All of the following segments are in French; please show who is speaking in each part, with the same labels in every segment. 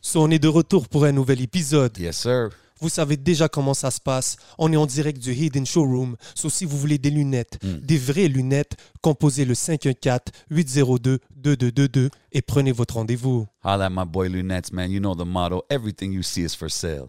Speaker 1: So, on est de retour pour un nouvel épisode.
Speaker 2: Yes, sir.
Speaker 1: Vous savez déjà comment ça se passe. On est en direct du Hidden Showroom. So, si vous voulez des lunettes, des vraies lunettes, composez le 514-802-2222 et prenez votre rendez-vous.
Speaker 2: Holla at my boy Lunettes, man. You know the motto. Everything you see is for sale.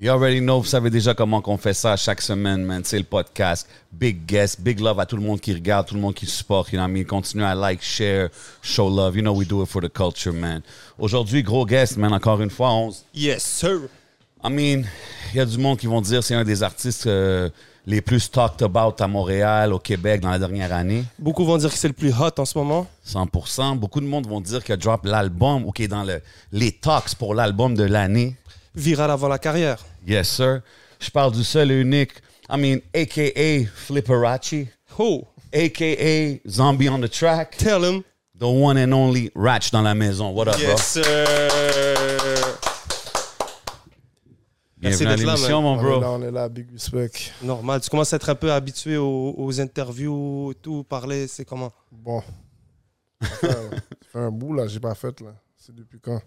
Speaker 2: You already know, vous savez déjà comment qu'on fait ça chaque semaine, man. C'est le podcast. Big guest, big love à tout le monde qui regarde, tout le monde qui supporte. You know what I mean? Continuez à like, share, show love. You know we do it for the culture, man. Aujourd'hui, gros guest, man. Encore une fois, on...
Speaker 1: Yes, sir.
Speaker 2: I mean, il y a du monde qui vont dire c'est un des artistes euh, les plus talked about à Montréal, au Québec dans la dernière année.
Speaker 1: Beaucoup vont dire que c'est le plus hot en ce moment.
Speaker 2: 100%. Beaucoup de monde vont dire qu'il a drop l'album ou qu'il est dans le, les talks pour l'album de l'année.
Speaker 1: Viral avant la carrière.
Speaker 2: Yes, sir. Je parle du seul et unique, I mean, a.k.a. Flipperacci,
Speaker 1: Oh,
Speaker 2: a.k.a. Zombie on the Track,
Speaker 1: tell him.
Speaker 2: the one and only Ratch dans la maison. What up,
Speaker 1: Yes, sir.
Speaker 2: bro?
Speaker 1: merci
Speaker 2: Bienvenue à
Speaker 1: d'être là,
Speaker 2: l'émission, mon
Speaker 3: On est Ah, là,
Speaker 2: bro.
Speaker 3: on est là, big respect.
Speaker 1: Normal, tu commences à être un peu habitué aux, aux interviews, tout, parler, c'est comment
Speaker 3: Bon. Ça fait, un- ça fait un bout, là, j'ai pas fait, là. C'est depuis quand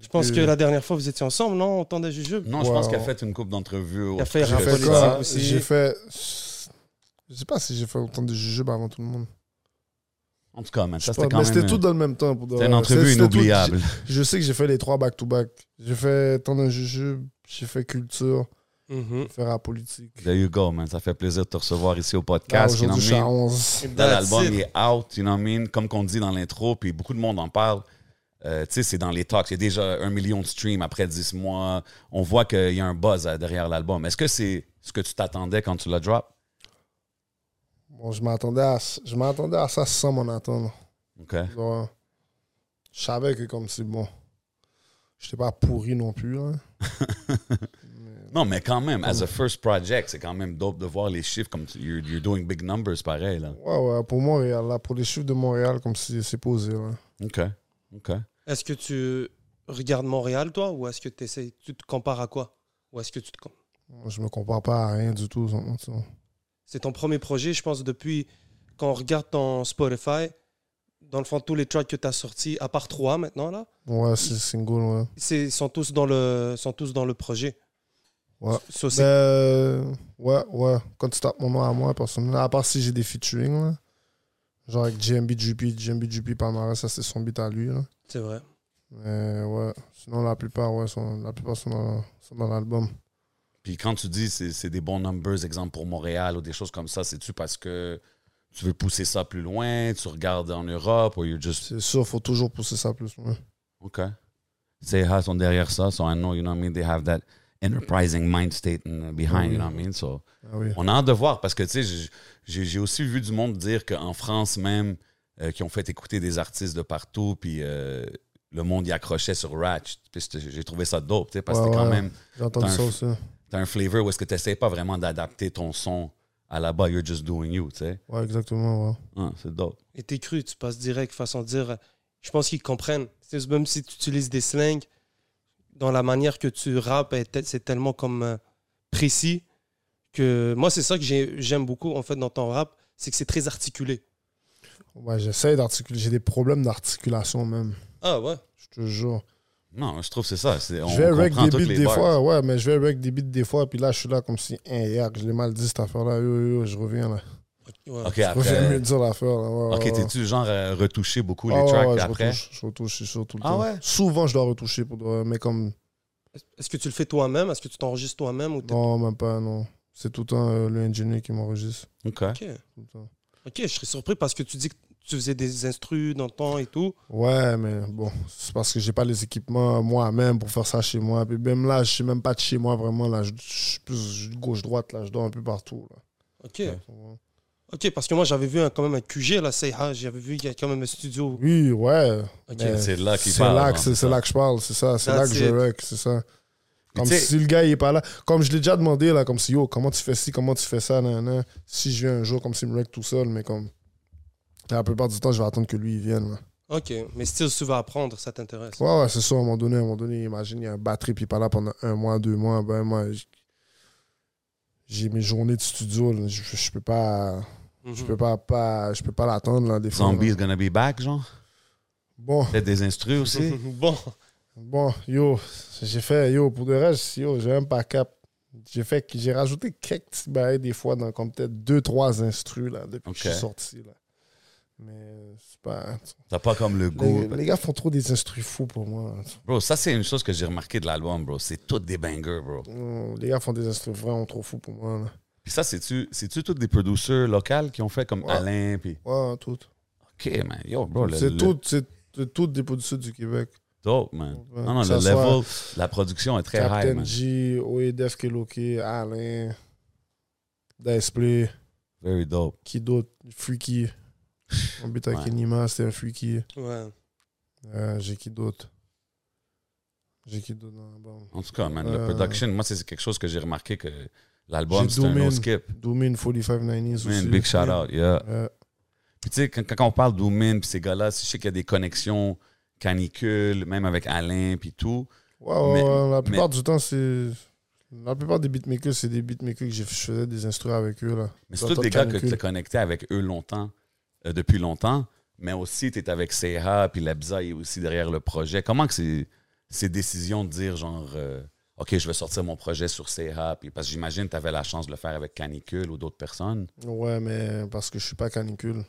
Speaker 1: Je pense que la dernière fois, vous étiez ensemble, non On tendait Jujube
Speaker 2: Non, je pense
Speaker 3: Wow.
Speaker 2: qu'il a fait une coupe d'entrevues.
Speaker 1: Il a fait
Speaker 3: J'ai
Speaker 1: Rap
Speaker 3: fait
Speaker 1: politique
Speaker 3: quoi
Speaker 1: aussi.
Speaker 3: J'ai fait. Je sais pas si j'ai fait autant de jujubes avant tout le monde.
Speaker 2: En tout cas, man, ça
Speaker 3: Je sais
Speaker 2: c'était
Speaker 3: pas,
Speaker 2: quand
Speaker 3: mais c'était
Speaker 2: même...
Speaker 3: tout
Speaker 2: un-
Speaker 3: dans le même temps. Pour de
Speaker 2: C'était une
Speaker 3: vrai.
Speaker 2: entrevue
Speaker 3: C'était- c'était tout-
Speaker 2: inoubliable.
Speaker 3: j'ai- Je sais que j'ai fait les trois back-to-back. J'ai fait tant de jujubes, j'ai fait culture,
Speaker 1: Mhm.
Speaker 3: j'ai fait rap politique.
Speaker 2: There you go, man. Ça fait plaisir de te recevoir ici au
Speaker 3: Là,
Speaker 2: podcast. you know
Speaker 3: Ah, aujourd'hui, je suis
Speaker 2: what I
Speaker 3: à
Speaker 2: mean?
Speaker 3: 11.
Speaker 2: Là,
Speaker 1: That's
Speaker 2: l'album
Speaker 1: it.
Speaker 2: il est out, you know what I mean? Comme qu'on dit dans l'intro, puis beaucoup de monde en parle. Euh, tu sais, c'est dans les talks. Il y a déjà un million de streams après 10 mois. On voit qu'il y a un buzz euh, derrière l'album. Est-ce que c'est ce que tu t'attendais quand tu l'as drop?
Speaker 3: Bon, je m'attendais à, je m'attendais à ça sans m'en attendre.
Speaker 2: OK.
Speaker 3: Genre, je savais que comme c'est bon, j'étais pas pourri non plus. hein.
Speaker 2: Non, mais quand même, as a first project, c'est quand même dope de voir les chiffres comme tu- you're, you're doing big numbers pareil. Là.
Speaker 3: Ouais, ouais, pour Montréal, là, pour les chiffres de Montréal, comme si c'est posé. Là.
Speaker 2: OK. OK.
Speaker 1: Est-ce que tu regardes Montréal, toi, ou est-ce que t'essayes- tu te compares à quoi Ou est-ce que tu te com-
Speaker 3: Moi, Je me compare pas à rien du tout. sans- sans-
Speaker 1: C'est ton premier projet, je pense, depuis quand on regarde ton Spotify. Dans le fond, tous les tracks que tu as sortis, à part trois maintenant, là,
Speaker 3: Ouais, c'est single, ouais.
Speaker 1: c'est- sont tous dans le, sont tous dans le projet.
Speaker 3: Ouais.
Speaker 1: So, c'est-
Speaker 3: Ben, ouais, ouais. Quand tu tapes mon nom à moi, personnellement, à part si j'ai des featuring, là, genre avec JMB GP, JMB GP Palmarès, ça c'est son beat à lui. Là.
Speaker 1: c'est vrai.
Speaker 3: Mais ouais, sinon la plupart, ouais, sont, la plupart sont dans, sont dans l'album.
Speaker 2: Puis quand tu dis c'est c'est des bons numbers, exemple pour Montréal ou des choses comme ça, c'est-tu parce que tu veux pousser ça plus loin, tu regardes en Europe ou you're just
Speaker 3: C'est sûr, faut toujours pousser ça plus. ouais.
Speaker 2: OK. Seha sont derrière ça, so I know, you know what I mean, they have that enterprising mind state and behind, you know what I mean, so...
Speaker 3: Ah oui.
Speaker 2: On a hâte de voir parce que, tu sais, j- j'ai j'ai aussi vu du monde dire qu'en France même, euh, qui ont fait écouter des artistes de partout, puis euh, le monde y accrochait sur Ratch. Puis c'était- j'ai trouvé ça dope, tu sais, parce que
Speaker 3: Ouais,
Speaker 2: t'es quand
Speaker 3: ouais.
Speaker 2: même...
Speaker 3: J'ai entendu
Speaker 2: T'as un
Speaker 3: ça
Speaker 2: f-
Speaker 3: aussi.
Speaker 2: T'as un flavor où est-ce que t'essayes pas vraiment d'adapter ton son à là-bas, you're just doing you, tu sais.
Speaker 3: Ouais, exactement, ouais.
Speaker 2: Hein, c'est dope.
Speaker 1: Et t'es cru, tu passes direct, façon de dire. euh, Je pense qu'ils comprennent. C'est- Même si tu utilises des slangs, dans la manière que tu rappes, elle est tel- c'est tellement comme euh, précis que moi, c'est ça que j'ai- j'aime beaucoup en fait dans ton rap, c'est que c'est très articulé.
Speaker 3: Ouais, j'essaie d'articuler. J'ai des problèmes d'articulation même.
Speaker 1: Ah ouais.
Speaker 3: Je te jure.
Speaker 2: Non, je trouve que c'est ça. c'est- On
Speaker 3: Je vais avec
Speaker 2: comprend
Speaker 3: des
Speaker 2: toutes
Speaker 3: beats
Speaker 2: les
Speaker 3: des
Speaker 2: bars.
Speaker 3: fois, ouais, mais je vais avec des beats des fois, puis là, je suis là comme si, hein, hier, je l'ai mal dit cette affaire-là, yo, yo, yo, je reviens là.
Speaker 1: Ouais.
Speaker 2: OK,
Speaker 3: Je reviens mieux
Speaker 2: après...
Speaker 3: dire l'affaire là. Ouais,
Speaker 2: OK,
Speaker 3: ouais, ouais.
Speaker 2: t'es-tu le genre à retoucher beaucoup
Speaker 3: Ah,
Speaker 2: les
Speaker 3: ouais,
Speaker 2: tracks
Speaker 3: ouais, je
Speaker 2: après?
Speaker 3: retouche, je retouche, c'est sûr, tout le
Speaker 2: Ah
Speaker 3: temps.
Speaker 2: ouais?
Speaker 3: Souvent, je dois retoucher, pour de vrai, mais comme,
Speaker 1: Est-ce que tu le fais toi-même Est-ce que tu t'enregistres toi-même ou t'es-
Speaker 3: non, même pas, non. C'est tout le temps euh, le ingénieur qui m'enregistre.
Speaker 2: OK.
Speaker 1: Ok.
Speaker 3: tout le temps.
Speaker 1: Ok, je serais surpris parce que tu dis que tu faisais des instrus dans le temps et tout.
Speaker 3: Ouais, mais bon, c'est parce que j'ai pas les équipements moi-même pour faire ça chez moi. Puis même là, je suis même pas de chez moi vraiment, là, je je suis plus gauche-droite, là, je dors un peu partout. Là.
Speaker 1: Ok. Ok, parce que moi j'avais vu un- quand même un QG là, Seiha. J'avais vu qu'il y a quand même un studio. Euh,
Speaker 3: Oui, ouais.
Speaker 1: Ok.
Speaker 3: Mais
Speaker 2: C'est là qu'il
Speaker 3: c'est
Speaker 2: parle,
Speaker 3: là
Speaker 2: hein,
Speaker 3: que c'est-
Speaker 2: c'est
Speaker 3: c'est là que je parle, c'est ça, c'est
Speaker 1: That's
Speaker 3: là que je
Speaker 1: it.
Speaker 3: rec, c'est ça. Comme
Speaker 2: tu sais-
Speaker 3: si le gars, il est pas là. Comme je l'ai déjà demandé, là, comme si, yo, comment tu fais ci, comment tu fais ça, nanana. Si je viens un jour, comme s'il me règle tout seul, mais comme. La plupart du temps, je vais attendre que lui, il vienne, là.
Speaker 1: Ok, mais still, tu vas apprendre, ça t'intéresse.
Speaker 3: Ouais, ouais, c'est ça, à un moment donné, à un moment donné, imagine, il y a un batterie, puis il est pas là pendant un mois, deux mois, ben moi, j- j'ai mes journées de studio, là, je, je peux pas,
Speaker 1: Mhm.
Speaker 3: je peux pas, pas je peux pas l'attendre, là, des fois. là.
Speaker 2: Zombie is gonna be back, genre.
Speaker 3: Bon,
Speaker 2: Peut-être des instrus aussi.
Speaker 1: Bon,
Speaker 3: bon, yo, j'ai fait, yo, pour de reste, yo, j'ai un pack-up. J'ai fait, j'ai rajouté quelques petits bails des fois dans comme peut-être deux, trois instrus, là, depuis que je
Speaker 2: Ok.
Speaker 3: suis sorti, là. Mais euh, c'est pas...
Speaker 2: T'as pas comme le goût.
Speaker 3: Les, les gars font trop des instrus fous pour moi. là.
Speaker 2: Bro, ça, c'est une chose que j'ai remarqué de l'album, bro. C'est toutes des bangers, bro.
Speaker 3: Non, Euh, Les gars font des instrus vraiment trop fous pour moi, là.
Speaker 2: Puis ça, c'est-tu, c'est-tu tous des producers locaux qui ont fait comme
Speaker 3: Ouais.
Speaker 2: Alain, puis...
Speaker 3: Ouais, tout.
Speaker 2: OK, man. Yo, bro, Oh, le,
Speaker 3: C'est
Speaker 2: le
Speaker 3: tout, c'est c'est tout des productions du Québec.
Speaker 2: dope, man.
Speaker 3: Ouais.
Speaker 2: Non, non,
Speaker 3: Que
Speaker 2: le
Speaker 3: ça soit
Speaker 2: level, la production est très high,
Speaker 3: Captain
Speaker 2: man.
Speaker 3: G, Oedef Keloke, Alain, Display,
Speaker 2: Very dope.
Speaker 3: qui d'autre Freaky. On bite
Speaker 2: Ouais.
Speaker 3: avec Enima, c'était un Freaky.
Speaker 1: ouais.
Speaker 3: Euh, J'ai qui d'autre J'ai qui d'autre dans la bande
Speaker 2: En tout cas, man, le
Speaker 3: Euh.
Speaker 2: production, moi, c'est quelque chose que j'ai remarqué que l'album,
Speaker 3: J'ai
Speaker 2: c'est un
Speaker 3: Doomin.
Speaker 2: no-skip.
Speaker 3: Doomin 4590
Speaker 2: Man,
Speaker 3: aussi.
Speaker 2: big shout-out, yeah.
Speaker 3: Euh,
Speaker 2: Puis tu sais, quand, quand on parle d'Oumin, puis ces gars-là, je sais qu'il y a des connexions canicules, même avec Alain, puis tout.
Speaker 3: ouais, ouais,
Speaker 2: Mais-
Speaker 3: ouais, la
Speaker 2: mais-
Speaker 3: plupart du temps, c'est. La plupart des beatmakers, c'est des beatmakers que j'ai- je faisais des instruments avec eux. Là.
Speaker 2: Mais
Speaker 3: Dans
Speaker 2: c'est tous
Speaker 3: Top
Speaker 2: des gars que
Speaker 3: Canicule.
Speaker 2: tu as connecté avec eux longtemps, euh, depuis longtemps. Mais aussi, tu es avec Seha, puis Labza est aussi derrière le projet. Comment que c'est ces décisions de dire, genre, euh, OK, je vais sortir mon projet sur Seha, puis parce que j'imagine tu avais la chance de le faire avec Canicule ou d'autres personnes.
Speaker 3: Ouais, mais parce que je suis pas canicule.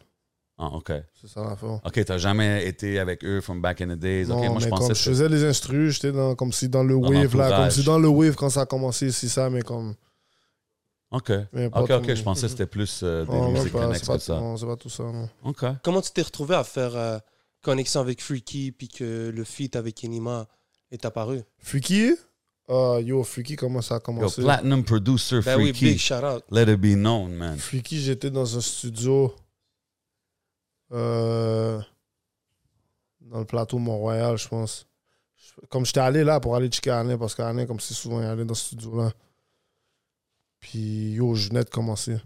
Speaker 2: Ah, OK.
Speaker 3: C'est ça l'affaire.
Speaker 2: OK, t'as jamais été avec eux from back in the days. OK,
Speaker 3: Non,
Speaker 2: moi, je
Speaker 3: mais
Speaker 2: pensais...
Speaker 3: comme
Speaker 2: que-
Speaker 3: je faisais les instrus, j'étais dans, comme si dans le
Speaker 2: Dans
Speaker 3: wave, là, comme
Speaker 2: l'entourage.
Speaker 3: si dans le wave quand ça a commencé, c'est ça, mais comme.
Speaker 2: OK.
Speaker 3: Mais pas
Speaker 2: OK,
Speaker 3: tout-
Speaker 2: OK, je pensais que c'était plus euh, des
Speaker 3: Non, non,
Speaker 2: musiques
Speaker 3: pas-
Speaker 2: connexes
Speaker 3: c'est
Speaker 2: que
Speaker 3: pas,
Speaker 2: ça.
Speaker 3: non, c'est pas tout ça, non.
Speaker 2: OK.
Speaker 1: Comment tu t'es retrouvé à faire euh, connexion avec Freaky, puis que le feat avec Enima est apparu
Speaker 3: Fuki Ah, Yo, Fuki, comment ça a
Speaker 2: Yo,
Speaker 3: commencé
Speaker 2: platinum producer
Speaker 1: Ben oui,
Speaker 2: freaky.
Speaker 1: big shout-out.
Speaker 2: Let it be known, man.
Speaker 3: Fuki, j'étais dans un studio. euh, dans le plateau Mont-Royal, je pense. Je- Comme j'étais allé là pour aller checker Alain, parce qu'Alain, comme c'est souvent, il allait dans ce studio-là. Puis, yo, je venais de commencer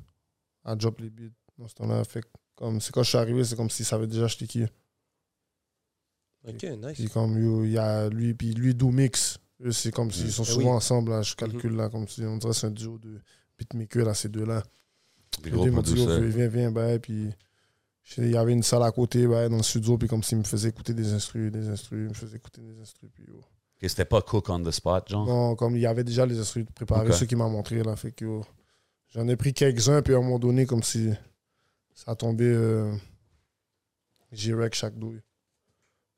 Speaker 3: à drop les beats dans ce temps-là. Fait que, comme c'est quand je suis arrivé, c'est comme s'il savait déjà j'étais qui.
Speaker 1: Ok, nice.
Speaker 3: Puis comme yo, il y a lui puis lui Doomix. Eux, c'est comme
Speaker 2: Mm.
Speaker 3: s'ils sont
Speaker 1: Eh
Speaker 3: souvent
Speaker 1: oui.
Speaker 3: ensemble, là, je
Speaker 2: Mm-hmm.
Speaker 3: calcule là, comme si on dirait que c'est un duo de beatmaker là, ces deux-là.
Speaker 2: Des
Speaker 3: Puis
Speaker 2: gros
Speaker 3: lui, il m'a dit, yo,
Speaker 2: producteurs.
Speaker 3: viens, viens, ben, puis je- il y avait une salle à côté, ben, dans le studio, puis comme s'il me faisait écouter des instrus, des instrus, il me faisait écouter des instrus, puis yo.
Speaker 2: Que c'était pas cook on the spot, genre.
Speaker 3: Non, comme il y avait déjà les instrus préparés,
Speaker 2: Ok.
Speaker 3: ceux qu'il m'a montré, là, fait que yo, j'en ai pris quelques-uns, puis à un moment donné, comme si ça tombait, euh, j'ai rec chaque douille.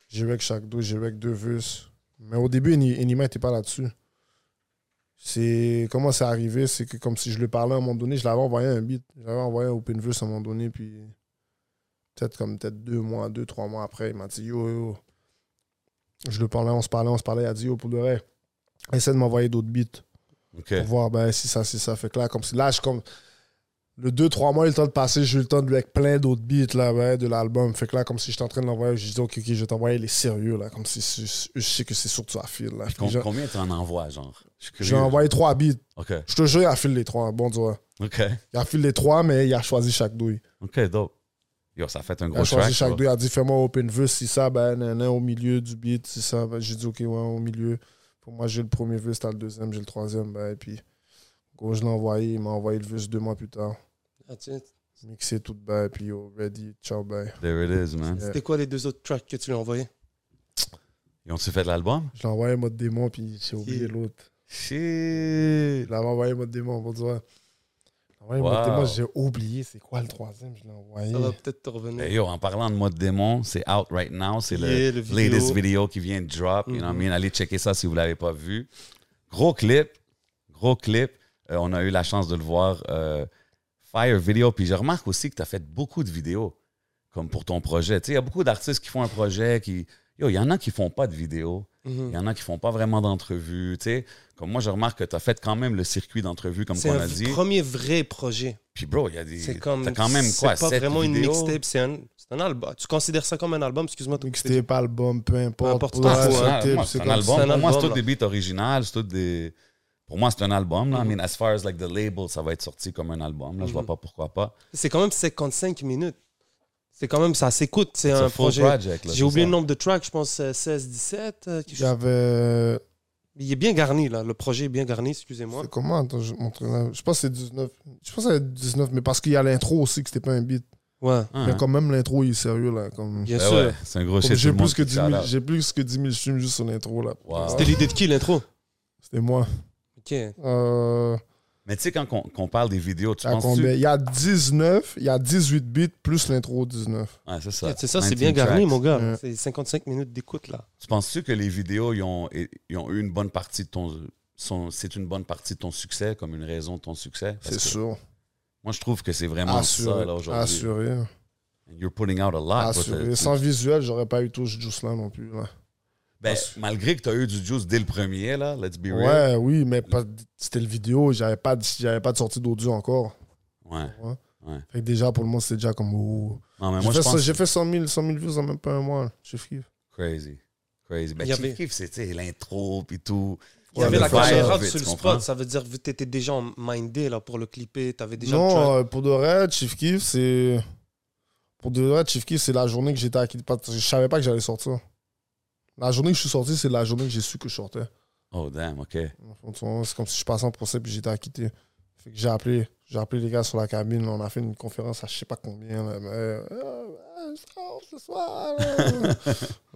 Speaker 3: J'ai rec chaque douille, j'ai rec deux vus. Mais au début, Ni- Enima n'était pas là-dessus. C'est comment c'est arrivé, c'est que comme si je lui parlais à un moment donné, je l'avais envoyé un beat, j'avais envoyé un open verse à un moment donné, puis peut-être comme peut-être deux mois, deux, trois mois après, il m'a dit yo yo. Je lui parlais, on se parlait, on se parlait, il a dit yo pour le vrai, essaie de m'envoyer d'autres beats
Speaker 2: OK.
Speaker 3: pour voir ben, si ça, si ça. Fait que là, comme si là, je comme. Le 2-3 mois, il a eu le temps de passer, j'ai eu le temps de lui avec plein d'autres beats là, ben, de l'album. Fait que là, comme si j'étais en train de l'envoyer, je dis, OK, ok, je vais t'envoyer les sérieux, là, comme si si- je sais que c'est sur toi, fil. Là. Fait que
Speaker 2: Com-
Speaker 3: j'ai-
Speaker 2: Combien t'en envoies, genre? Je suis
Speaker 3: J'ai envoyé trois beats.
Speaker 2: OK.
Speaker 3: Je te jure, il a filé les trois, bon Dieu.
Speaker 2: OK.
Speaker 3: Il a filé les trois, mais il a choisi chaque douille.
Speaker 2: OK, dope. Yo, ça fait un
Speaker 3: Il a
Speaker 2: gros
Speaker 3: choisi
Speaker 2: track.
Speaker 3: Euh, chaque
Speaker 2: bro.
Speaker 3: douille, il a dit, fais-moi open verse, si ça, ben, nan, nan, au milieu du beat, si ça. Ben, j'ai dit, OK, ouais, au milieu. Pour moi, j'ai le premier verse, t'as le deuxième, j'ai le troisième, ben, et puis, gros, je l'ai envoyé, il m'a envoyé le verse deux mois plus tard.
Speaker 1: Ah, tiens,
Speaker 3: mixer tout bas, puis yo, ready, ciao, bye.
Speaker 2: There it is, man.
Speaker 1: C'était quoi les deux autres tracks que tu lui as envoyés
Speaker 2: Ils ont-tu fait de l'album?
Speaker 3: Je l'ai envoyé en mode démon, puis j'ai oublié
Speaker 1: Si.
Speaker 3: l'autre.
Speaker 2: Shit.
Speaker 3: Je l'avais envoyé en mode démon, bon dire. Je l'ai envoyé en
Speaker 2: Wow.
Speaker 3: mode démon, j'ai oublié c'est quoi le troisième, je l'ai envoyé.
Speaker 1: Ça va peut-être te revenir.
Speaker 2: Hey, yo, en parlant de mode démon, c'est out right now. C'est le
Speaker 1: Yeah, le vidéo. Mm-hmm.
Speaker 2: latest video qui vient de drop. You know what I mean? Allez checker ça si vous ne l'avez pas vu. Gros clip. Gros clip. Euh, on a eu la chance de le voir. euh, Fire Video. Puis je remarque aussi que tu as fait beaucoup de vidéos comme pour ton projet. Tu sais, Il y a beaucoup d'artistes qui font un projet qui. Yo, il y en a qui font pas de vidéos. Il
Speaker 1: Mhm.
Speaker 2: y en a qui font pas vraiment d'entrevues. Tu sais, Comme moi, je remarque que tu as fait quand même le circuit d'entrevues, comme
Speaker 1: C'est
Speaker 2: on a
Speaker 1: un
Speaker 2: dit.
Speaker 1: premier vrai projet.
Speaker 2: Puis, bro, il y a des.
Speaker 1: C'est comme.
Speaker 2: t'as quand même quoi
Speaker 1: C'est pas
Speaker 2: sept
Speaker 1: vraiment une
Speaker 2: vidéos?
Speaker 1: mixtape, c'est un- c'est C'est un album. Tu considères ça comme un album, excuse-moi. t'as coupé.
Speaker 3: Mixtape, album, peu importe.
Speaker 1: Peu importe, hein.
Speaker 3: Ouais,
Speaker 1: Ah, c'est
Speaker 2: un
Speaker 3: c'est un
Speaker 2: al-
Speaker 3: tape,
Speaker 2: moi,
Speaker 3: c'est
Speaker 2: c'est un
Speaker 3: comme
Speaker 2: album.
Speaker 1: c'est un
Speaker 2: Pour moi, c'est
Speaker 1: album,
Speaker 2: tout des beats originales. c'est tout des- Pour moi, c'est un album.
Speaker 1: Mhm.
Speaker 2: Là. I mean, as far as like the label, ça va être sorti comme un album. Là. Je vois pas pourquoi pas.
Speaker 1: C'est quand même 55 minutes. C'est quand même, ça s'écoute. C'est
Speaker 2: C'est
Speaker 1: un
Speaker 2: un full
Speaker 1: projet.
Speaker 2: project. là,
Speaker 1: J'ai
Speaker 2: c'est
Speaker 1: oublié
Speaker 2: ça.
Speaker 1: le nombre de tracks, je pense euh, 16, 17. euh, quelque chose.
Speaker 3: J'avais.
Speaker 1: Il est bien garni, là. Le projet est bien garni, excusez-moi.
Speaker 3: C'est comment Attends, je, montre là. je pense que c'est 19. Je pense que c'est 19, mais parce qu'il y a l'intro aussi, que c'était pas un beat.
Speaker 1: Ouais,
Speaker 2: Ah,
Speaker 3: Mais
Speaker 2: hein.
Speaker 3: quand même, l'intro, il est sérieux, là. Comme...
Speaker 1: bien
Speaker 2: Ben
Speaker 1: sûr.
Speaker 2: ouais, c'est un gros
Speaker 3: Comme
Speaker 2: shit.
Speaker 3: J'ai
Speaker 2: tout le monde
Speaker 3: plus, que
Speaker 2: qui
Speaker 3: 10
Speaker 2: shout
Speaker 3: 000
Speaker 2: out.
Speaker 3: j'ai plus que 10 000 streams juste sur l'intro, là.
Speaker 2: Wow.
Speaker 1: C'était l'idée de qui, l'intro
Speaker 3: C'était moi.
Speaker 1: Ok.
Speaker 3: Euh,
Speaker 2: Mais tu sais, quand on, parle des vidéos, tu
Speaker 3: t'as
Speaker 2: penses.
Speaker 3: combien Il y a 19, il y a 18 beats plus l'intro 19.
Speaker 2: Ouais, c'est ça.
Speaker 1: C'est ça, c'est bien
Speaker 2: 19
Speaker 1: garni,
Speaker 2: tracks.
Speaker 1: mon gars.
Speaker 3: Ouais.
Speaker 1: C'est 55 minutes d'écoute, là.
Speaker 2: Tu penses-tu que les vidéos, ils ont, ils ont eu une bonne partie de ton. sont- C'est une bonne partie de ton succès, comme une raison de ton succès? Parce
Speaker 3: C'est
Speaker 2: que
Speaker 3: sûr.
Speaker 2: Moi, je trouve que c'est vraiment ça, là,
Speaker 3: Assuré.
Speaker 2: aujourd'hui.
Speaker 3: Assuré.
Speaker 2: You're putting out a lot. but,
Speaker 3: Assuré.
Speaker 2: euh,
Speaker 3: Sans visuel, j'aurais pas eu tout ce juice-là non plus, là.
Speaker 2: ben, malgré que tu as eu du juice dès le premier, là, let's be real.
Speaker 3: Ouais, oui, mais pas- c'était le vidéo, j'avais pas, de- j'avais pas de sortie d'audio encore.
Speaker 2: Ouais.
Speaker 3: Fait que déjà, pour le moment, c'était déjà comme. ouh.
Speaker 2: Non, mais
Speaker 3: J'ai
Speaker 2: moi, je
Speaker 3: fait, ça-
Speaker 2: pense
Speaker 3: j'ai fait 100 000, 100 000 views en même pas un mois. Je kiffe.
Speaker 2: crazy. Crazy. Ben,
Speaker 1: Il y
Speaker 2: Chief
Speaker 1: avait-
Speaker 2: Keef, c'est tu sais, l'intro puis tout.
Speaker 1: Il y
Speaker 3: Ouais,
Speaker 1: avait
Speaker 3: le
Speaker 1: la
Speaker 3: vibe,
Speaker 1: caméra
Speaker 2: tu
Speaker 1: sur le
Speaker 2: comprends?
Speaker 1: spot, ça veut dire que t'étais déjà en mindé là, pour le clipper, t'avais déjà le track.
Speaker 3: Non, euh, pour de vrai, Chief Keef, c'est. Pour de vrai, Chief Keef, c'est la journée que j'étais à Kid Pat- Je savais pas que j'allais sortir. La journée que je suis sorti, c'est la journée que j'ai su que je sortais.
Speaker 2: Oh, damn, OK.
Speaker 3: En fond, tu vois, C'est comme si je passais en procès puis j'étais acquitté. Fait que j'ai appelé, j'ai appelé les gars sur la cabine. On a fait une conférence à je sais pas combien. Là, mais, euh, euh, je sors ce soir. là.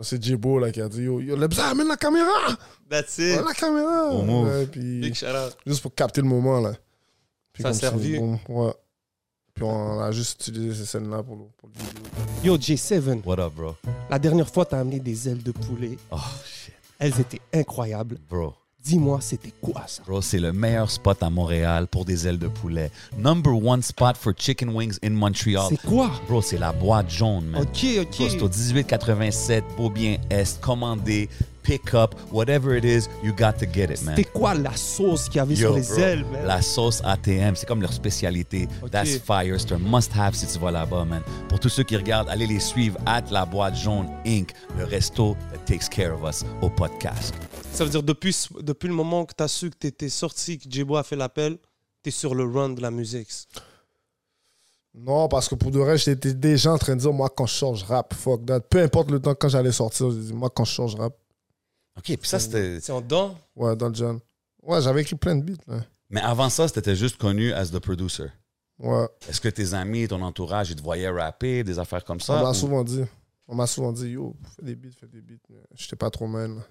Speaker 3: c'est Djibo là, qui a dit Yo, yo le bizarre, amène la caméra
Speaker 2: euh,
Speaker 1: That's it.
Speaker 3: Amène La caméra
Speaker 2: Bon move.
Speaker 3: Ouais, puis-
Speaker 1: Big shout out.
Speaker 3: juste pour capter le moment là. Puis
Speaker 1: Ça a
Speaker 3: comme
Speaker 1: servi.
Speaker 3: c'est bon, ouais. Puis on a juste utilisé ces scènes-là pour le, pour le vidéo.
Speaker 1: Yo, J7,
Speaker 2: What up, bro?
Speaker 1: la dernière fois, t'as amené des ailes de poulet.
Speaker 2: Oh, shit,
Speaker 1: Elles étaient incroyables.
Speaker 2: bro.
Speaker 1: Dis-moi, c'était quoi ça?
Speaker 2: Bro, c'est le meilleur spot à Montréal pour des ailes de poulet. Number one spot for chicken wings in Montreal.
Speaker 1: C'est quoi?
Speaker 2: Bro, c'est la boîte jaune, man.
Speaker 1: Ok,
Speaker 2: Bro, c'est au
Speaker 1: ok.
Speaker 2: 1887 Beaubien Est, commandé, pick up, whatever it is, you got to get it, man.
Speaker 1: C'était quoi la sauce qu'il y avait sur
Speaker 2: Yo,
Speaker 1: les
Speaker 2: bro,
Speaker 1: ailes, man?
Speaker 2: La sauce ATM, c'est comme leur spécialité.
Speaker 1: Ok.
Speaker 2: That's fire. C'est un must-have si tu vas là-bas, man. Pour tous ceux qui regardent, allez les suivre at la boîte jaune Inc., le resto that takes care of us au podcast.
Speaker 1: Ça veut dire, depuis, ce- depuis le moment que t'as su que t'étais sorti, que Djibo a fait l'appel, t'es sur le run de la musique.
Speaker 3: Non, parce que pour de vrai, j'étais déjà en train de dire moi quand je sors, je rap, fuck that. Peu importe le temps quand j'allais sortir, je dis moi quand je sors, je rap.
Speaker 2: OK, puis ça, c'était.
Speaker 1: C'est en dedans?
Speaker 3: Ouais, dans le John. Ouais, j'avais écrit plein de beats là.
Speaker 2: Mais avant ça, c'était juste connu as the producer.
Speaker 3: Ouais.
Speaker 2: Est-ce que tes amis, ton entourage, ils te voyaient rapper, des affaires comme
Speaker 3: On
Speaker 1: Ah.
Speaker 2: ça? ou-
Speaker 3: m'a Ah, ben, souvent dit. On m'a souvent dit yo, fais des beats, fais des beats. Mais J'étais pas trop man. là.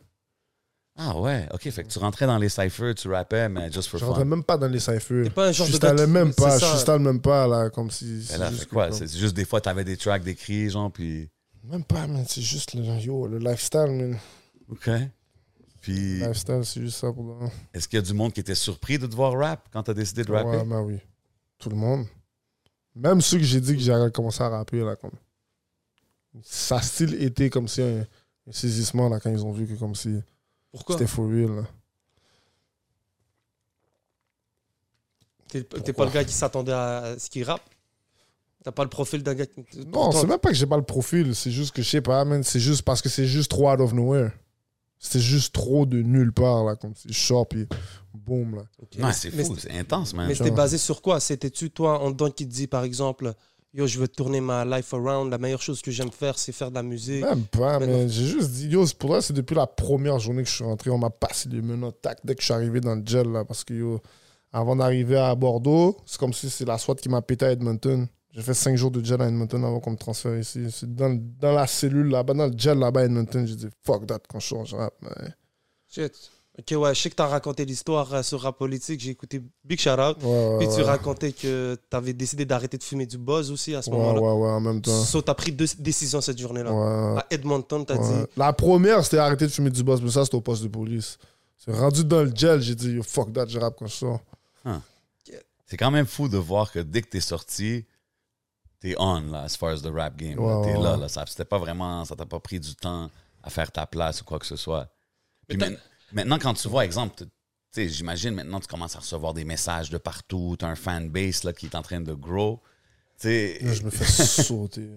Speaker 2: Ah ouais, ok. Fait que tu rentrais dans les cyphers, tu rappais, mais just for
Speaker 3: Je rentrais
Speaker 2: fun.
Speaker 3: même pas dans les cyphers.
Speaker 1: T'es pas un genre
Speaker 3: Je
Speaker 1: de
Speaker 3: stallais
Speaker 1: gars qui-
Speaker 3: même
Speaker 1: c'est
Speaker 3: pas,
Speaker 1: ça.
Speaker 3: je stallais même pas là, comme si.
Speaker 2: Mais
Speaker 3: c'est
Speaker 2: Ben là,
Speaker 3: juste
Speaker 2: c'est
Speaker 3: que
Speaker 2: quoi?
Speaker 3: comme-
Speaker 2: C'est juste des fois, t'avais des tracks d'écrit, genre, puis.
Speaker 3: Même pas, man. C'est juste le, yo, le lifestyle, man.
Speaker 2: Ok. Puis,
Speaker 3: Lifestyle, c'est juste ça pour le moment.
Speaker 2: est-ce qu'il y a du monde qui était surpris de te voir rap quand t'as décidé de rapper?
Speaker 3: Ouais, ben oui. Tout le monde. Même ceux que j'ai dit que j'allais commencer à rapper, là, comme. Ça style était comme si un, un saisissement, là, quand ils ont vu que comme si
Speaker 1: Pourquoi?
Speaker 3: c'était for real, là.
Speaker 1: T'es t'es pas le gars qui s'attendait à ce qu'il rappe? T'as pas le profil d'un gars qui.
Speaker 3: Non, c'est même pas que j'ai pas le profil, c'est juste que je sais pas, man. C'est juste parce que c'est juste trop out of nowhere. C'était juste trop de nulle part, là, comme si je sors, puis boum, là.
Speaker 1: Ok.
Speaker 2: Ouais, c'est
Speaker 1: Mais
Speaker 2: fou, c'est intense, man.
Speaker 1: Mais
Speaker 3: Genre.
Speaker 1: c'était basé sur quoi C'était-tu, toi, en dedans qui te dit, par exemple, Yo, je veux tourner ma life around, la meilleure chose que j'aime faire, c'est faire de la musique.
Speaker 3: Même pas,
Speaker 1: Mais
Speaker 3: mais j'ai juste dit, yo, c'est pour ça, c'est depuis la première journée que je suis rentré, on m'a passé des menottes, tac, dès que je suis arrivé dans le gel, là, parce que, yo, avant d'arriver à Bordeaux, c'est comme si c'est la SWAT qui m'a pété à Edmonton. J'ai fait cinq jours de gel à Edmonton avant qu'on me transfère ici. C'est dans, dans la cellule là-bas, dans le gel là-bas à Edmonton, j'ai dit, fuck that, quand je change rap, man.
Speaker 1: Shit. Ok, ouais, je sais que t'as raconté l'histoire euh, sur Rap Politique, j'ai écouté Big Shout Out.
Speaker 3: Ouais, ouais,
Speaker 1: Puis tu
Speaker 3: ouais.
Speaker 1: racontais que t'avais décidé d'arrêter de fumer du buzz aussi à ce
Speaker 3: Ouais, ouais,
Speaker 1: moment-là.
Speaker 3: ouais, en même temps.
Speaker 1: So, t'as pris deux décisions cette journée-là.
Speaker 3: Ouais.
Speaker 1: À Edmonton, t'as
Speaker 3: Ouais.
Speaker 1: dit.
Speaker 3: La première, c'était arrêter de fumer du boss, mais ça, c'était au poste de police. C'est rendu dans le gel, j'ai dit, yo, fuck that, je rappe quand je sors.
Speaker 2: C'est quand même fou de voir que dès que t'es sorti, t'es on, là, as far as the rap game. là.
Speaker 3: Ouais,
Speaker 2: T'es
Speaker 3: ouais,
Speaker 2: là,
Speaker 3: ouais.
Speaker 2: là. Ça, c'était pas vraiment, ça t'a pas pris du temps à faire ta place ou quoi que ce soit. Puis
Speaker 1: Mais t'as-
Speaker 2: main- maintenant, quand tu vois, exemple, t- tu sais, j'imagine maintenant, tu commences à recevoir des messages de partout, t'as un fanbase, là, qui est en train de grow. Tu sais,
Speaker 3: Là, je me fais sauter.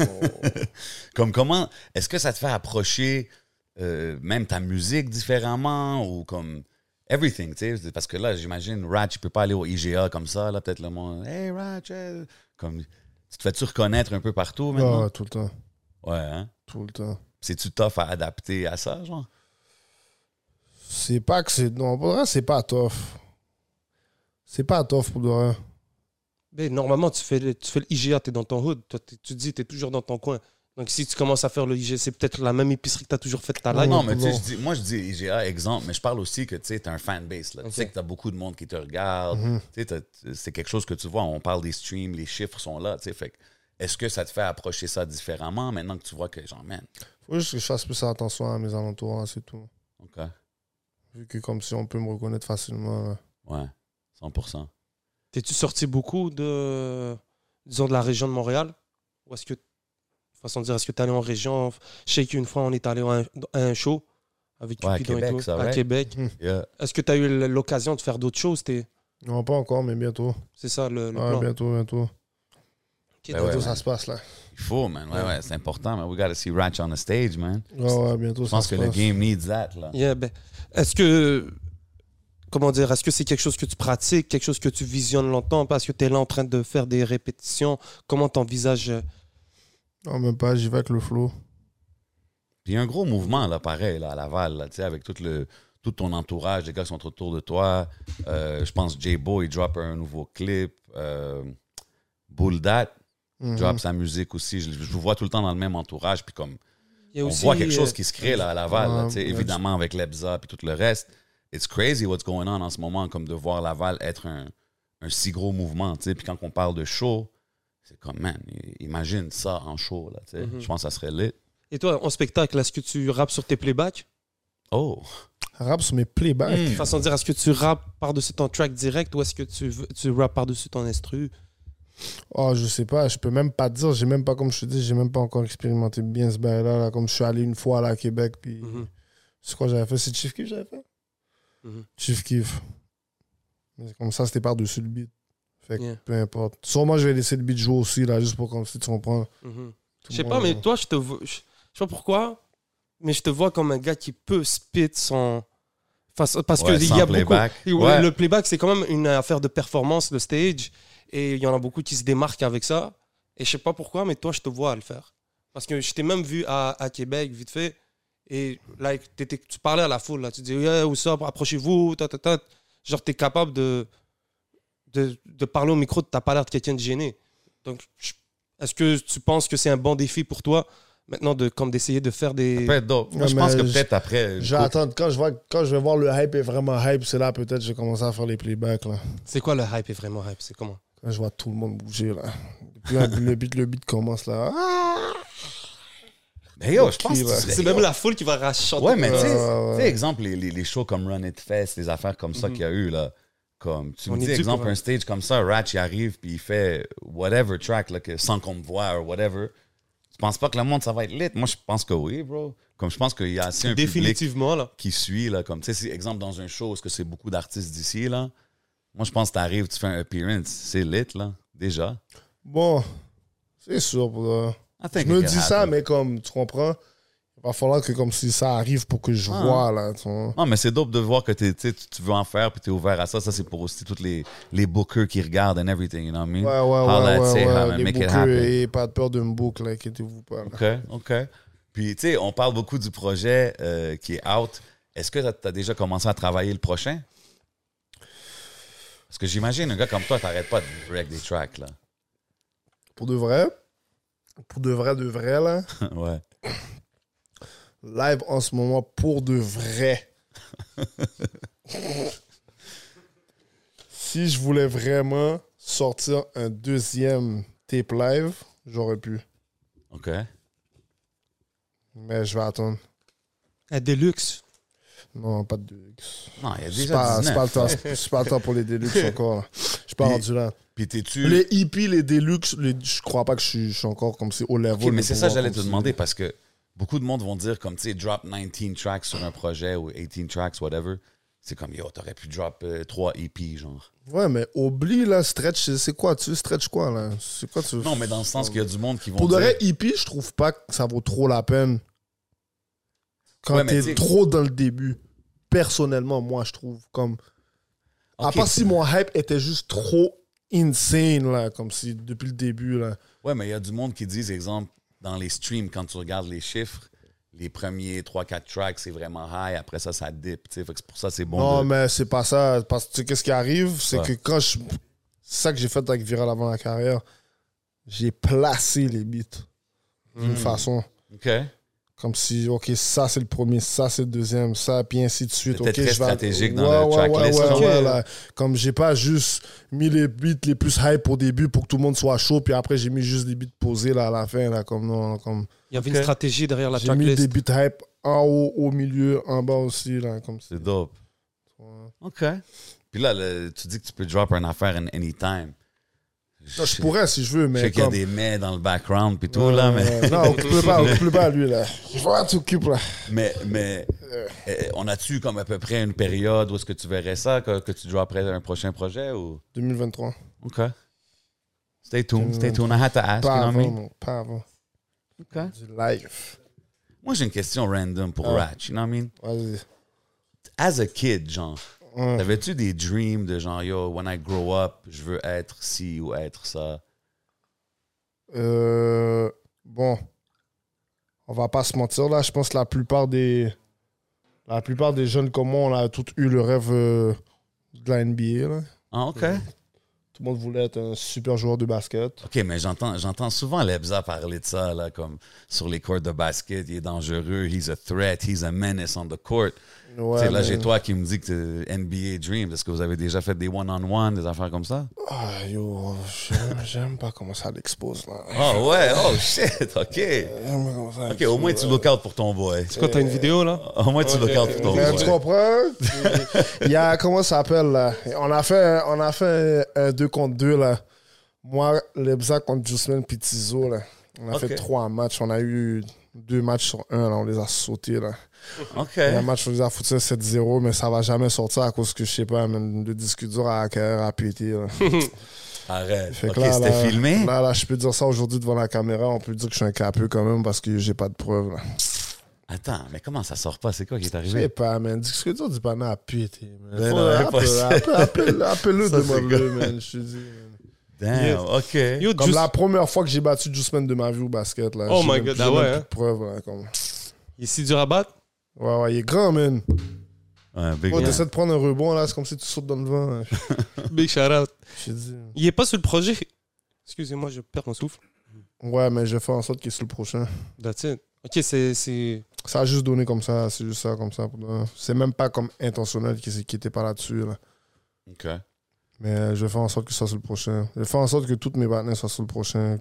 Speaker 3: Oh.
Speaker 2: Comme comment est-ce que ça te fait approcher euh, même ta musique différemment ou comme everything, tu sais parce que là j'imagine Ratch, tu peux pas aller au IGA comme ça là peut-être le monde hey Ratch eh, comme tu te fais-tu reconnaître un peu partout maintenant
Speaker 3: Ah, tout le temps.
Speaker 2: Ouais hein?
Speaker 3: Tout le temps.
Speaker 2: C'est-tu tough à adapter à ça genre
Speaker 3: C'est pas que c'est. Non, pour de vrai, c'est pas tough. C'est pas tough pour de vrai.
Speaker 1: Ben, normalement, tu fais, le, tu fais le IGA, tu es dans ton hood. Toi, t'es- tu te dis, tu es toujours dans ton coin. Donc, si tu commences à faire le IGA, c'est peut-être la même épicerie que tu as toujours faite ta
Speaker 3: Ouais,
Speaker 1: live.
Speaker 2: Ah non, mais tu sais,
Speaker 3: bon.
Speaker 2: je dis- moi je dis IGA exemple, mais je parle aussi que tu sais, t'as un fanbase. là. Tu
Speaker 1: Ok.
Speaker 2: sais que t'as beaucoup de monde qui te regarde.
Speaker 3: Mhm.
Speaker 2: Tu sais, t'as- C'est quelque chose que tu vois, on parle des streams, les chiffres sont là. tu sais, Fait que, est-ce que ça te fait approcher ça différemment maintenant que tu vois que genre, man,
Speaker 3: Faut juste que je fasse plus attention à mes alentours, là, c'est tout.
Speaker 2: OK,
Speaker 3: Vu que comme si on peut me reconnaître facilement. là.
Speaker 2: ouais, 100
Speaker 1: T'es-tu sorti beaucoup de, disons, de la région de Montréal Ou est-ce que, de façon de dire, est-ce que tu allé en région Je sais qu'une fois, on est allé à un, à un show avec
Speaker 2: Ouais, à
Speaker 1: Cupidon et
Speaker 2: Québec,
Speaker 1: tout,
Speaker 2: ça,
Speaker 1: à
Speaker 2: ouais.
Speaker 1: Québec.
Speaker 3: Mhm.
Speaker 2: Yeah.
Speaker 1: Est-ce que tu as eu l'occasion de faire d'autres choses C'était-
Speaker 3: Non, pas encore, mais bientôt.
Speaker 1: C'est ça le, le
Speaker 3: Ouais,
Speaker 1: plan
Speaker 3: bientôt, bientôt.
Speaker 1: Ok,
Speaker 2: Ben
Speaker 1: donc,
Speaker 3: bientôt,
Speaker 2: ouais,
Speaker 3: ça
Speaker 2: man.
Speaker 3: se passe, là.
Speaker 2: Il faut, man. Ouais, ouais, c'est important, man. We gotta see Ratch on the stage, man.
Speaker 3: Ouais, ouais, bientôt,
Speaker 2: Je
Speaker 3: ça
Speaker 2: pense que
Speaker 3: se
Speaker 2: le
Speaker 3: passe.
Speaker 2: game needs that, là.
Speaker 1: yeah, ben, Est-ce que, comment dire, est-ce que c'est quelque chose que tu pratiques, quelque chose que tu visionnes longtemps Parce que tu es là en train de faire des répétitions. Comment t'envisages euh,
Speaker 3: Non, même pas, j'y vais avec le flow.
Speaker 2: Puis il y a un gros mouvement, là, pareil, là, à Laval, là, tu sais, avec tout, le, tout ton entourage, les gars qui sont autour de toi. Euh, je pense J-Bo, il drop un nouveau clip. Euh, Bull Dat
Speaker 3: Mhm.
Speaker 2: drop sa musique aussi. Je, je vous vois tout le temps dans le même entourage. Puis comme,
Speaker 1: il y a
Speaker 2: on
Speaker 1: aussi,
Speaker 2: voit quelque
Speaker 1: euh,
Speaker 2: chose qui se crée, là, à Laval, là,
Speaker 3: Ouais,
Speaker 2: tu sais,
Speaker 3: ouais.
Speaker 2: évidemment, avec l'Ebza puis tout le reste. It's crazy what's going on en ce moment, comme de voir Laval être un, un si gros mouvement, tu sais. Puis quand on parle de show, c'est comme, man, imagine ça en show, là, tu sais.
Speaker 1: Mhm.
Speaker 2: Je pense que ça serait lit.
Speaker 1: Et toi, en spectacle, est-ce que tu rappes sur tes playbacks
Speaker 2: Oh!
Speaker 3: Rap sur mes playbacks.
Speaker 2: Mm.
Speaker 1: De façon de dire, est-ce que tu rappes par-dessus ton track direct ou est-ce que tu, v- tu rappes par-dessus ton instru
Speaker 3: Oh, je sais pas, je peux même pas te dire, j'ai même pas, comme je te dis, j'ai même pas encore expérimenté bien ce bail-là, là, comme je suis allé une fois là, à Québec,
Speaker 2: Hmm.
Speaker 3: puis
Speaker 1: Mm-hmm.
Speaker 3: c'est quoi que j'avais fait, c'est Chief Keef j'avais fait?
Speaker 1: Mhm.
Speaker 3: Chief Keef. Mais c'est comme ça, c'était par-dessus le beat. Fait que
Speaker 1: Yeah.
Speaker 3: peu importe. Sûrement, je vais laisser le beat jouer aussi, là, juste pour comme si tu comprends.
Speaker 1: Mhm.
Speaker 3: Tout
Speaker 1: Je sais
Speaker 3: le
Speaker 1: pas,
Speaker 3: monde,
Speaker 1: mais
Speaker 3: là.
Speaker 1: toi, je te vois. Je je sais pas pourquoi, mais je te vois comme un gars qui peut spit son. Parce, parce
Speaker 2: Ouais,
Speaker 1: que il
Speaker 2: sans
Speaker 1: y a
Speaker 2: playback.
Speaker 1: beaucoup.
Speaker 2: Ouais.
Speaker 1: Le playback, c'est quand même une affaire de performance, le stage. Et il y en a beaucoup qui se démarquent avec ça. Et je sais pas pourquoi, mais toi, je te vois le faire. Parce que je t'ai même vu à, à Québec, vite fait. Et là, t'étais- tu parlais à la foule. Là. Tu dis, yeah, ou ça, approchez-vous. Ta, ta, ta. Genre, t'es capable de, de, de parler au micro. T'as pas l'air de quelqu'un de gêné. Donc, je- est-ce que tu penses que c'est un bon défi pour toi maintenant de comme d'essayer de faire des.
Speaker 2: Peut-être d'autres. Moi,
Speaker 3: Ouais,
Speaker 2: je pense que
Speaker 3: mais
Speaker 2: peut-être après.
Speaker 3: Je vais attendre, quand je, vois, quand je vais voir le hype est vraiment hype, c'est là peut-être que je vais commencer à faire les playbacks, là.
Speaker 1: C'est quoi le hype et vraiment hype C'est comment
Speaker 2: Ah,
Speaker 3: Quand je vois tout le monde bouger, là. Puis là, le beat, le beat commence, là. Ah!
Speaker 2: Mais ben, yo, je
Speaker 3: Ok,
Speaker 2: pense que
Speaker 3: ouais.
Speaker 2: tu-
Speaker 1: C'est même la foule qui va racheter.
Speaker 2: Ouais, mais tu sais,
Speaker 3: Ouais, ouais,
Speaker 2: tu sais, exemple, les, les, les shows comme Run It Fest, les affaires comme ça
Speaker 1: Mhm.
Speaker 2: qu'il y a eu, là. Comme, tu
Speaker 1: On
Speaker 2: me
Speaker 1: est
Speaker 2: dis,
Speaker 1: dû
Speaker 2: exemple,
Speaker 1: pour un-
Speaker 2: un stage comme ça, Ratch, il arrive, puis il fait whatever track, là, que, sans qu'on me voit, ou whatever. Tu penses pas que le monde, ça va être lit? Moi, je pense que oui, bro. Comme je pense qu'il y a assez un public
Speaker 1: Définitivement, là.
Speaker 2: qui suit, là. Comme, tu sais, si, exemple, dans un show, est-ce que c'est beaucoup d'artistes d'ici, là? Moi, je pense que t'arrives, tu fais un appearance, c'est lit, là, déjà.
Speaker 3: Bon, c'est sûr, pour euh, le-
Speaker 2: I
Speaker 3: Je
Speaker 2: think
Speaker 3: me
Speaker 2: it can
Speaker 3: dis ça,
Speaker 2: happen.
Speaker 3: mais comme, tu comprends, il va falloir que comme si ça arrive pour que je
Speaker 2: Ah.
Speaker 3: vois, là, tu vois.
Speaker 2: Non, mais c'est dope de voir que t'es- tu sais, tu- tu veux en faire puis tu es ouvert à ça. Ça, c'est pour aussi tous les, les bookers qui regardent and everything, you know what I mean?
Speaker 3: Ouais, ouais,
Speaker 2: Holla
Speaker 3: ouais,
Speaker 2: at
Speaker 3: ouais,
Speaker 2: Sarah,
Speaker 3: ouais,
Speaker 2: man,
Speaker 3: les
Speaker 2: make it
Speaker 3: bookers,
Speaker 2: happen.
Speaker 3: ayez pas de peur de me book, là, inquiétez-vous pas, là.
Speaker 2: OK, OK. Puis, tu sais, on parle beaucoup du projet euh, qui est out. Est-ce que tu as déjà commencé à travailler le prochain? Parce que j'imagine un gars comme toi, t'arrêtes pas de break des tracks, là.
Speaker 3: Pour de vrai, pour de vrai, de vrai, là,
Speaker 2: ouais.
Speaker 3: live en ce moment, pour de vrai. si je voulais vraiment sortir un deuxième tape live, j'aurais pu.
Speaker 2: OK.
Speaker 3: Mais je vais attendre.
Speaker 1: Un deluxe.
Speaker 3: Non, pas de deluxe.
Speaker 2: Non, il y a
Speaker 3: C'est
Speaker 2: déjà
Speaker 3: pas, c'est pas
Speaker 2: 19.
Speaker 3: le temps- c'est pas le temps pour les Deluxe encore. là. Je suis pas
Speaker 2: Puis-
Speaker 3: rendu là.
Speaker 2: Puis, t'es-tu...
Speaker 3: Les hippies, les Deluxe, les- je crois pas que je suis, je suis encore comme c'est au level.
Speaker 2: Ok, mais
Speaker 3: de
Speaker 2: c'est ça que
Speaker 3: pouvoir
Speaker 2: j'allais te
Speaker 3: comme si-
Speaker 2: demander parce que beaucoup de monde vont dire comme tu sais, drop 19 tracks sur un projet ou 18 tracks, whatever. C'est comme, yo, t'aurais pu drop euh, 3 EP, genre.
Speaker 3: Ouais, mais oublie, là, stretch, c'est- c'est quoi? Tu veux stretch quoi, là? C'est quoi, tu veux-
Speaker 2: Non, mais dans le sens qu'il y a du monde qui vont
Speaker 3: Pour de
Speaker 2: dire...
Speaker 3: vrai, hippie, je trouve pas que ça vaut trop la peine. Quand
Speaker 2: Ouais, mais
Speaker 3: t'es
Speaker 2: t'sais-
Speaker 3: trop dans le début. Personnellement, moi, je trouve comme... À
Speaker 2: Ok.
Speaker 3: part si mon hype était juste trop insane, là, comme si depuis le début, là.
Speaker 2: Ouais, mais il y a du monde qui disent, exemple, dans les streams, quand tu regardes les chiffres, les premiers 3-4 tracks, c'est vraiment high. Après ça, ça dip. tu sais. Fait que c'est pour ça, c'est bon.
Speaker 3: non,
Speaker 2: de-
Speaker 3: mais c'est pas ça. Parce que tu sais, qu'est-ce qui arrive, c'est
Speaker 2: Ouais.
Speaker 3: que quand je... C'est ça que j'ai fait avec Viral avant la carrière. J'ai placé les beats
Speaker 2: Hmm.
Speaker 3: d'une façon.
Speaker 2: OK.
Speaker 3: Comme si, OK, ça c'est le premier, ça c'est le deuxième, ça, puis ainsi de suite.
Speaker 2: C'était
Speaker 3: ok,
Speaker 2: très
Speaker 3: je vais-
Speaker 2: stratégique dans le tracklist,
Speaker 3: Ouais, ouais,
Speaker 1: genre.
Speaker 3: ouais, là. Comme j'ai pas juste mis les beats les plus hype au début pour que tout le monde soit chaud, puis après j'ai mis juste des beats posés là, à la fin. Là, comme non, comme...
Speaker 1: Il y avait
Speaker 2: Ok.
Speaker 1: une stratégie derrière la
Speaker 3: J'ai mis des
Speaker 1: tracklist.
Speaker 3: beats hype en haut, au milieu, en bas aussi. Là, comme ça.
Speaker 2: C'est dope. OK. Puis là, le- tu dis que tu peux drop un affaire in- anytime.
Speaker 3: Ça, je
Speaker 2: sais-
Speaker 3: pourrais si je veux,
Speaker 2: Je
Speaker 3: mais.
Speaker 2: sais qu'il y a
Speaker 3: comme-
Speaker 2: des mets dans le background puis tout,
Speaker 3: Ouais,
Speaker 2: là, mais...
Speaker 3: ouais, Non, occupe pas, occupe pas lui, là. Voilà, t'occupes, là.
Speaker 2: Mais, mais euh, on a-tu comme à peu près une période où est-ce que tu verrais ça, que, que tu dropperais un prochain projet ou...
Speaker 3: 2023.
Speaker 2: OK. Stay tuned, stay tuned. I had to ask, you
Speaker 3: Pas
Speaker 2: know what I
Speaker 3: avant,
Speaker 2: mean?
Speaker 3: non, pas avant.
Speaker 2: OK.
Speaker 3: Du live.
Speaker 2: Moi, j'ai une question random pour
Speaker 3: Ah.
Speaker 2: Ratch, you know what I mean?
Speaker 3: Vas-y.
Speaker 2: As a kid, genre,
Speaker 3: Ouais.
Speaker 2: t'avais-tu des dreams de genre, yo, when I grow up, je veux être ci ou être ça?
Speaker 3: Euh, bon, on va pas se mentir là. Je pense que la plupart des, la plupart des jeunes comme moi, on a tous eu le rêve euh, de la NBA. là.
Speaker 2: Ah, OK.
Speaker 3: Tout le monde voulait être un super joueur de basket.
Speaker 2: OK, mais j'entends, j'entends souvent Lebza parler de ça, là, comme sur les courts de basket, il est dangereux, he's a threat, he's a menace on the court.
Speaker 3: Ouais,
Speaker 2: Tu sais, là,
Speaker 3: mais-
Speaker 2: j'ai toi qui me dis que t'es NBA Dreams. Est-ce que vous avez déjà fait des one-on-one, des affaires comme ça?
Speaker 3: Ah, yo, j'aime- j'aime pas comment ça l'expose là.
Speaker 2: Oh, ouais, oh shit, OK.
Speaker 3: J'aime pas comment ça
Speaker 2: OK, au
Speaker 3: l'expose,
Speaker 2: moins tu
Speaker 3: là.
Speaker 2: look out pour ton boy.
Speaker 1: Quoi, t'as une
Speaker 3: Euh,
Speaker 1: vidéo là
Speaker 2: Au moins tu look out pour ton
Speaker 3: Mais tu
Speaker 2: boy.
Speaker 3: comprends? Il y a, comment ça s'appelle là? On a fait, un- on a fait un un deux contre deux là. Moi, Lebza contre Jusman puis Tizo là. On a
Speaker 2: Ok.
Speaker 3: fait trois matchs. On a eu deux matchs sur un là. On les a sautés là.
Speaker 2: OK.
Speaker 3: Il y a un match, on les a foutus à 7-0, mais ça va jamais sortir à cause que je sais pas, même le disque dur à cœur à péter là.
Speaker 2: Arrête.
Speaker 3: Fait
Speaker 2: OK,
Speaker 3: que là, là,
Speaker 2: c'était filmé?
Speaker 3: Là, là, je peux dire ça aujourd'hui devant la caméra. On peut dire que je suis un capeux quand même parce que j'ai pas de preuves là.
Speaker 2: Attends, mais comment ça sort pas? C'est quoi qui est
Speaker 3: Je sais
Speaker 2: arrivé?
Speaker 3: pas, man. Dis ce que tu dis pas, mais à péter, man.
Speaker 2: Ben
Speaker 3: Faut-
Speaker 2: non,
Speaker 3: appelle-
Speaker 2: impossible.
Speaker 3: appelle- appelle- Appelle-le,
Speaker 2: Ça, c'est
Speaker 3: demande-le, man. Je te dis. man.
Speaker 2: Damn, OK.
Speaker 1: Yo,
Speaker 3: Comme
Speaker 1: Juice-
Speaker 3: la première fois que j'ai battu semaines de ma vie au basket, là.
Speaker 1: Oh
Speaker 3: J'ai
Speaker 1: my
Speaker 3: même
Speaker 1: God,
Speaker 3: plus-
Speaker 1: ah
Speaker 3: j'ai même
Speaker 1: ouais,
Speaker 3: plus
Speaker 1: hein.
Speaker 3: de preuves, là, comme-
Speaker 1: il est si dur à battre.
Speaker 3: Ouais, ouais, il est grand, man.
Speaker 2: Ouais, big
Speaker 3: Ouais,
Speaker 2: man.
Speaker 3: t'essaies de prendre un rebond, là, c'est comme si tu sautes dans le vent. là.
Speaker 1: Big shout out.
Speaker 3: Je te dis.
Speaker 1: Il est pas sur le projet. Excusez-moi, je perds mon souffle.
Speaker 3: Ouais, mais je vais faire en sorte qu'il est sur le prochain.
Speaker 1: That's it. Ok, c'est. c'est-
Speaker 3: Ça a juste donné comme ça, c'est juste ça, comme ça. pour de vrai. C'est même pas comme intentionnel qu'il s'est- qu'il était pas là-dessus, là.
Speaker 2: OK.
Speaker 3: Mais euh, je vais faire en sorte que ça soit sur le prochain. Je vais faire en sorte que toutes mes partenaires soient sur le prochain.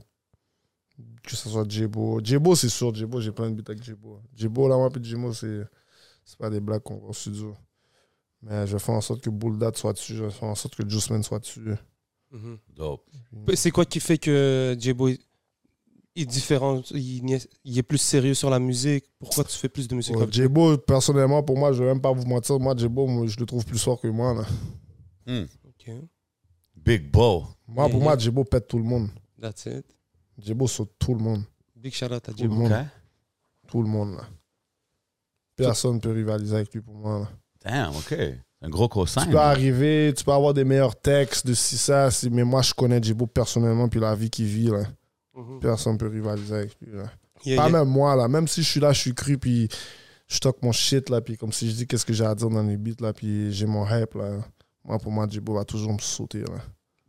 Speaker 3: Que ce soit Djebo. Djebo, c'est sûr. Djebo, j'ai plein de beats avec Djebo. Djebo, là, moi, puis Djemo, c'est c'est pas des blagues qu'on voit au studio. Mais je vais faire en sorte que Bulldad soit dessus. Je vais faire en sorte que Juiceman soit dessus.
Speaker 1: Mhm.
Speaker 2: Dope.
Speaker 1: C'est quoi qui fait que J-Boy est différent il, n'y est- il est plus sérieux sur la musique. Pourquoi tu fais plus de musique
Speaker 3: Ouais,
Speaker 1: comme
Speaker 3: Djebo, Oh, personnellement, pour moi, je vais même pas vous mentir. Moi, Djebo, moi, je le trouve plus fort que moi. là.
Speaker 2: Hmm.
Speaker 1: Ok.
Speaker 2: Big Bo.
Speaker 3: Moi, pour
Speaker 1: Mhm.
Speaker 3: moi, Djebo pète tout le monde.
Speaker 1: That's it.
Speaker 3: Djebo saute tout le monde.
Speaker 1: Big shout out à
Speaker 3: Tout le
Speaker 1: J-Boy.
Speaker 3: monde.
Speaker 2: OK.
Speaker 3: Tout le monde, là. Personne peut rivaliser avec lui pour moi. là.
Speaker 2: Damn, OK. Un gros
Speaker 3: Tu
Speaker 2: cossin.
Speaker 3: peux arriver, tu peux avoir des meilleurs textes de ci, ça, si- mais moi, je connais Djibo personnellement, puis la vie qu'il vit, là.
Speaker 1: Mhm.
Speaker 3: Personne peut rivaliser avec lui, là.
Speaker 1: Yeah,
Speaker 3: Pas
Speaker 1: yeah.
Speaker 3: même moi, là. Même si je suis là, je suis cru, puis je stocke mon shit, là, puis comme si je dis qu'est-ce que j'ai à dire dans les beats, là, puis j'ai mon hype, là. Moi, pour moi, Djibo va toujours me sauter, là.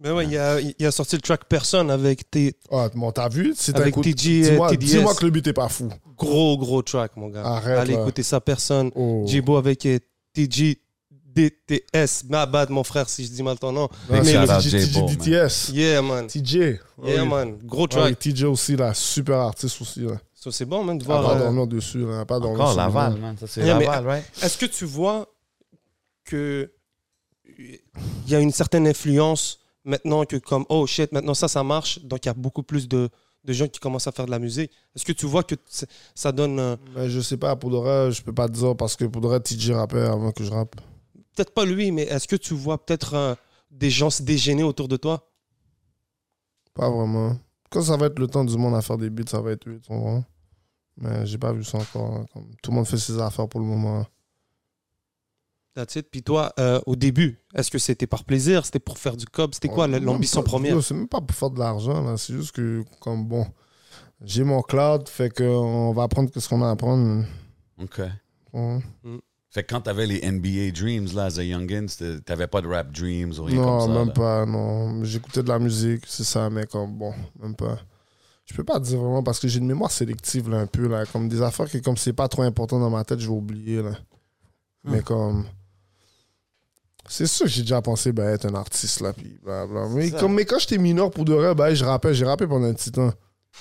Speaker 1: Mais ouais, il a, il a sorti le track Personne avec tes
Speaker 3: Ah, bon, t'as vu? Si t'as
Speaker 1: Avec
Speaker 3: écouté-
Speaker 1: TG, euh,
Speaker 3: Dis-moi
Speaker 1: TDS.
Speaker 3: dis-moi que le beat est pas fou.
Speaker 1: gros, gros track, mon gars.
Speaker 3: Arrête,
Speaker 1: Allez
Speaker 3: là.
Speaker 1: écouter ça, Personne.
Speaker 3: Oh.
Speaker 1: Jibo avec euh, TG. DTS, ma bad mon frère si je dis mal ton nom.
Speaker 3: Non,
Speaker 2: Big
Speaker 3: c'est
Speaker 2: shout out
Speaker 3: TG,
Speaker 2: Djibo, man.
Speaker 3: DTS.
Speaker 1: Yeah man,
Speaker 3: TJ.
Speaker 1: yeah
Speaker 3: Oui. Ah
Speaker 1: man, gros
Speaker 3: Ouais,
Speaker 1: track.
Speaker 3: TJ aussi, là. Super artiste aussi, là.
Speaker 1: So, c'est bon man de
Speaker 3: Pas
Speaker 1: voir. euh,
Speaker 3: dormir dessus, là. Pas dormir
Speaker 2: Encore
Speaker 3: sur le
Speaker 2: Laval,
Speaker 3: nom.
Speaker 2: man. Ça, c'est
Speaker 1: Yeah, mais-
Speaker 2: Laval, right?
Speaker 1: euh, Est-ce que tu vois que il y a une certaine influence maintenant que comme oh shit maintenant ça ça marche donc il y a beaucoup plus de, de gens qui commencent à faire de la musique. Est-ce que tu vois que c'est- ça donne euh,
Speaker 3: Ben, Mais je sais pas, pour de vrai, je peux pas te dire parce que pour de vrai, TJ rappait avant que je rappe.
Speaker 1: peut-être pas lui, mais est-ce que tu vois peut-être euh, des gens se dégêner autour de toi
Speaker 3: Pas vraiment. Quand ça va être le temps du monde à faire des beats, ça va être eux, tu comprends? Mais j'ai pas vu ça encore. hein, comme- tout le monde fait ses affaires pour le moment. hein.
Speaker 1: That's it. Puis toi, euh, au début, est-ce que c'était par plaisir C'était pour faire du cob C'était quoi
Speaker 3: Ouais,
Speaker 1: l'ambition
Speaker 3: même Oh, pas-
Speaker 1: première
Speaker 3: Yo, C'est même pas pour faire de l'argent, là. C'est juste que, comme bon, j'ai mon cloud, fait qu'on va apprendre ce qu'on a à apprendre. hein.
Speaker 2: OK.
Speaker 3: Ouais.
Speaker 2: Fait que quand t'avais les NBA Dreams, là, as a youngin, c'était- t'avais pas de rap Dreams ou rien
Speaker 3: Non,
Speaker 2: comme ça.
Speaker 3: même
Speaker 2: là.
Speaker 3: pas, non. J'écoutais de la musique, c'est ça, mais comme bon, même pas. Je peux pas dire vraiment parce que j'ai une mémoire sélective, là, un peu, là. Comme des affaires que, comme c'est pas trop important dans ma tête, je vais oublier, là.
Speaker 2: Ah.
Speaker 3: Mais comme. C'est sûr que j'ai déjà pensé ben, être un artiste, là, puis blablabla. Mais,
Speaker 2: ça.
Speaker 3: comme, mais quand j'étais mineur pour de vrai, ben, je rappais, j'ai rappé pendant un petit temps.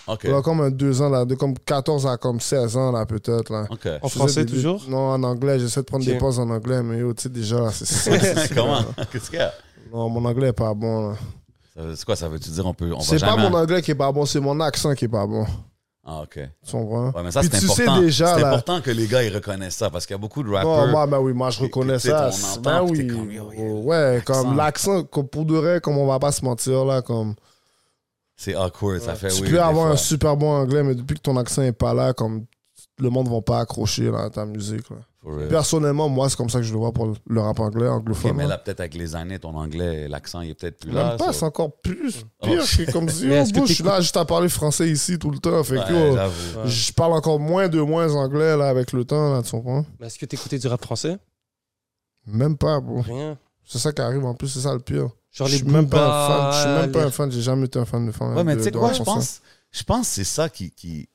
Speaker 2: OK.
Speaker 3: Là, comme un deux ans, là, de comme 14 à comme 16 ans, là, peut-être, là.
Speaker 2: OK.
Speaker 1: En
Speaker 3: Je faisais
Speaker 1: français
Speaker 3: des-
Speaker 1: toujours
Speaker 3: Non, en anglais, j'essaie de prendre des
Speaker 1: Tiens.
Speaker 3: pauses en anglais, mais yo, tu sais, déjà, là, c'est ça. c'est ça,
Speaker 2: Comment?
Speaker 3: là.
Speaker 2: Qu'est-ce qu'il y a?
Speaker 3: Non, mon anglais est pas bon, là.
Speaker 2: Ça veut- C'est quoi, ça veut-tu dire on peut. On va
Speaker 3: C'est pas
Speaker 2: jamais.
Speaker 3: mon anglais qui est pas bon, c'est mon accent qui est pas bon.
Speaker 2: Ah, OK.
Speaker 3: Tu comprends?
Speaker 2: Ouais, mais ça,
Speaker 3: Puis
Speaker 2: c'est
Speaker 3: tu sais
Speaker 2: important.
Speaker 3: déjà,
Speaker 2: c'est
Speaker 3: là.
Speaker 2: important que les gars, ils reconnaissent ça parce qu'il y a beaucoup de rappers.
Speaker 3: Non, moi, ben oui, moi, je
Speaker 2: Puis,
Speaker 3: reconnais
Speaker 2: tu sais, ton
Speaker 3: ça.
Speaker 2: entente,
Speaker 3: Ben
Speaker 2: puis
Speaker 3: oui.
Speaker 2: t'es comme, yo, yo,
Speaker 3: ouais,
Speaker 2: l'accent.
Speaker 3: comme l'accent, comme pour de vrai, comme on va pas se mentir, là, comme.
Speaker 2: C'est awkward, ça fait
Speaker 3: tu
Speaker 2: Ben oui.
Speaker 3: peux
Speaker 2: des
Speaker 3: avoir
Speaker 2: fois.
Speaker 3: un super bon anglais, mais depuis que ton accent est pas là, comme. Le monde va pas accrocher, là, à ta musique, là.
Speaker 2: For real.
Speaker 3: Personnellement, moi, c'est comme ça que je le vois pour le rap anglais,
Speaker 2: Euh. Ok,
Speaker 3: anglophone.
Speaker 2: mais
Speaker 3: là.
Speaker 2: là, peut-être avec les années, ton anglais, l'accent, il est peut-être plus
Speaker 3: hein. Même
Speaker 2: là.
Speaker 3: pas,
Speaker 2: ça-
Speaker 3: c'est encore plus pire.
Speaker 2: Oh.
Speaker 3: C'est comme si,
Speaker 1: Mais
Speaker 3: yo,
Speaker 1: est-ce que
Speaker 3: bro, je suis
Speaker 1: t'écoutes-
Speaker 3: là juste à parler français ici tout le temps. Fait que, oh.
Speaker 2: Ouais,
Speaker 3: yo,
Speaker 2: j'avoue.
Speaker 1: Ouais.
Speaker 3: je parle encore moins de moins anglais, là, avec le temps, là, tu comprends?
Speaker 1: Mais est-ce que t'écoutais du rap français
Speaker 3: Même pas, bro.
Speaker 1: Rien.
Speaker 3: C'est ça qui arrive en plus, c'est ça le pire.
Speaker 1: Genre
Speaker 3: je
Speaker 1: les
Speaker 3: suis même pas un
Speaker 1: Booba,
Speaker 3: fan, je suis même pas
Speaker 1: les-
Speaker 3: un fan, j'ai jamais été un fan de fan.
Speaker 2: Ouais, mais
Speaker 3: de-
Speaker 2: tu sais
Speaker 3: de
Speaker 2: quoi,
Speaker 3: rap
Speaker 2: je
Speaker 3: français.
Speaker 2: pense, je pense que c'est ça qui. qui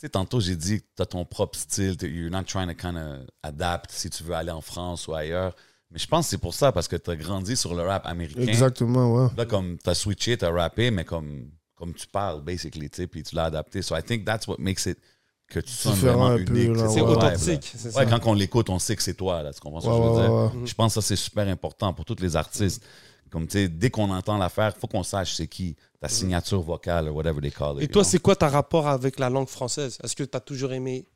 Speaker 2: tu sais, tantôt, j'ai dit que tu as ton propre style, t'es- you're not trying to kind of adapt si tu veux aller en France ou ailleurs. Mais je pense que c'est pour ça, parce que tu as grandi sur le rap américain.
Speaker 3: Exactement, ouais.
Speaker 2: Là, comme tu as switché, tu as rappé, mais comme, comme tu parles, basically, tu sais, puis tu l'as adapté. So I think that's what makes it que tu sonnes
Speaker 3: Différent
Speaker 2: vraiment
Speaker 3: un peu,
Speaker 2: unique.
Speaker 3: là,
Speaker 2: ton
Speaker 1: C'est
Speaker 3: Ouais,
Speaker 2: vibe, là.
Speaker 1: authentique. c'est ça.
Speaker 2: Ouais, quand on l'écoute, on sait que c'est toi, là. Tu comprends ce que
Speaker 3: Ouais,
Speaker 2: je veux
Speaker 3: ouais,
Speaker 2: dire?
Speaker 3: ouais.
Speaker 1: Mhm.
Speaker 2: Je pense que ça, c'est super important pour tous les artistes. Comme, tu sais, dès qu'on entend l'affaire, il faut qu'on sache c'est qui, ta
Speaker 3: Mhm.
Speaker 2: signature vocale, whatever they call it.
Speaker 1: Et
Speaker 2: you
Speaker 1: toi,
Speaker 2: know?
Speaker 1: c'est quoi ton rapport avec la langue française Est-ce que t'as toujours aimé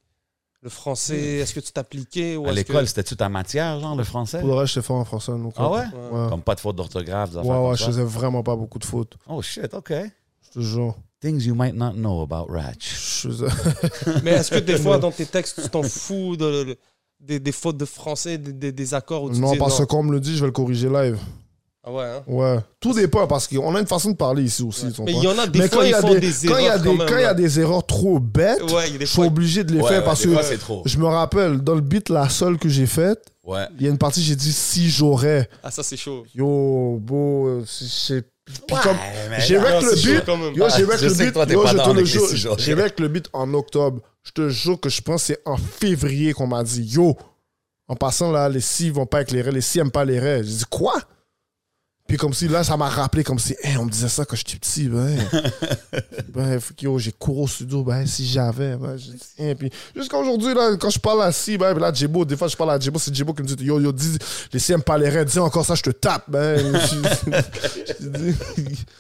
Speaker 1: le français Est-ce que tu t'appliquais ou
Speaker 2: À
Speaker 1: est-ce
Speaker 2: l'école,
Speaker 1: que...
Speaker 2: c'était-tu ta matière, genre, le français?
Speaker 3: Pour le reste, j'étais fort en français. donc,
Speaker 2: Ah
Speaker 3: ouais?
Speaker 2: ouais?
Speaker 1: Ouais.
Speaker 3: Ouais,
Speaker 2: Comme pas de faute d'orthographe, des
Speaker 3: ouais,
Speaker 2: affaires
Speaker 3: ouais,
Speaker 2: comme
Speaker 3: je
Speaker 2: ça?
Speaker 3: faisais vraiment pas beaucoup de fautes.
Speaker 2: Oh shit, OK.
Speaker 3: Je te jure.
Speaker 2: Things you might not know about Ratch.
Speaker 3: Je faisais-
Speaker 1: Mais est-ce que des fois, dans tes textes, tu t'en fous de- de- des, des fautes de français, des, des- des accords où tu
Speaker 3: Non,
Speaker 1: dis,
Speaker 3: parce qu'on me le dit, je vais le corriger live.
Speaker 1: Ah ouais, hein
Speaker 3: Ouais. Tout dépend, parce qu'on a une façon de parler ici aussi. tu
Speaker 1: Mais
Speaker 3: comprends?
Speaker 1: il y en a des
Speaker 3: Mais quand
Speaker 1: fois,
Speaker 3: il y
Speaker 1: ils
Speaker 3: a
Speaker 1: font
Speaker 3: des,
Speaker 1: des
Speaker 3: quand il y a
Speaker 1: erreurs
Speaker 3: des,
Speaker 1: quand même. hein.
Speaker 3: quand il y a des erreurs trop bêtes,
Speaker 1: Ouais, il y a des
Speaker 3: je suis
Speaker 1: fois-
Speaker 3: obligé de les
Speaker 2: Ouais,
Speaker 3: faire
Speaker 2: ouais,
Speaker 3: parce
Speaker 2: des
Speaker 3: que
Speaker 2: fois, c'est trop.
Speaker 3: je me rappelle dans le beat la seule que j'ai faite,
Speaker 2: Ouais.
Speaker 3: il y a une partie j'ai dit si j'aurais
Speaker 1: Ah, ça, c'est chaud.
Speaker 3: yo beau euh, si j'ai puis comme
Speaker 2: mais
Speaker 3: j'ai
Speaker 2: là,
Speaker 3: rec
Speaker 1: c'est chaud
Speaker 3: le beat
Speaker 1: quand même.
Speaker 3: yo j'ai
Speaker 2: Ah,
Speaker 3: rec
Speaker 2: je
Speaker 3: le
Speaker 2: sais que
Speaker 3: beat
Speaker 2: toi, t'es
Speaker 3: yo
Speaker 2: pas
Speaker 3: je
Speaker 2: dans
Speaker 3: te le
Speaker 2: avec les
Speaker 3: jure
Speaker 2: si j'aurais.
Speaker 3: j'ai rec le beat en octobre je te jure que je pense que c'est en février qu'on m'a dit yo en passant là les si vont pas éclairer les si aiment pas les raies j'ai dit quoi puis comme si là ça m'a rappelé comme si hey, on me disait ça quand j'étais petit ben ben fuck, yo j'ai couru au studio ben si j'avais ben j'ai dit, hein, puis jusqu'à aujourd'hui là quand je parle à si ben puis là Djibo des fois je parle à Djibo c'est Djibo qui me dit yo yo dis les si aiment pas les raies dis encore ça je te tape ben je je dis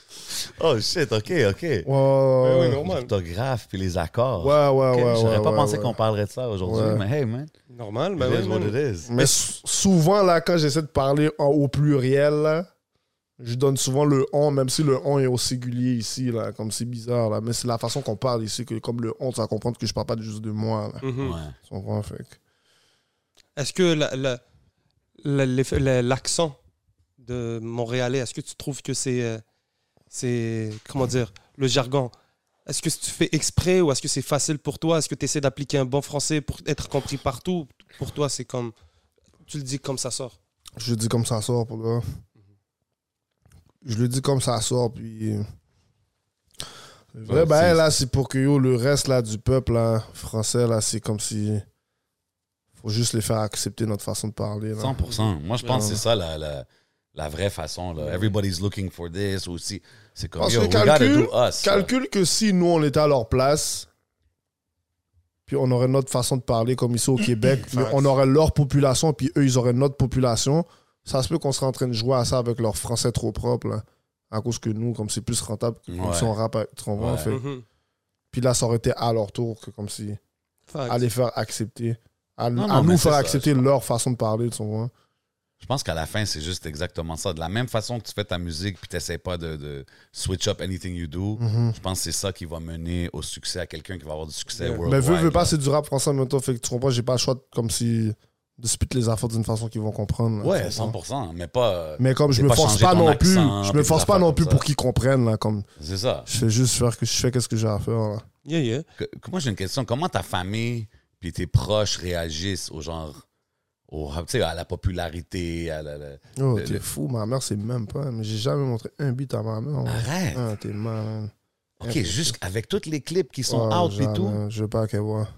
Speaker 2: Oh shit, OK, OK.
Speaker 3: Ouais, ouais, ouais.
Speaker 1: oui, normal.
Speaker 2: L'orthographe puis les accords.
Speaker 3: Ouais, ouais,
Speaker 2: Ah. OK,
Speaker 3: ouais,
Speaker 2: J'aurais
Speaker 3: ouais,
Speaker 2: pas
Speaker 3: ouais,
Speaker 2: pensé
Speaker 3: ouais.
Speaker 2: qu'on parlerait de ça aujourd'hui,
Speaker 3: Ouais. Ben
Speaker 2: mais hey, man.
Speaker 1: Normal, bah
Speaker 2: Mais
Speaker 1: mais
Speaker 2: it is what it is.
Speaker 3: Mais sou- souvent, là, quand j'essaie de parler en- au pluriel, là, je donne souvent le on, même si le on est au singulier ici, là, comme c'est bizarre, là. Mais c'est la façon qu'on parle ici, que comme le on, ça comprendre que je parle pas juste de moi, là.
Speaker 1: Mhm.
Speaker 2: Ouais.
Speaker 3: Tu comprends, fait que-
Speaker 1: Est-ce que la- la- la- l'eff- la- l'accent de Montréalais, est-ce que tu trouves que c'est, euh, c'est comment dire, le jargon Est-ce que tu fais exprès ou est-ce que c'est facile pour toi Est-ce que tu essaies d'appliquer un bon français pour être compris partout Pour toi, c'est comme, tu le dis comme ça sort.
Speaker 3: Je le dis comme ça sort, pour le Je le dis comme ça sort, puis... Le vrai
Speaker 2: Ouais,
Speaker 3: bail,
Speaker 2: c'est-
Speaker 3: là, c'est pour que, yo, le reste, là, du peuple, là, français, là, c'est comme si... Faut juste les faire accepter notre façon de parler, là.
Speaker 2: 100%. Moi, je pense que
Speaker 3: Ouais.
Speaker 2: c'est ça la, la, la vraie façon. Là. Everybody's looking for this aussi. C'est comme,
Speaker 3: Parce
Speaker 2: yo,
Speaker 3: que
Speaker 2: we gotta
Speaker 3: calcul-
Speaker 2: do us. là.
Speaker 3: Calcule que si nous, on était à leur place, puis on aurait notre façon de parler comme ici au Québec, mais on aurait leur population, puis eux, ils auraient notre population, ça se peut qu'on serait en train de jouer à ça avec leur français trop propre, là. à cause que nous, comme c'est plus rentable, que comme
Speaker 2: Ouais.
Speaker 3: si on rappe, à- tu comprends,
Speaker 2: Ouais.
Speaker 3: fait.
Speaker 1: Mhm.
Speaker 3: Puis là, ça aurait été à leur tour, que comme si,
Speaker 1: Facts.
Speaker 3: à les faire accepter, à,
Speaker 2: Non,
Speaker 3: à
Speaker 2: non, mais
Speaker 3: nous
Speaker 2: c'est
Speaker 3: faire
Speaker 2: ça,
Speaker 3: accepter leur façon de parler, tu comprends.
Speaker 2: Je pense qu'à la fin, c'est juste exactement ça. De la même façon que tu fais ta musique puis tu n'essaies pas de, de switch up anything you do, je pense que c'est ça qui va mener au succès à quelqu'un qui va avoir du succès
Speaker 1: Yeah.
Speaker 3: Mais
Speaker 2: worldwide.
Speaker 3: veux, veux pas,
Speaker 2: là.
Speaker 3: c'est du rap français en même temps. Fait que tu comprends, j'ai pas le choix de, comme si, de spit les affaires d'une façon qu'ils vont comprendre. là,
Speaker 2: Ouais,
Speaker 3: tu comprends?
Speaker 2: 100%, mais pas. euh,
Speaker 3: Mais comme je
Speaker 2: T'es
Speaker 3: me
Speaker 2: pas
Speaker 3: force
Speaker 2: changé
Speaker 3: pas
Speaker 2: ton
Speaker 3: non plus,
Speaker 2: accent,
Speaker 3: je
Speaker 2: puis
Speaker 3: me
Speaker 2: des
Speaker 3: force pas
Speaker 2: affaires
Speaker 3: non
Speaker 2: comme
Speaker 3: plus
Speaker 2: ça.
Speaker 3: pour qu'ils comprennent, là. Comme,
Speaker 2: C'est ça.
Speaker 3: je fais juste faire que je fais qu'est-ce que j'ai à faire, là.
Speaker 1: Yeah, yeah.
Speaker 2: Que- que- moi, j'ai une question. Comment ta famille puis tes proches réagissent au genre. Au, tu sais, à la popularité, à la. la-
Speaker 3: Oh,
Speaker 2: Le-
Speaker 3: t'es
Speaker 2: le-
Speaker 3: fou, ma mère, c'est même pas. Mais j'ai jamais montré un beat à ma mère. ouais.
Speaker 2: Arrête!
Speaker 3: Ah, t'es malin.
Speaker 2: Ok, juste avec tous les clips qui sont
Speaker 3: Ah,
Speaker 2: out et
Speaker 3: jamais.
Speaker 2: tout.
Speaker 3: Je veux pas qu'elle voit.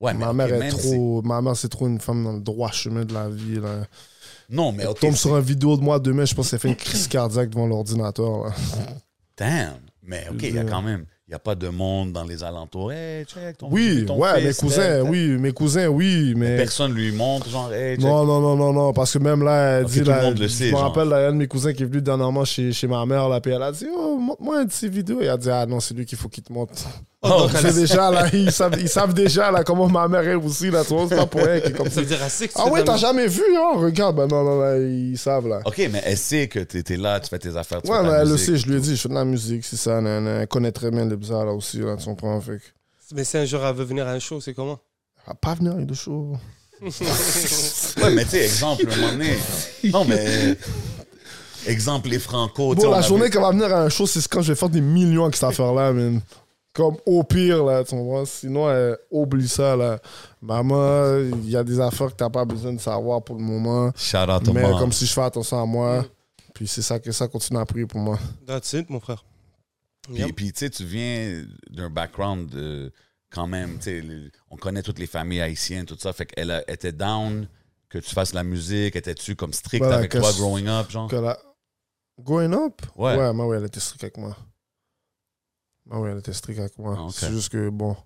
Speaker 2: Ouais,
Speaker 3: ma
Speaker 2: ok,
Speaker 3: mère est
Speaker 2: même si-
Speaker 3: trop. Ma mère, c'est trop une femme dans le droit chemin de la vie. Là.
Speaker 2: Non, mais
Speaker 3: Elle
Speaker 2: ok.
Speaker 3: tombe
Speaker 2: c'est-
Speaker 3: sur une vidéo de moi demain, je pense qu'elle fait une crise cardiaque devant l'ordinateur. là.
Speaker 2: Damn! Mais ok, il y a
Speaker 3: Ouais.
Speaker 2: quand même. Il n'y a pas de monde dans les alentours. Hey, check ton
Speaker 3: Oui,
Speaker 2: ton
Speaker 3: ouais,
Speaker 2: fils,
Speaker 3: mes cousins,
Speaker 2: check.
Speaker 3: oui, mes cousins, oui, mais.
Speaker 2: Personne lui montre, genre, hey, check.
Speaker 3: Non, non, non, non, non, parce que même là, elle
Speaker 2: Ok,
Speaker 3: dit.
Speaker 2: tout le
Speaker 3: là,
Speaker 2: monde le sait,
Speaker 3: je me
Speaker 2: genre.
Speaker 3: rappelle, là, un de mes cousins qui est venu dernièrement chez, chez ma mère, là, puis elle a dit Oh, montre-moi un petit vidéo. Et elle a dit Ah non, c'est lui qu'il faut qu'il te montre.
Speaker 1: Oh,
Speaker 3: Ils savent déjà, là, ils savent, ils savent déjà, là, comment ma mère est aussi, là, tu vois, c'est pas pour rien qui est comme ça.
Speaker 1: Ça veut dire à six.
Speaker 3: Ah ouais, t'as jamais vu, hein, regarde, ben non, non, là, ils savent, là.
Speaker 2: Ok, mais elle sait que t'es t'es là, tu fais tes affaires, tu
Speaker 3: Ouais,
Speaker 2: fais
Speaker 3: mais
Speaker 2: ta
Speaker 3: elle le
Speaker 2: musique.
Speaker 3: sait, je lui ai dit, je fais de la musique, c'est ça, nan, nan. elle connaît très bien le bizarre, là, aussi, là, tu comprends, fait que...
Speaker 1: Mais si un jour elle veut venir à un show, c'est comment
Speaker 3: Elle va pas venir avec de show.
Speaker 2: Ouais, mais tu sais, exemple, un moment donné. Non, mais. Exemple, les Franco. tu sais,
Speaker 3: Bon,
Speaker 2: on
Speaker 3: la
Speaker 2: avait-
Speaker 3: journée qu'elle va venir à un show, c'est quand je vais faire des millions avec cette affaire-là, man. Comme au pire, là, tu comprends? Sinon, euh, oublie ça, là. Maman, il y a des affaires que t'as pas besoin de savoir pour le moment.
Speaker 2: Shout out to
Speaker 3: Mais
Speaker 2: mom.
Speaker 3: comme si je fais attention à moi. Puis c'est ça que ça continue à prier pour moi.
Speaker 1: That's it, mon frère.
Speaker 2: Puis, puis, tu sais, tu viens d'un background de, quand même, tu sais, les- on connaît toutes les familles haïtiennes, tout ça. Fait qu'elle a- était down que tu fasses la musique, étais-tu comme strict
Speaker 3: Voilà,
Speaker 2: avec
Speaker 3: que
Speaker 2: toi
Speaker 3: je-
Speaker 2: growing up, genre?
Speaker 3: Que là, growing up,
Speaker 2: Mm. Ouais.
Speaker 3: ma ouais, elle était stricte avec moi. Ma ouais, elle était stricte avec moi.
Speaker 2: Ah, ok.
Speaker 3: C'est juste que, bon,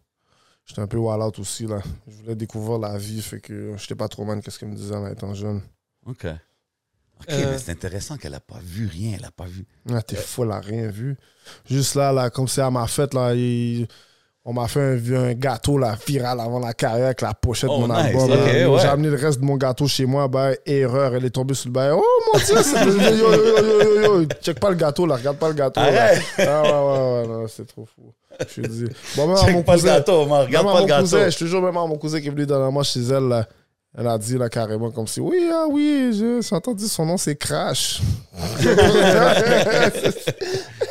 Speaker 3: j'étais un peu wall out aussi, là. Je voulais découvrir la vie, fait que j'étais pas trop mal qu'est-ce qu'elle me disait en étant jeune.
Speaker 2: OK. OK,
Speaker 1: Euh,
Speaker 2: mais c'est intéressant qu'elle a pas vu rien, elle a pas vu.
Speaker 3: Ah, t'es fou, elle a rien vu. Juste là, là comme c'est à ma fête, là, il- on m'a fait un, un gâteau là, viral avant la carrière avec la pochette
Speaker 2: Oh,
Speaker 3: de mon
Speaker 2: nice,
Speaker 3: album.
Speaker 2: ok,
Speaker 3: là. Yo,
Speaker 2: ouais.
Speaker 3: J'ai amené le reste de mon gâteau chez moi, bah, erreur, elle est tombée sur le bail. Oh mon dieu, c'est yo, yo, yo, yo, yo, yo, check pas le gâteau là, regarde pas le gâteau. là.
Speaker 2: Arrête!
Speaker 3: Ah ouais, ouais, ouais, non, c'est trop fou. Je te dis. Bon, même à Ah, mon
Speaker 2: Check pas le
Speaker 3: cousin-
Speaker 2: gâteau, man, regarde
Speaker 3: même à
Speaker 2: pas
Speaker 3: mon
Speaker 2: le gâteau.
Speaker 3: cousin, je te jure, même à mon cousin qui est venu dernièrement chez elle, là, elle a dit là, carrément comme si Oui, ah oui, je- j'ai entendu son nom, c'est Crash.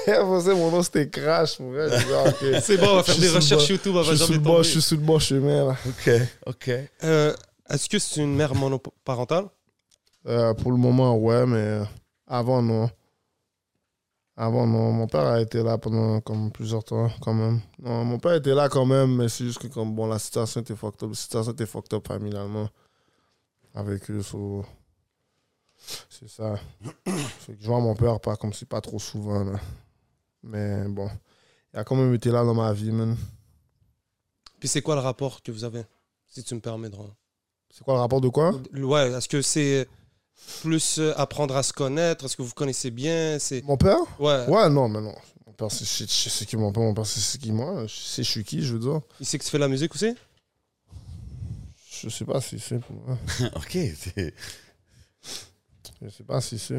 Speaker 3: Elle pensait mon nom, c'était Crash. Pour vrai. Je dis, ah, ok.
Speaker 1: C'est bon, on va faire
Speaker 3: Je
Speaker 1: des
Speaker 3: suis
Speaker 1: recherches
Speaker 3: sous le
Speaker 1: YouTube,
Speaker 3: bas-
Speaker 1: on
Speaker 3: Je
Speaker 1: va
Speaker 3: suis sous
Speaker 1: jamais
Speaker 3: le bas- je
Speaker 1: tomber.
Speaker 3: suis sous le bas chemin. Là.
Speaker 2: OK, OK.
Speaker 1: Euh, Est-ce que c'est une mère monoparentale
Speaker 3: Euh, pour le moment, ouais, mais euh, avant, non. Avant, non. Mon père a été là pendant comme plusieurs temps, quand même. Non, mon père était là quand même, mais c'est juste que comme, bon, la situation était fucked up. La situation était fucked up familialement avec eux. so- C'est ça. Fait que je vois mon père pas comme si pas trop souvent. là. Mais bon, il a quand même été là dans ma vie, man.
Speaker 1: Puis c'est quoi le rapport que vous avez Si tu me permets de.
Speaker 3: C'est quoi le rapport de quoi
Speaker 1: Ouais, est-ce que c'est plus euh, apprendre à se connaître Est-ce que vous connaissez bien C'est
Speaker 3: Mon père
Speaker 1: ouais,
Speaker 3: Ouais, non, mais non. Mon père, c'est je sais- je sais qui mon père, mon père, c'est c'est qui moi. Je sais, je suis qui, je veux dire.
Speaker 1: Il sait que tu fais de la musique aussi
Speaker 3: Je sais pas si c'est pour moi.
Speaker 2: OK, c'est-
Speaker 3: Je sais pas si c'est.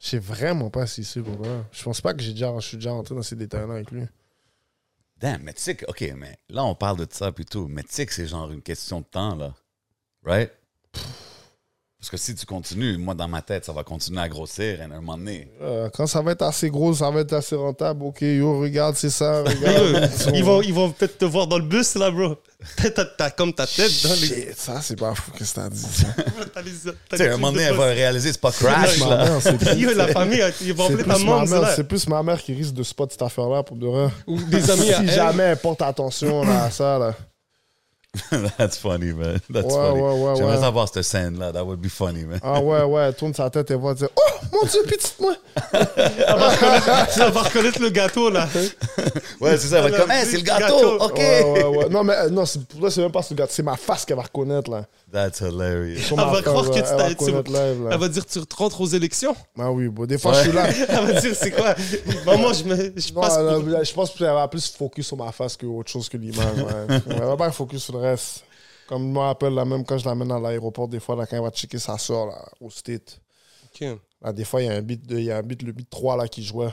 Speaker 3: Je sais vraiment pas si c'est pour moi. Je pense pas que j'ai déjà, je suis déjà rentré dans ces détails-là avec lui.
Speaker 2: Damn, mais tu sais que... OK, mais là, on parle de ça puis tout, mais tu sais que c'est genre une question de temps, là. Right? Parce que si tu continues, moi, dans ma tête, ça va continuer à grossir à un moment donné.
Speaker 3: Euh, quand ça va être assez gros, ça va être assez rentable. Ok, yo, regarde, c'est ça. Regarde.
Speaker 1: ils vont, ils vont peut-être te voir dans le bus là, bro. T'as, t'as comme ta tête dans les.
Speaker 3: Shit, ça, c'est pas fou. Qu'est-ce que t'as dit? ça?
Speaker 1: T'as les
Speaker 2: Tu sais, un moment donné, elle va réaliser c'est pas crash,
Speaker 3: ma
Speaker 2: là.
Speaker 3: mère, c'est plus,
Speaker 1: Yo, la famille, ils vont
Speaker 3: c'est
Speaker 1: appeler ta
Speaker 3: plus ma
Speaker 1: maman,
Speaker 3: mère,
Speaker 1: là.
Speaker 3: c'est plus ma mère qui risque de spot cette affaire-là pour de vrai.
Speaker 1: Ou des amis à
Speaker 3: Si
Speaker 1: elle.
Speaker 3: jamais elle porte attention là, à ça, là.
Speaker 2: That's funny, man. That's
Speaker 3: Ouais,
Speaker 2: funny.
Speaker 3: ouais, ouais,
Speaker 2: J'aimerais
Speaker 3: ouais.
Speaker 2: savoir cette scène-là. That would be funny, man.
Speaker 3: Ah ouais, ouais, elle tourne sa tête et va dire Oh mon dieu, Ah, petite moi!
Speaker 1: Elle va reconnaître le gâteau, là.
Speaker 2: Ouais, c'est ça. Elle va être comme, hey, c'est le gâteau.
Speaker 1: Gâteau.
Speaker 2: OK.
Speaker 3: Ouais, ouais, ouais. Non, mais euh, non, c'est- pour toi, c'est même pas ce gars. C'est ma face qu'elle va reconnaître, là.
Speaker 2: That's hilarious.
Speaker 3: Sur
Speaker 1: Elle
Speaker 3: ma
Speaker 1: va
Speaker 3: face,
Speaker 1: croire que
Speaker 3: là.
Speaker 1: tu
Speaker 3: Elle va
Speaker 1: t'as- tu-
Speaker 3: reconnaître live, là.
Speaker 1: Elle va dire, tu te rentres aux élections
Speaker 3: Ah oui, bon, des fois,
Speaker 2: Ouais.
Speaker 3: je suis là.
Speaker 1: Elle va dire, c'est quoi Maman, je, me, je
Speaker 3: Non,
Speaker 1: passe
Speaker 3: elle-
Speaker 1: pour...
Speaker 3: elle- je pense qu'elle va plus focus sur ma face que autre chose que l'image. ouais. Elle va pas focus sur le reste. Comme je me rappelle, là, même quand je l'amène à l'aéroport, des fois, là, quand elle va checker sa soeur, là, au state,
Speaker 1: Ok.
Speaker 3: là, des fois, il y a un beat, de, il y a un beat, le beat 3, là, qui jouait.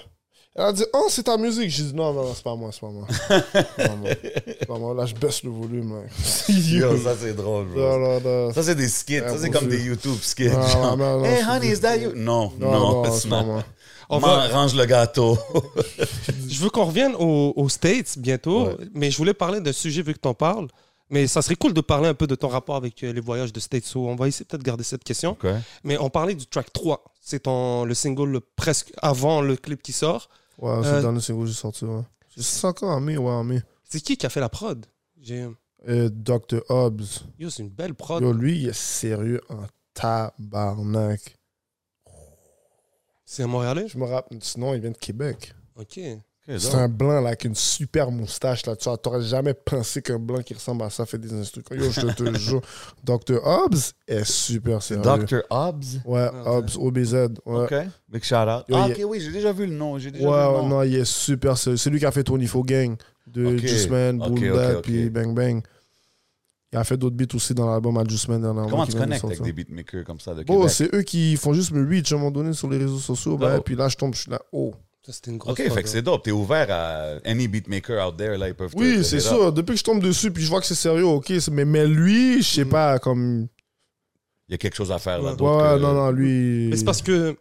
Speaker 3: Elle a dit, oh, c'est ta musique. J'ai dit, non, non, non, c'est pas moi, c'est pas moi. C'est pas moi. C'est pas moi. Là, je baisse le volume, là.
Speaker 2: Yo, ça c'est drôle,
Speaker 3: Non,
Speaker 2: bro.
Speaker 3: non, non.
Speaker 2: Ça c'est des skits, ça c'est
Speaker 3: Ouais,
Speaker 2: comme
Speaker 3: monsieur.
Speaker 2: des YouTube skits.
Speaker 3: Non,
Speaker 2: genre,
Speaker 3: non, non,
Speaker 2: hey
Speaker 3: c'est
Speaker 2: honey,
Speaker 3: des-
Speaker 2: is that you? Non,
Speaker 3: Non, non,
Speaker 2: non,
Speaker 3: c'est pas moi.
Speaker 1: On
Speaker 2: On
Speaker 1: va-
Speaker 2: range le gâteau.
Speaker 1: Je veux qu'on revienne au- aux States bientôt,
Speaker 2: Ouais.
Speaker 1: mais je voulais parler d'un sujet vu que tu en parles. Mais ça serait cool de parler un peu de ton rapport avec euh, les voyages de States. So, on va essayer peut-être de garder cette question.
Speaker 2: OK.
Speaker 1: Mais on parlait du track 3. C'est ton- le single le- presque avant le clip qui sort.
Speaker 3: Ouais, c'est
Speaker 1: Euh,
Speaker 3: le dernier single que j'ai sorti, ouais. J'ai sorti encore en mai, ouais, en mai.
Speaker 1: C'est qui qui a fait la prod J'ai-
Speaker 3: Euh, Dr. Hobbs.
Speaker 1: Yo, c'est une belle prod.
Speaker 3: Yo, lui, il est sérieux en tabarnak.
Speaker 1: C'est un Montréalais
Speaker 3: Je me rappelle, sinon, il vient de Québec.
Speaker 1: Ok.
Speaker 3: C'est un blanc, là, avec une super moustache, là. Tu vois, t'aurais jamais pensé qu'un blanc qui ressemble à ça fait des instructions. Yo, je te, te jure. Dr. Hobbs est super sérieux.
Speaker 2: Dr. Hobbs.
Speaker 3: Ouais,
Speaker 1: Ah,
Speaker 3: Hobbs, OBZ. Ouais.
Speaker 2: OK. Big shout out.
Speaker 3: Yo,
Speaker 2: ah,
Speaker 3: il-
Speaker 2: OK, oui, j'ai déjà vu le nom. J'ai déjà
Speaker 3: Ouais,
Speaker 2: vu le
Speaker 3: ouais,
Speaker 2: nom.
Speaker 3: non, il est super sérieux. C'est lui qui a fait 24 Gang de
Speaker 2: Ok.
Speaker 3: Juice Man,
Speaker 2: Ok,
Speaker 3: Bull
Speaker 2: ok,
Speaker 3: Dad,
Speaker 2: ok.
Speaker 3: puis Bang Bang. Il a fait d'autres beats aussi dans l'album à Juice Man dernièrement.
Speaker 2: Comment
Speaker 3: qui
Speaker 2: tu
Speaker 3: vient de
Speaker 2: connectes avec
Speaker 3: sortir.
Speaker 2: des beatmakers comme ça de
Speaker 3: Bon,
Speaker 2: Québec?
Speaker 3: c'est eux qui font juste me reach à un moment donné sur les réseaux sociaux. bah,
Speaker 2: Oh.
Speaker 3: et puis là, je tombe, je suis là, oh.
Speaker 1: Ça, c'était une grosse
Speaker 2: OK, fait
Speaker 1: prod,
Speaker 2: que
Speaker 1: hein.
Speaker 2: c'est dope. T'es ouvert à any beatmaker out there, là, ils peuvent te- te ah,
Speaker 3: Oui, c'est
Speaker 2: hit
Speaker 3: ça.
Speaker 2: up.
Speaker 3: Depuis que je tombe dessus, puis je vois que c'est sérieux, ok. c'est- Mais, mais lui, je
Speaker 2: Mm.
Speaker 3: sais pas, comme.
Speaker 2: Il y a quelque chose à faire,
Speaker 1: Ouais,
Speaker 2: là,
Speaker 3: Ouais,
Speaker 2: d'autre que-
Speaker 3: non, non, lui.
Speaker 1: Mais c'est parce que.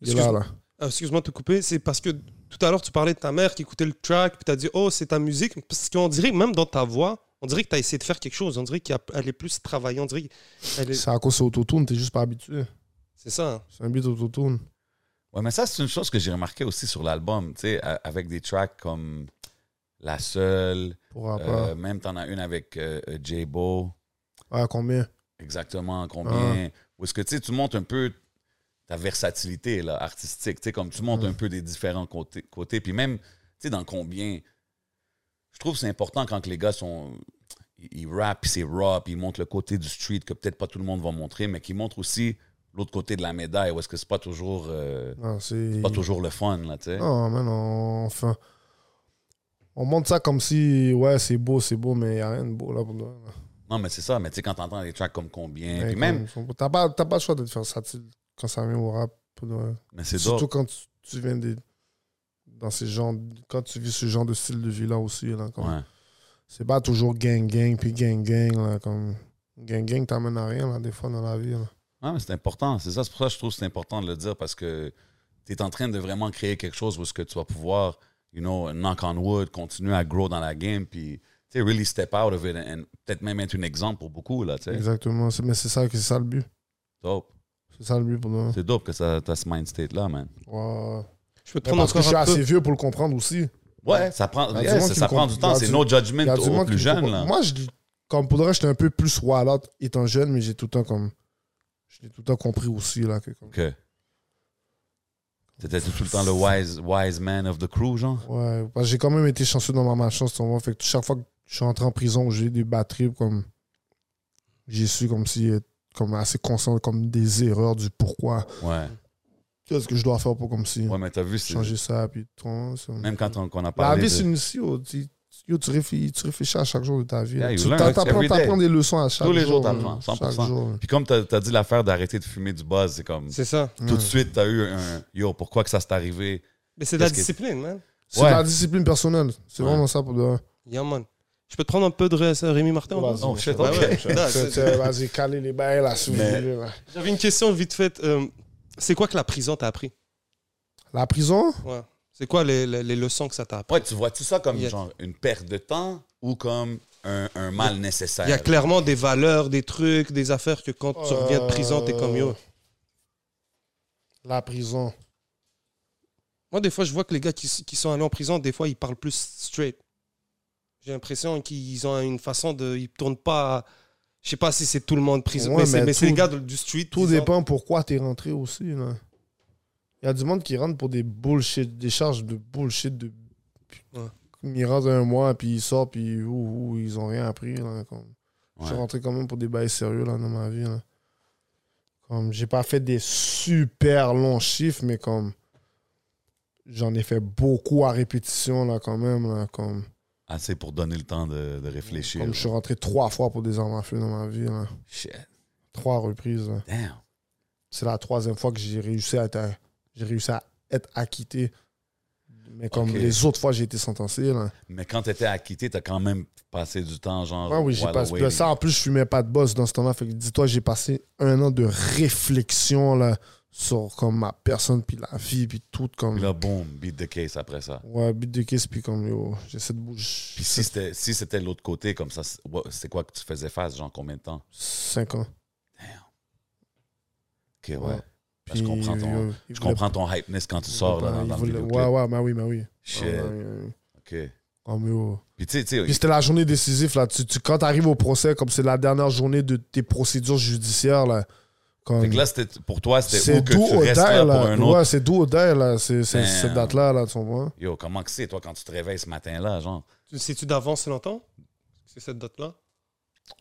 Speaker 3: Il est là,
Speaker 1: Excuse-
Speaker 3: là.
Speaker 1: euh, Excuse-moi de te couper. C'est parce que tout à l'heure, tu parlais de ta mère qui écoutait le track, puis tu as dit Oh, c'est ta musique. Parce qu'on dirait, même dans ta voix, on dirait que tu as essayé de faire quelque chose. On dirait qu'elle est plus travaillée. On dirait qu'elle est-
Speaker 3: C'est à cause de autotune, t'es juste pas habitué.
Speaker 1: C'est ça. hein.
Speaker 3: C'est un beat autotune.
Speaker 2: Ouais, mais ça, c'est une chose que j'ai remarqué aussi sur l'album, tu sais, a- avec des tracks comme La Seule,
Speaker 3: Pour rapport.
Speaker 2: euh, même t'en as une avec euh, euh, J-Bo,
Speaker 3: Ah, combien
Speaker 2: exactement combien,
Speaker 3: Ah.
Speaker 2: où est-ce que, tu sais, tu montes un peu ta versatilité là, artistique, tu sais, comme tu montes
Speaker 3: Ouais.
Speaker 2: un peu des différents côtés, côtés puis même, tu sais, dans combien, je trouve que c'est important quand que les gars sont, ils ils rappent, puis c'est raw, puis ils montrent le côté du street que peut-être pas tout le monde va montrer, mais qu'ils montrent aussi l'autre côté de la médaille, où est-ce que c'est pas toujours... euh,
Speaker 3: Non, c'est.
Speaker 2: pas toujours le fun, là, tu sais.
Speaker 3: Non, Ah, mais non, enfin. On monte ça comme si, ouais, c'est beau, c'est beau, mais y a rien de beau là pour nous.
Speaker 2: Non, mais c'est ça. Mais tu sais, quand t'entends des tracks comme combien,
Speaker 3: Ouais,
Speaker 2: puis même.
Speaker 3: comme- T'as pas, t'as pas le choix d'être versatile quand ça vient au rap. pour de vrai.
Speaker 2: Mais c'est
Speaker 3: Surtout
Speaker 2: dope.
Speaker 3: quand tu, tu viens des, dans ces genres, quand tu vis ce genre de style de vie là aussi là. comme-
Speaker 2: Ouais.
Speaker 3: C'est pas toujours gang gang puis gang gang là comme gang gang t'amène à rien là des fois dans la vie. là.
Speaker 2: Ouais, mais c'est important. C'est ça. C'est pour ça que je trouve que c'est important de le dire parce que t'es en train de vraiment créer quelque chose où ce que tu vas pouvoir, you know, knock on wood, continuer à grow dans la game, puis tu sais, really step out of it and peut-être même être un exemple pour beaucoup, là, tu sais.
Speaker 3: Exactement. C'est- Mais c'est ça que c'est ça le but.
Speaker 2: Dope.
Speaker 3: C'est ça le but pour nous.
Speaker 2: C'est dope que ça- t'as ce mind state-là, man.
Speaker 3: Ouais.
Speaker 1: Je peux te
Speaker 3: Mais
Speaker 1: prendre
Speaker 3: Parce que
Speaker 1: encore
Speaker 3: je suis
Speaker 1: un peu.
Speaker 3: assez vieux pour le comprendre aussi.
Speaker 2: Ouais, ça prend,
Speaker 3: Y a du
Speaker 2: yeah,
Speaker 3: monde
Speaker 2: ça,
Speaker 3: qui
Speaker 2: ça
Speaker 3: me
Speaker 2: prend
Speaker 3: comp-
Speaker 2: du
Speaker 3: y
Speaker 2: temps.
Speaker 3: a
Speaker 2: C'est
Speaker 3: du-
Speaker 2: no
Speaker 3: Il y
Speaker 2: judgment
Speaker 3: a du
Speaker 2: aux
Speaker 3: monde
Speaker 2: plus
Speaker 3: qui me
Speaker 2: jeunes,
Speaker 3: comprend.
Speaker 2: là.
Speaker 3: Moi, je, comme pour le reste, j'étais un peu plus wild out étant jeune, mais j'ai tout le temps comme. Je l'ai tout le temps compris aussi, là. Que, comme-
Speaker 2: Que. T'étais tout le temps le wise, wise man of the crew, genre?
Speaker 3: Ouais, parce que j'ai quand même été chanceux dans ma malchance, tu vois. Fait que chaque fois que je suis entré en prison, j'ai eu des batteries, comme. J'ai su comme si. euh, Comme assez conscient, comme des erreurs du pourquoi.
Speaker 2: Ouais.
Speaker 3: Qu'est-ce que je dois faire pour comme si.
Speaker 2: Ouais, mais t'as vu, c'est.
Speaker 3: changer ça, puis tout. hein, ça-
Speaker 2: Même quand on, qu'on a
Speaker 3: La
Speaker 2: parlé.
Speaker 3: vie,
Speaker 2: de-
Speaker 3: c'est une. si, oh, Tu, yo, tu, réfléchis, tu réfléchis à chaque jour de ta vie.
Speaker 2: Yeah,
Speaker 3: là.
Speaker 2: you
Speaker 3: tu
Speaker 2: learn
Speaker 3: t'en- t'apprends
Speaker 2: every day.
Speaker 3: t'apprends des leçons à chaque
Speaker 2: Tous les jours,
Speaker 3: jour,
Speaker 2: t'apprends,
Speaker 3: hein,
Speaker 2: 100%.
Speaker 3: chaque jour.
Speaker 2: Puis comme t'as as dit l'affaire d'arrêter de fumer du buzz, c'est comme.
Speaker 1: C'est ça.
Speaker 2: Tout de suite, t'as eu un. Yo, pourquoi que ça s'est arrivé?
Speaker 1: Mais c'est de la
Speaker 2: Qu'est-ce que-
Speaker 1: discipline, man.
Speaker 3: C'est
Speaker 2: Ouais.
Speaker 3: de la discipline personnelle. C'est
Speaker 2: Ouais.
Speaker 3: vraiment ça pour de vrai.
Speaker 1: Yeah, man. Je peux te prendre un peu de Ré- Rémi Martin encore?
Speaker 2: Oh, shit,
Speaker 1: Ouais,
Speaker 2: ok.
Speaker 1: ouais. Non,
Speaker 3: Tiens,
Speaker 1: c'est-
Speaker 3: tiens, euh, Vas-y, calez les bails là, si vous
Speaker 2: Mais-
Speaker 3: voulez, là.
Speaker 1: J'avais une question vite faite. Euh, c'est quoi que la prison t'a appris
Speaker 3: La prison,
Speaker 1: Ouais. C'est quoi les, les- les leçons que ça t'a appris
Speaker 2: Ouais, tu vois-tu ça comme
Speaker 1: Yeah.
Speaker 2: genre une perte de temps ou comme un, un mal nécessaire?
Speaker 1: Il y a clairement des valeurs, des trucs, des affaires que quand tu reviens de prison, t'es comme yo.
Speaker 3: Euh, la prison.
Speaker 1: Moi, des fois, je vois que les gars qui, s- qui sont allés en prison, des fois, ils parlent plus straight. J'ai l'impression qu'ils ont une façon de. Ils tournent pas. Je sais pas si c'est tout le monde prison,
Speaker 3: Ouais,
Speaker 1: mais, c'est-
Speaker 3: mais
Speaker 1: mais c'est les
Speaker 3: tout-
Speaker 1: gars de- du street.
Speaker 3: Tout
Speaker 1: ils ont-
Speaker 3: dépend pourquoi t'es rentré aussi. là. Il y a du monde qui rentre pour des bullshit, des charges de bullshit. De...
Speaker 1: Ouais.
Speaker 3: Ils rentrent un mois, puis ils sortent, puis ouh, ouh, ils ont rien appris. Là, comme. Je suis
Speaker 2: Ouais.
Speaker 3: rentré quand même pour des bails sérieux là, dans ma vie. là. Comme j'ai pas fait des super longs chiffres, mais comme j'en ai fait beaucoup à répétition là quand même. Là, comme
Speaker 2: assez pour donner le temps de, de réfléchir.
Speaker 3: Comme je suis rentré trois fois pour des armes à feu dans ma vie, là.
Speaker 2: Shit,
Speaker 3: trois reprises. là.
Speaker 2: damn.
Speaker 3: C'est la troisième fois que j'ai réussi à être, j'ai réussi à être acquitté. Mais comme
Speaker 2: Ok.
Speaker 3: les autres fois, j'ai été sentencé. Là.
Speaker 2: Mais quand t'étais acquitté, t'as quand même passé du temps, genre.
Speaker 3: Ouais, oui, j'ai
Speaker 2: while
Speaker 3: passé.
Speaker 2: awaiting.
Speaker 3: Ça, en plus, je fumais pas de boss dans ce temps-là. Fait que dis-toi, j'ai passé un an de réflexion là, sur comme ma personne, puis la vie, puis tout. Comme...
Speaker 2: Puis là, boom, beat the case après ça.
Speaker 3: Ouais, but de caisse, puis comme, yo, j'essaie de bouger.
Speaker 2: Puis si c'était si c'était de l'autre côté, comme ça, c'est what- c'est quoi que tu faisais face, genre combien de temps?
Speaker 3: 5 ans.
Speaker 2: Ok, ouais.
Speaker 3: Ouais.
Speaker 2: Ben, je comprends ton,
Speaker 3: yo, il
Speaker 2: je
Speaker 3: voulait-
Speaker 2: comprends ton hypeness quand tu
Speaker 3: il
Speaker 2: sors là,
Speaker 3: voulait pas-
Speaker 2: dans,
Speaker 3: il
Speaker 2: dans le
Speaker 3: voulait-
Speaker 2: vidéoclip.
Speaker 3: Ouais, ouais, mais oui, mais oui.
Speaker 2: Shit,
Speaker 3: Ouais, ouais, ouais.
Speaker 2: ok.
Speaker 3: Comme, yo.
Speaker 2: Puis tu sais, tu
Speaker 3: Puis
Speaker 2: sais,
Speaker 3: c'était la journée décisive. Là. Tu, tu- quand tu arrives au procès, comme c'est la dernière journée de tes procédures judiciaires, là, comme-
Speaker 2: fait que là, c'était- pour toi, c'était
Speaker 3: c'est
Speaker 2: où que tu
Speaker 3: doux au
Speaker 2: restes là
Speaker 3: d'air.
Speaker 2: pour
Speaker 3: Là.
Speaker 2: un autre.
Speaker 3: Ouais, c'est doux au d'air, là, c'est, c'est-
Speaker 2: Damn.
Speaker 3: cette date-là, là, tu comprends?
Speaker 2: Yo, comment que c'est, toi, quand tu te réveilles ce matin-là, genre?
Speaker 1: Tu Sais-tu d'avance longtemps? C'est cette date-là?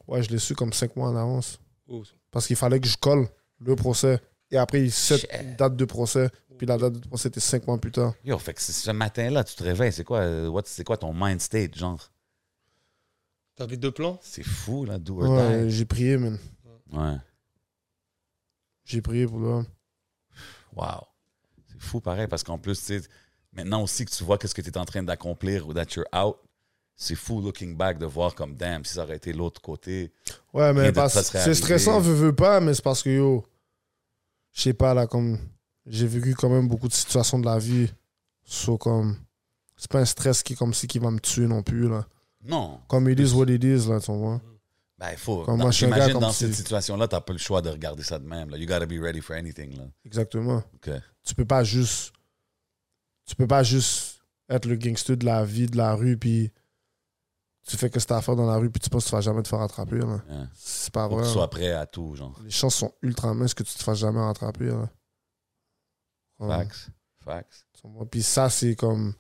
Speaker 3: Ouais, je l'ai su comme cinq mois en avance.
Speaker 1: Ou-
Speaker 3: Parce qu'il fallait que je colle le procès. Et après, cette
Speaker 2: Shit.
Speaker 3: date de procès, puis la date de procès était cinq mois plus tard.
Speaker 2: Yo, fait que c'est- ce matin-là, tu te réveilles, c'est quoi, euh, what- c'est quoi ton mind state, genre?
Speaker 1: T'avais deux plans?
Speaker 2: C'est fou, là, do or
Speaker 3: Ouais,
Speaker 2: die.
Speaker 3: j'ai prié, man.
Speaker 2: Ouais.
Speaker 3: J'ai prié pour le
Speaker 2: Wow. C'est fou pareil parce qu'en plus, tu sais, maintenant aussi que tu vois qu'est-ce que tu es en train d'accomplir ou that you're out, c'est fou looking back de voir comme damn si ça aurait été l'autre côté.
Speaker 3: Ouais,
Speaker 2: Rien
Speaker 3: mais
Speaker 2: de
Speaker 3: parce-
Speaker 2: ça serait
Speaker 3: c'est
Speaker 2: arrivé.
Speaker 3: stressant, veux, veux pas, mais c'est parce que yo, je sais pas là, comme j'ai vécu quand même beaucoup de situations de la vie, so comme c'est pas un stress qui est comme si qui va me tuer non plus là.
Speaker 2: Non.
Speaker 3: Comme ils disent what it is là, tu vois.
Speaker 2: Ben, il faut.
Speaker 3: Comme
Speaker 2: dans-
Speaker 3: moi, je suis un gars
Speaker 2: J'imagine
Speaker 3: comme
Speaker 2: dans
Speaker 3: si-
Speaker 2: cette situation-là, t'as pas le choix de regarder ça de même. Là. You gotta be ready for anything. Là.
Speaker 3: Exactement.
Speaker 2: OK.
Speaker 3: Tu peux pas juste, tu peux pas juste être le gangster de la vie, de la rue, puis tu fais que c'est à faire dans la rue, puis tu penses que tu vas jamais te faire attraper là.
Speaker 2: Yeah.
Speaker 3: C'est pas
Speaker 2: Hein. Faut
Speaker 3: vrai.
Speaker 2: que tu
Speaker 3: là.
Speaker 2: sois prêt à tout, genre.
Speaker 3: Les chances sont ultra minces que tu te fasses jamais rattraper là. Ouais.
Speaker 2: Facts. Facts.
Speaker 3: Tu comprends? Puis ça, c'est comme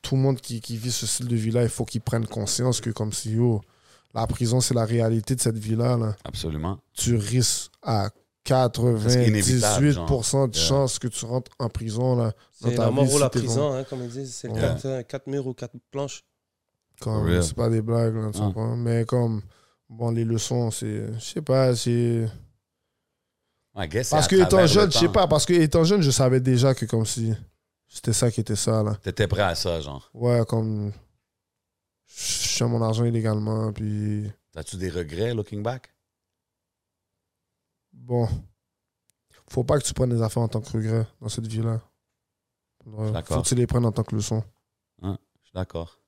Speaker 3: tout le monde qui, qui vit ce style de vie-là, il faut qu'ils prennent conscience que comme si, yo, la prison, c'est la réalité de cette vie-là. là.
Speaker 2: Absolument.
Speaker 3: Tu risques à
Speaker 2: inévitable, genre.
Speaker 3: 98% de
Speaker 2: Yeah.
Speaker 3: chances que tu rentres en prison. Là, Dans
Speaker 1: C'est
Speaker 3: ta
Speaker 1: la mort
Speaker 3: vie,
Speaker 1: ou
Speaker 3: si
Speaker 1: la
Speaker 3: t'es
Speaker 1: prison, hein, comme ils disent. C'est
Speaker 3: Ouais.
Speaker 1: quatre, euh, quatre murs ou quatre planches.
Speaker 3: Comme,
Speaker 2: For real.
Speaker 3: c'est pas des blagues, là, tu
Speaker 2: Ah.
Speaker 3: comprends? Mais comme, bon, les leçons, c'est, je sais pas, c'est...
Speaker 2: I guess c'est
Speaker 3: Parce
Speaker 2: à
Speaker 3: que
Speaker 2: travers
Speaker 3: étant
Speaker 2: le
Speaker 3: jeune, je sais
Speaker 2: temps.
Speaker 3: pas, parce que étant jeune, je savais déjà que comme si c'était ça qui était ça, là.
Speaker 2: T'étais prêt à ça, genre.
Speaker 3: Ouais, comme. Je fais mon argent illégalement, puis.
Speaker 2: T'as-tu des regrets looking back?
Speaker 3: Bon. Faut pas que tu prennes les affaires en tant que regret dans cette vie-là. Ouais,
Speaker 2: D'accord.
Speaker 3: Faut que tu les prennes en tant que leçon.
Speaker 2: Je suis d'accord.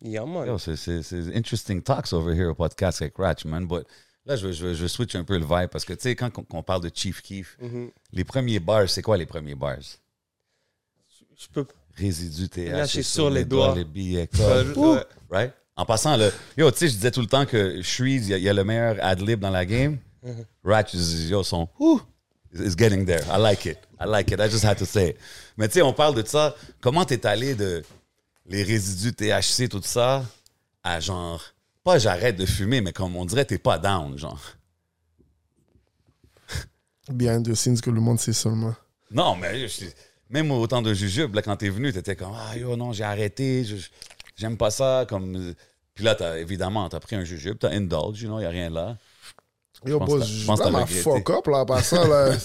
Speaker 1: Yeah,
Speaker 2: Yo,
Speaker 1: man.
Speaker 2: c'est- c'est c'est interesting talks over here au podcast avec Ratch, man. But là, je, veux- je, veux- je veux switch un peu le vibe parce que, tu sais, quand on, parle de Chief Keef,
Speaker 1: Mhm.
Speaker 2: les premiers bars, c'est quoi les premiers bars?
Speaker 1: Je peux.
Speaker 2: Résidus TH.
Speaker 1: Lâché sur les doigts.
Speaker 2: E, Les billets,
Speaker 1: Euh,
Speaker 2: codes.
Speaker 1: ouais.
Speaker 2: Right? En passant, le, yo, tu sais, je disais tout le temps que Shreeze, il y, a- il y a le meilleur ad-lib dans la game. Ratch, is- yo, son, ouh, is getting there. I like it. I like it. I just had to say it. Mais tu sais, on parle de ça. Comment t'es allé de les résidus THC, tout ça, à genre, pas j'arrête de fumer, mais comme on dirait, t'es pas down, genre.
Speaker 3: Behind the scenes que le monde sait seulement.
Speaker 2: Non, mais je suis- même autant de jujubes, là, quand t'es venu, t'étais comme Ah yo, non, j'ai arrêté, je- je- j'aime pas ça. comme Puis là, t'as- évidemment, t'as pris un jujube, t'as indulge, you know, y a rien là.
Speaker 3: Yo,
Speaker 2: pense
Speaker 3: boss,
Speaker 2: que t'as- je
Speaker 3: je
Speaker 2: pense que
Speaker 3: pas
Speaker 2: t'as
Speaker 3: ma
Speaker 2: regretté.
Speaker 3: fuck up là, par ça là.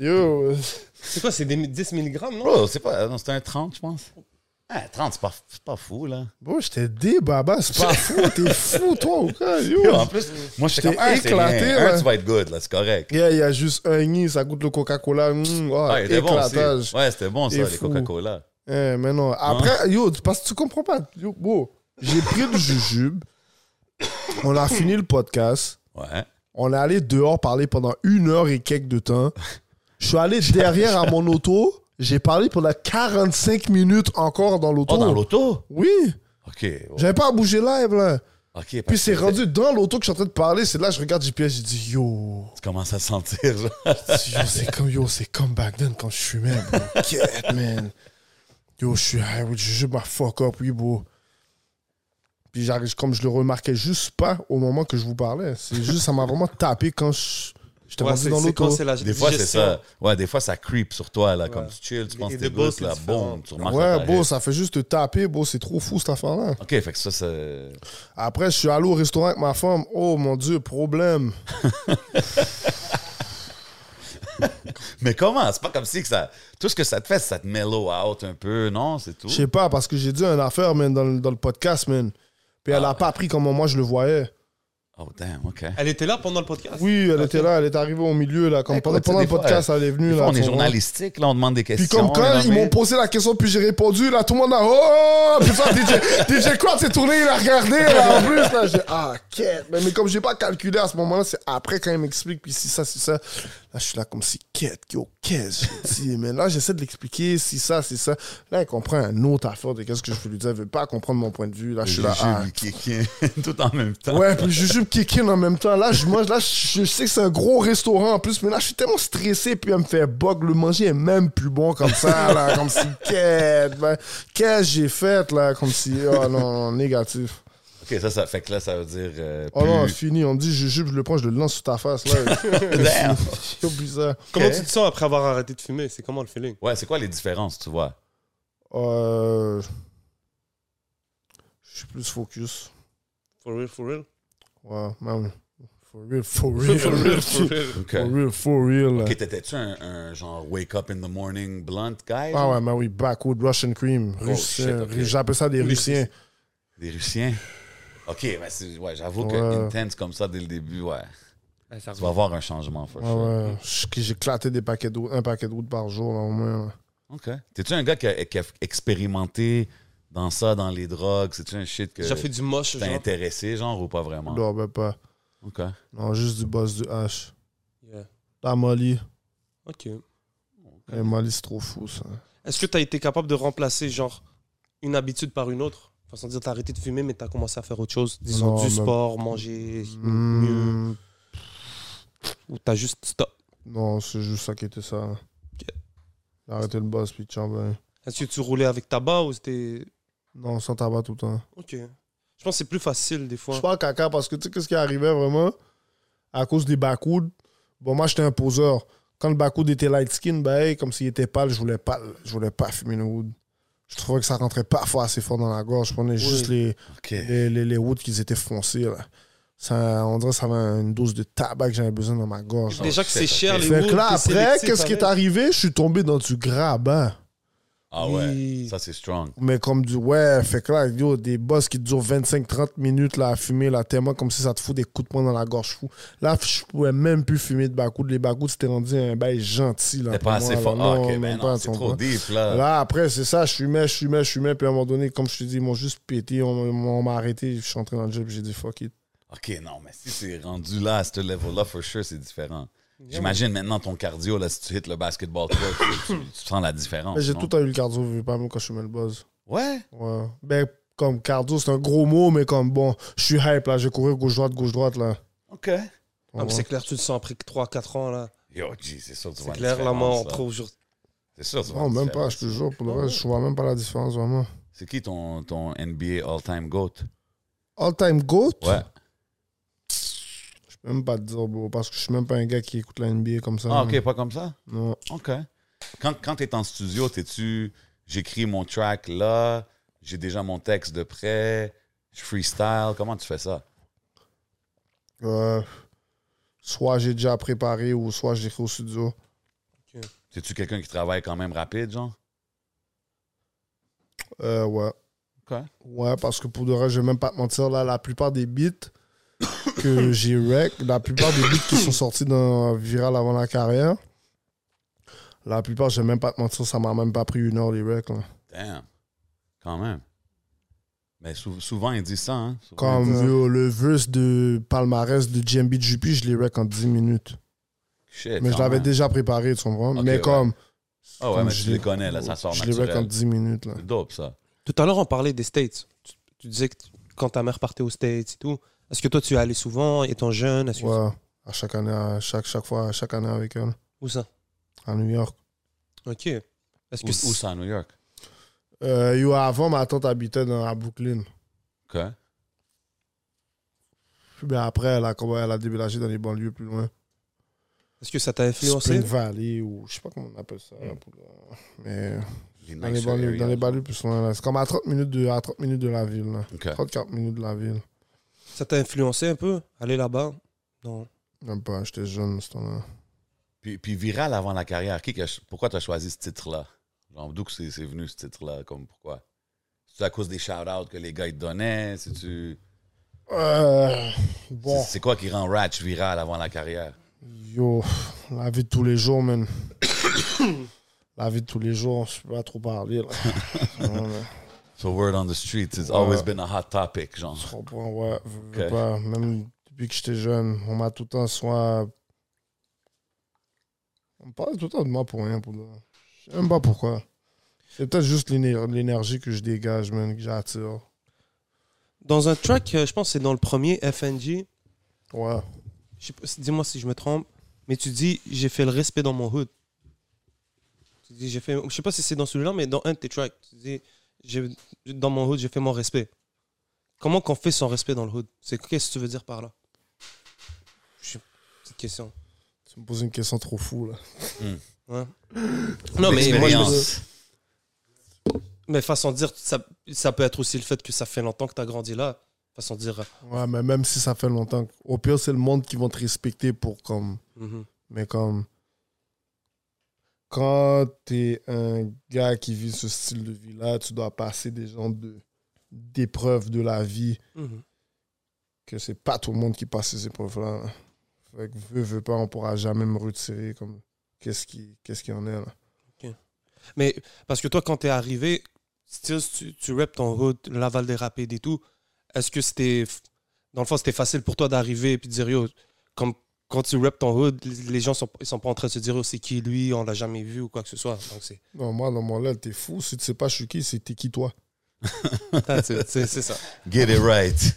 Speaker 3: Yo.
Speaker 1: C'est quoi, c'est des 10 mg, non?
Speaker 2: Bro, Oh, c'est pas. Non, c'était un 30, je pense. Ah, 30, c'est pas, c'est pas fou, là.
Speaker 3: Bon, je t'ai dit, Baba, c'est pas fou, t'es fou toi ou quoi? Yo.
Speaker 2: Yo, en plus, moi, je suis
Speaker 3: T'es
Speaker 2: comme ah, c'est
Speaker 3: éclaté,
Speaker 2: rien. Un,
Speaker 3: ouais.
Speaker 2: tu vas être good, là, c'est correct.
Speaker 3: Yeah, il y a juste un nid, ça goûte le Coca-Cola. mm, oh,
Speaker 2: Ouais, c'était Ah, bon aussi.
Speaker 3: éclatage.
Speaker 2: Ouais, Hein? c'était bon, ça,
Speaker 3: Et
Speaker 2: les
Speaker 3: fou.
Speaker 2: Coca-Cola.
Speaker 3: Eh, mais non. Après, yo, parce que tu comprends pas. Yo, bro, j'ai pris du jujube. On a fini le podcast.
Speaker 2: Ouais.
Speaker 3: On est allé dehors parler pendant une heure et quelques de temps. Je suis allé derrière à mon auto. J'ai parlé pendant 45 minutes encore dans l'auto.
Speaker 2: Oh, dans l'auto?
Speaker 3: oui,
Speaker 2: Ok. oh,
Speaker 3: j'avais pas à bouger live là.
Speaker 2: Ok, parce
Speaker 3: Puis
Speaker 2: que
Speaker 3: c'est rendu dans l'auto que je suis en train de parler. C'est là que je regarde GPS, j'ai dit yo,
Speaker 2: Tu commences à sentir, genre.
Speaker 3: yo c'est comme yo, c'est comme back then quand je fumais, bro. Get, man. Yo, je suis high with jujube, ma fuck up, oui, bro. Puis j'arrive, comme je le remarquais juste pas au moment que je vous parlais. C'est juste, ça m'a vraiment tapé quand je, Je t'ai
Speaker 1: Ouais,
Speaker 3: rendu
Speaker 1: c'est-
Speaker 3: dans
Speaker 1: c'est quand
Speaker 3: l'auto.
Speaker 1: c'est la
Speaker 2: Des fois, c'est
Speaker 1: digestion.
Speaker 2: ça. Ouais, des fois, ça creep sur toi, là, comme
Speaker 1: Ouais.
Speaker 2: tu chill, tu
Speaker 1: Et
Speaker 2: penses
Speaker 1: de
Speaker 2: que t'es
Speaker 1: beau,
Speaker 2: good,
Speaker 1: c'est
Speaker 2: là,
Speaker 1: différent.
Speaker 2: boum, tu remarques dans
Speaker 3: Ouais,
Speaker 2: ta
Speaker 3: beau,
Speaker 2: head.
Speaker 3: ça fait juste te taper, beau, c'est trop fou cette affaire-là.
Speaker 2: OK, fait que ça, c'est...
Speaker 3: Après, je suis allé au restaurant avec ma femme. Oh mon Dieu, problème.
Speaker 2: Mais comment? C'est pas comme si que ça... Tout ce que ça te fait, ça te mellow out un peu, non? C'est tout?
Speaker 3: Je sais pas, parce que j'ai dit une affaire, man, dans, le- dans le podcast, man. Puis
Speaker 2: Ah,
Speaker 3: elle a pas pris comme moi je le voyais.
Speaker 2: Oh, damn, OK.
Speaker 1: Elle était là pendant le podcast.
Speaker 3: Oui,
Speaker 2: Ah,
Speaker 3: elle était là, elle est arrivée au milieu, là. Comme
Speaker 2: Écoute,
Speaker 3: pendant, pendant
Speaker 2: des
Speaker 3: le
Speaker 2: fois,
Speaker 3: podcast, elle est venue,
Speaker 2: Eh, Des
Speaker 3: là.
Speaker 2: fois, on
Speaker 3: tu
Speaker 2: est
Speaker 3: comprends?
Speaker 2: journalistique, là, on demande des questions.
Speaker 3: Puis comme quand
Speaker 2: les
Speaker 3: ils
Speaker 2: nommés.
Speaker 3: m'ont posé la question, puis j'ai répondu, là, tout le monde a Oh Puis ça, DJ, DJ Crowd s'est tourné, il a regardé, là, en plus, là, j'ai Ah, quête mais, mais comme j'ai pas calculé à ce moment-là, c'est après quand il m'explique, puis si ça, si ça. Là, je suis là comme si, quête, yo, qu'est-ce que j'ai dit Mais là, j'essaie de l'expliquer, si ça, si ça. Là, il comprend un autre affaire de qu'est-ce que je veux lui dire, il veut pas comprendre mon point de vue, là, je suis là.
Speaker 2: Juju,
Speaker 3: Ah,
Speaker 2: Kiki, tout en même temps.
Speaker 3: Ouais, puis Jujube Kikin en même temps. Là, je mange, là, je sais que c'est un gros restaurant en plus, mais là, je suis tellement stressé, puis elle me fait bug. Le manger est même plus bon comme ça, là, comme si, qu'est- ben, qu'est-ce que j'ai fait, là, comme si, oh non, négatif.
Speaker 2: OK, ça, ça fait que là, ça veut dire... euh,
Speaker 3: Oh non,
Speaker 2: plus-
Speaker 3: fini, on me dit Jujube, je le prends, je le lance sur ta face, là.
Speaker 2: Damn.
Speaker 3: J'ai oublié ça.
Speaker 1: Comment
Speaker 2: Ok.
Speaker 1: tu te sens après avoir arrêté de fumer C'est comment le feeling
Speaker 2: Ouais, c'est quoi les différences, tu vois?
Speaker 3: Euh, je suis plus focus.
Speaker 1: For real, for real.
Speaker 3: Ouais, man. For real,
Speaker 1: For
Speaker 3: for real.
Speaker 1: real, for real.
Speaker 2: OK.
Speaker 3: For real, for real, là.
Speaker 2: OK, t'étais-tu un, un genre wake up in the morning blunt guy?
Speaker 3: Ah
Speaker 2: genre?
Speaker 3: ouais, mais oui, backwood, Russian cream,
Speaker 2: Oh,
Speaker 3: russe,
Speaker 2: shit,
Speaker 3: euh,
Speaker 2: ok.
Speaker 3: j'appelle ça des Russiens.
Speaker 2: Des Russiens? OK, mais c'est- ouais, j'avoue que
Speaker 3: Ouais.
Speaker 2: intense comme ça dès le début, ouais.
Speaker 1: Ah, ça
Speaker 2: Tu vas avoir un changement, for
Speaker 3: Ouais,
Speaker 2: sure.
Speaker 3: Ah, ouais. J- J'ai éclaté des paquets d'eau, un paquet d'eau par jour, là, au moins. là.
Speaker 2: OK. T'es-tu un gars qui a, qui a expérimenté dans ça, dans les drogues? C'est-tu un shit que
Speaker 1: J'ai fait du moche,
Speaker 2: t'as
Speaker 1: genre.
Speaker 2: intéressé, genre, ou pas vraiment?
Speaker 3: Je dormais ben, pas.
Speaker 2: OK.
Speaker 3: Non, juste du boss du H.
Speaker 1: Yeah.
Speaker 3: La Molly.
Speaker 1: Ok.
Speaker 3: La Molly, c'est trop fou, ça.
Speaker 1: Est-ce que tu as été capable de remplacer genre une habitude par une autre Façon de dire, t'as arrêté de fumer, mais t'as commencé à faire autre chose, disons
Speaker 3: Non,
Speaker 1: du
Speaker 3: même-
Speaker 1: sport, manger mieux,
Speaker 3: Hmm,
Speaker 1: ou t'as juste stop.
Speaker 3: Non, c'est juste ça qui était ça. là. J'ai arrêté le boss, puis tchao, ben.
Speaker 1: Est-ce que tu roulais avec tabac ou c'était.
Speaker 3: Non, sans tabac tout le temps.
Speaker 1: Ok. Je pense que c'est plus facile des fois.
Speaker 3: Je parle caca parce que tu sais, qu'est-ce qui arrivait vraiment à cause des backwoods? Bon, moi, j'étais un poseur. Quand le backwood était light skin, ben, hey, comme s'il était pâle, je voulais pas, je voulais pas fumer une wood. Je trouvais que ça rentrait parfois assez fort dans la gorge. Je prenais juste les,
Speaker 2: OK.
Speaker 3: les, les, les woods qui étaient foncés. là. Ça, on dirait que ça avait une dose de tabac que j'avais besoin dans ma gorge.
Speaker 1: Déjà que c'est cher les
Speaker 3: Fait que
Speaker 1: woods,
Speaker 3: là,
Speaker 1: t'es
Speaker 3: après,
Speaker 1: sélectif
Speaker 3: qu'est-ce qui
Speaker 1: avec.
Speaker 3: est arrivé? Je suis tombé dans du grabat.
Speaker 2: Ah ouais,
Speaker 1: Oui.
Speaker 2: ça c'est strong.
Speaker 3: Mais comme du ouais, fait que là, yo, des boss qui durent 25-30 minutes là, à fumer, là, tellement comme si ça te fout des coups de poing dans la gorge fou. Là, je pouvais même plus fumer de bacoud. Les bacoud, c'était rendu un bail gentil. là,
Speaker 2: T'es
Speaker 3: pour
Speaker 2: pas
Speaker 3: moi,
Speaker 2: assez
Speaker 3: là.
Speaker 2: fort. Ah,
Speaker 3: Non,
Speaker 2: OK,
Speaker 3: même
Speaker 2: ben
Speaker 3: pas,
Speaker 2: non,
Speaker 3: tu
Speaker 2: c'est trop euh.
Speaker 3: comprends.
Speaker 2: deep, là.
Speaker 3: Là, après, c'est ça, je fumais, je fumais, je fumais. Puis à un moment donné, comme je te dis, ils m'ont juste pété, on, on m'a arrêté. Je suis entré dans le job, j'ai dit fuck it.
Speaker 2: OK, non, mais si c'est rendu là, à ce level-là, for sure, c'est différent. J'imagine maintenant ton cardio, là, si tu hits le basketball, toi, tu, tu- tu sens la différence.
Speaker 3: Mais J'ai
Speaker 2: non?
Speaker 3: tout eu le cardio, vu pas même quand je fumais le buzz.
Speaker 2: Ouais?
Speaker 3: Ouais. Ben, comme cardio, c'est un gros mot, mais comme bon, je suis hype là, je vais courir gauche-droite, gauche-droite là.
Speaker 2: OK.
Speaker 1: Ah, mais c'est clair, tu le sens après 3-4 ans là.
Speaker 2: Yo, G, c'est sûr, tu
Speaker 1: C'est
Speaker 2: vois
Speaker 1: clair,
Speaker 2: la hein.
Speaker 1: la mort,
Speaker 2: mort,
Speaker 1: on trouve toujours.
Speaker 2: C'est sûr, tu vois
Speaker 3: Non,
Speaker 2: la
Speaker 3: même pas,
Speaker 2: différence.
Speaker 3: je te jure, pour le reste, je vois même pas la différence vraiment.
Speaker 2: C'est qui ton, ton NBA all-time GOAT?
Speaker 3: All-time GOAT
Speaker 2: Ouais.
Speaker 3: Je peux même pas te dire, bro, parce que je suis même pas un gars qui écoute la NBA comme ça. hein.
Speaker 2: Ah, OK, pas comme ça?
Speaker 3: Non.
Speaker 2: OK. Quand, quand t'es en studio, t'es-tu... J'écris mon track là, j'ai déjà mon texte de près, je freestyle. Comment tu fais ça?
Speaker 3: Euh, soit j'ai déjà préparé ou soit j'écris au studio.
Speaker 2: T'es-tu quelqu'un qui travaille quand même rapide, genre?
Speaker 3: Euh, ouais.
Speaker 2: OK.
Speaker 3: Ouais, parce que pour de vrai, je vais même pas te mentir, là, la plupart des beats que j'ai rec, la plupart des beats qui sont sortis dans Viral avant la carrière, la plupart, je vais même pas te mentir, ça m'a même pas pris une heure les recs. là.
Speaker 2: Damn. Quand même. Mais sou- souvent, ils disent ça, hein? Souvent, ils
Speaker 3: Comme
Speaker 2: disent ça.
Speaker 3: yo, le verse de palmarès de JMB Juppie, je l'ai rec en 10 minutes.
Speaker 2: Shit,
Speaker 3: Mais je
Speaker 2: quand
Speaker 3: l'avais
Speaker 2: même.
Speaker 3: déjà préparé, tu comprends?
Speaker 2: Ok,
Speaker 3: mais
Speaker 2: ouais.
Speaker 3: comme.
Speaker 2: Ah ouais,
Speaker 3: comme
Speaker 2: mais tu
Speaker 3: je
Speaker 2: les
Speaker 3: l'ai-
Speaker 2: connais, là, ça sort
Speaker 3: Je l'ai
Speaker 2: naturel.
Speaker 3: rec en 10 minutes, là.
Speaker 2: C'est dope, ça.
Speaker 1: Tout à l'heure, on parlait des States. Tu, tu disais que tu- quand ta mère partait aux States et tout, est-ce que toi tu es allé souvent, étant jeune est-ce que-
Speaker 3: Ouais. À chaque année, à chaque, chaque fois, à chaque année avec elle,
Speaker 1: Où ça
Speaker 3: à New York.
Speaker 1: Ok. Est-ce
Speaker 2: Où,
Speaker 1: que
Speaker 2: où ça, à New York?
Speaker 3: Euh, yo, avant, ma tante habitait dans, à Brooklyn.
Speaker 2: OK.
Speaker 3: Puis ben, après, elle a, comm- elle a déménagé dans les banlieues plus loin.
Speaker 1: Est-ce que ça t'a influencé
Speaker 3: Spring Valley ou je sais pas comment on appelle ça. là, pour le- Mais
Speaker 2: Les
Speaker 3: dans les
Speaker 2: nicer
Speaker 3: banlieues, dans les
Speaker 2: areas.
Speaker 3: banlieues plus loin. là. C'est comme à 30 minutes de, à 30 minutes de la ville. là.
Speaker 2: OK.
Speaker 3: 34 minutes de la ville.
Speaker 1: Ça t'a influencé un peu Aller là-bas Non.
Speaker 3: Même pas, j'étais jeune ce temps-là.
Speaker 2: Puis, puis viral avant la carrière, qui que- pourquoi tu as choisi ce titre-là? Genre, d'où que c'est c'est venu ce titre-là? Comme pourquoi? C'est à cause des shout-outs que les gars ils te donnaient? C'est-tu-
Speaker 3: Euh,
Speaker 2: C'est
Speaker 3: bon,
Speaker 2: c'est quoi qui rend Ratch viral avant la carrière?
Speaker 3: yo, la vie de tous les jours, man. la vie de tous les jours, je peux pas trop parler. Là. Non, mais
Speaker 2: So word on the streets, it's
Speaker 3: Ouais.
Speaker 2: always been a hot topic, genre.
Speaker 3: je comprends, ouais, je veux
Speaker 2: Ok.
Speaker 3: pas. Même depuis que j'étais jeune, on m'a tout le temps soit. On me parle tout le temps de moi pour rien. Pour... de- Je sais même pas pourquoi. C'est peut-être juste l'éner- l'énergie que je dégage, man, que j'attire.
Speaker 1: Dans un track, euh, je pense que c'est dans le premier, FNG.
Speaker 3: Ouais.
Speaker 1: je sais pas, Dis-moi si je me trompe, mais tu dis j'ai fait le respect dans mon hood. Tu dis j'ai fait, je sais pas si c'est dans celui-là, mais dans un de tes tracks, tu dis j'ai- dans mon hood j'ai fait mon respect. Comment qu'on fait son respect dans le hood C'est qu'est-ce que tu veux dire par là Je- Petite question.
Speaker 3: Tu me poses une question trop fou, là.
Speaker 1: Ouais. Non mais moi je me-
Speaker 2: Expérience.
Speaker 1: mais façon de dire ça, ça peut être aussi le fait que ça fait longtemps que tu as grandi là. Façon de dire.
Speaker 3: Ouais, mais même si ça fait longtemps, au pire, c'est le monde qui va te respecter pour comme.
Speaker 1: mhm.
Speaker 3: Mais comme. Quand t'es un gars qui vit ce style de vie-là, tu dois passer des gens de, d'épreuves de la vie,
Speaker 1: Mhm.
Speaker 3: que c'est pas tout le monde qui passe ces épreuves-là. là. Fait que veux, veux pas, on pourra jamais me retirer comme. Qu'est-ce qui, qu'est-ce qu'il y en est là?
Speaker 1: Mais parce que toi, quand t'es arrivé, Stills, tu, tu rappes ton hood, Laval des rapides et tout. Est-ce que c'était. Dans le fond, c'était facile pour toi d'arriver et puis de dire yo, comme quand tu rappes ton hood, les les gens sont, ils sont pas en train de se dire yo, c'est qui lui, on l'a jamais vu ou quoi que ce soit. Donc c'est
Speaker 3: Non, moi, dans mon là, t'es fou. Si tu sais pas, je suis qui, c'est t'es qui toi?
Speaker 1: that's it, c'est c'est ça.
Speaker 2: Get it right.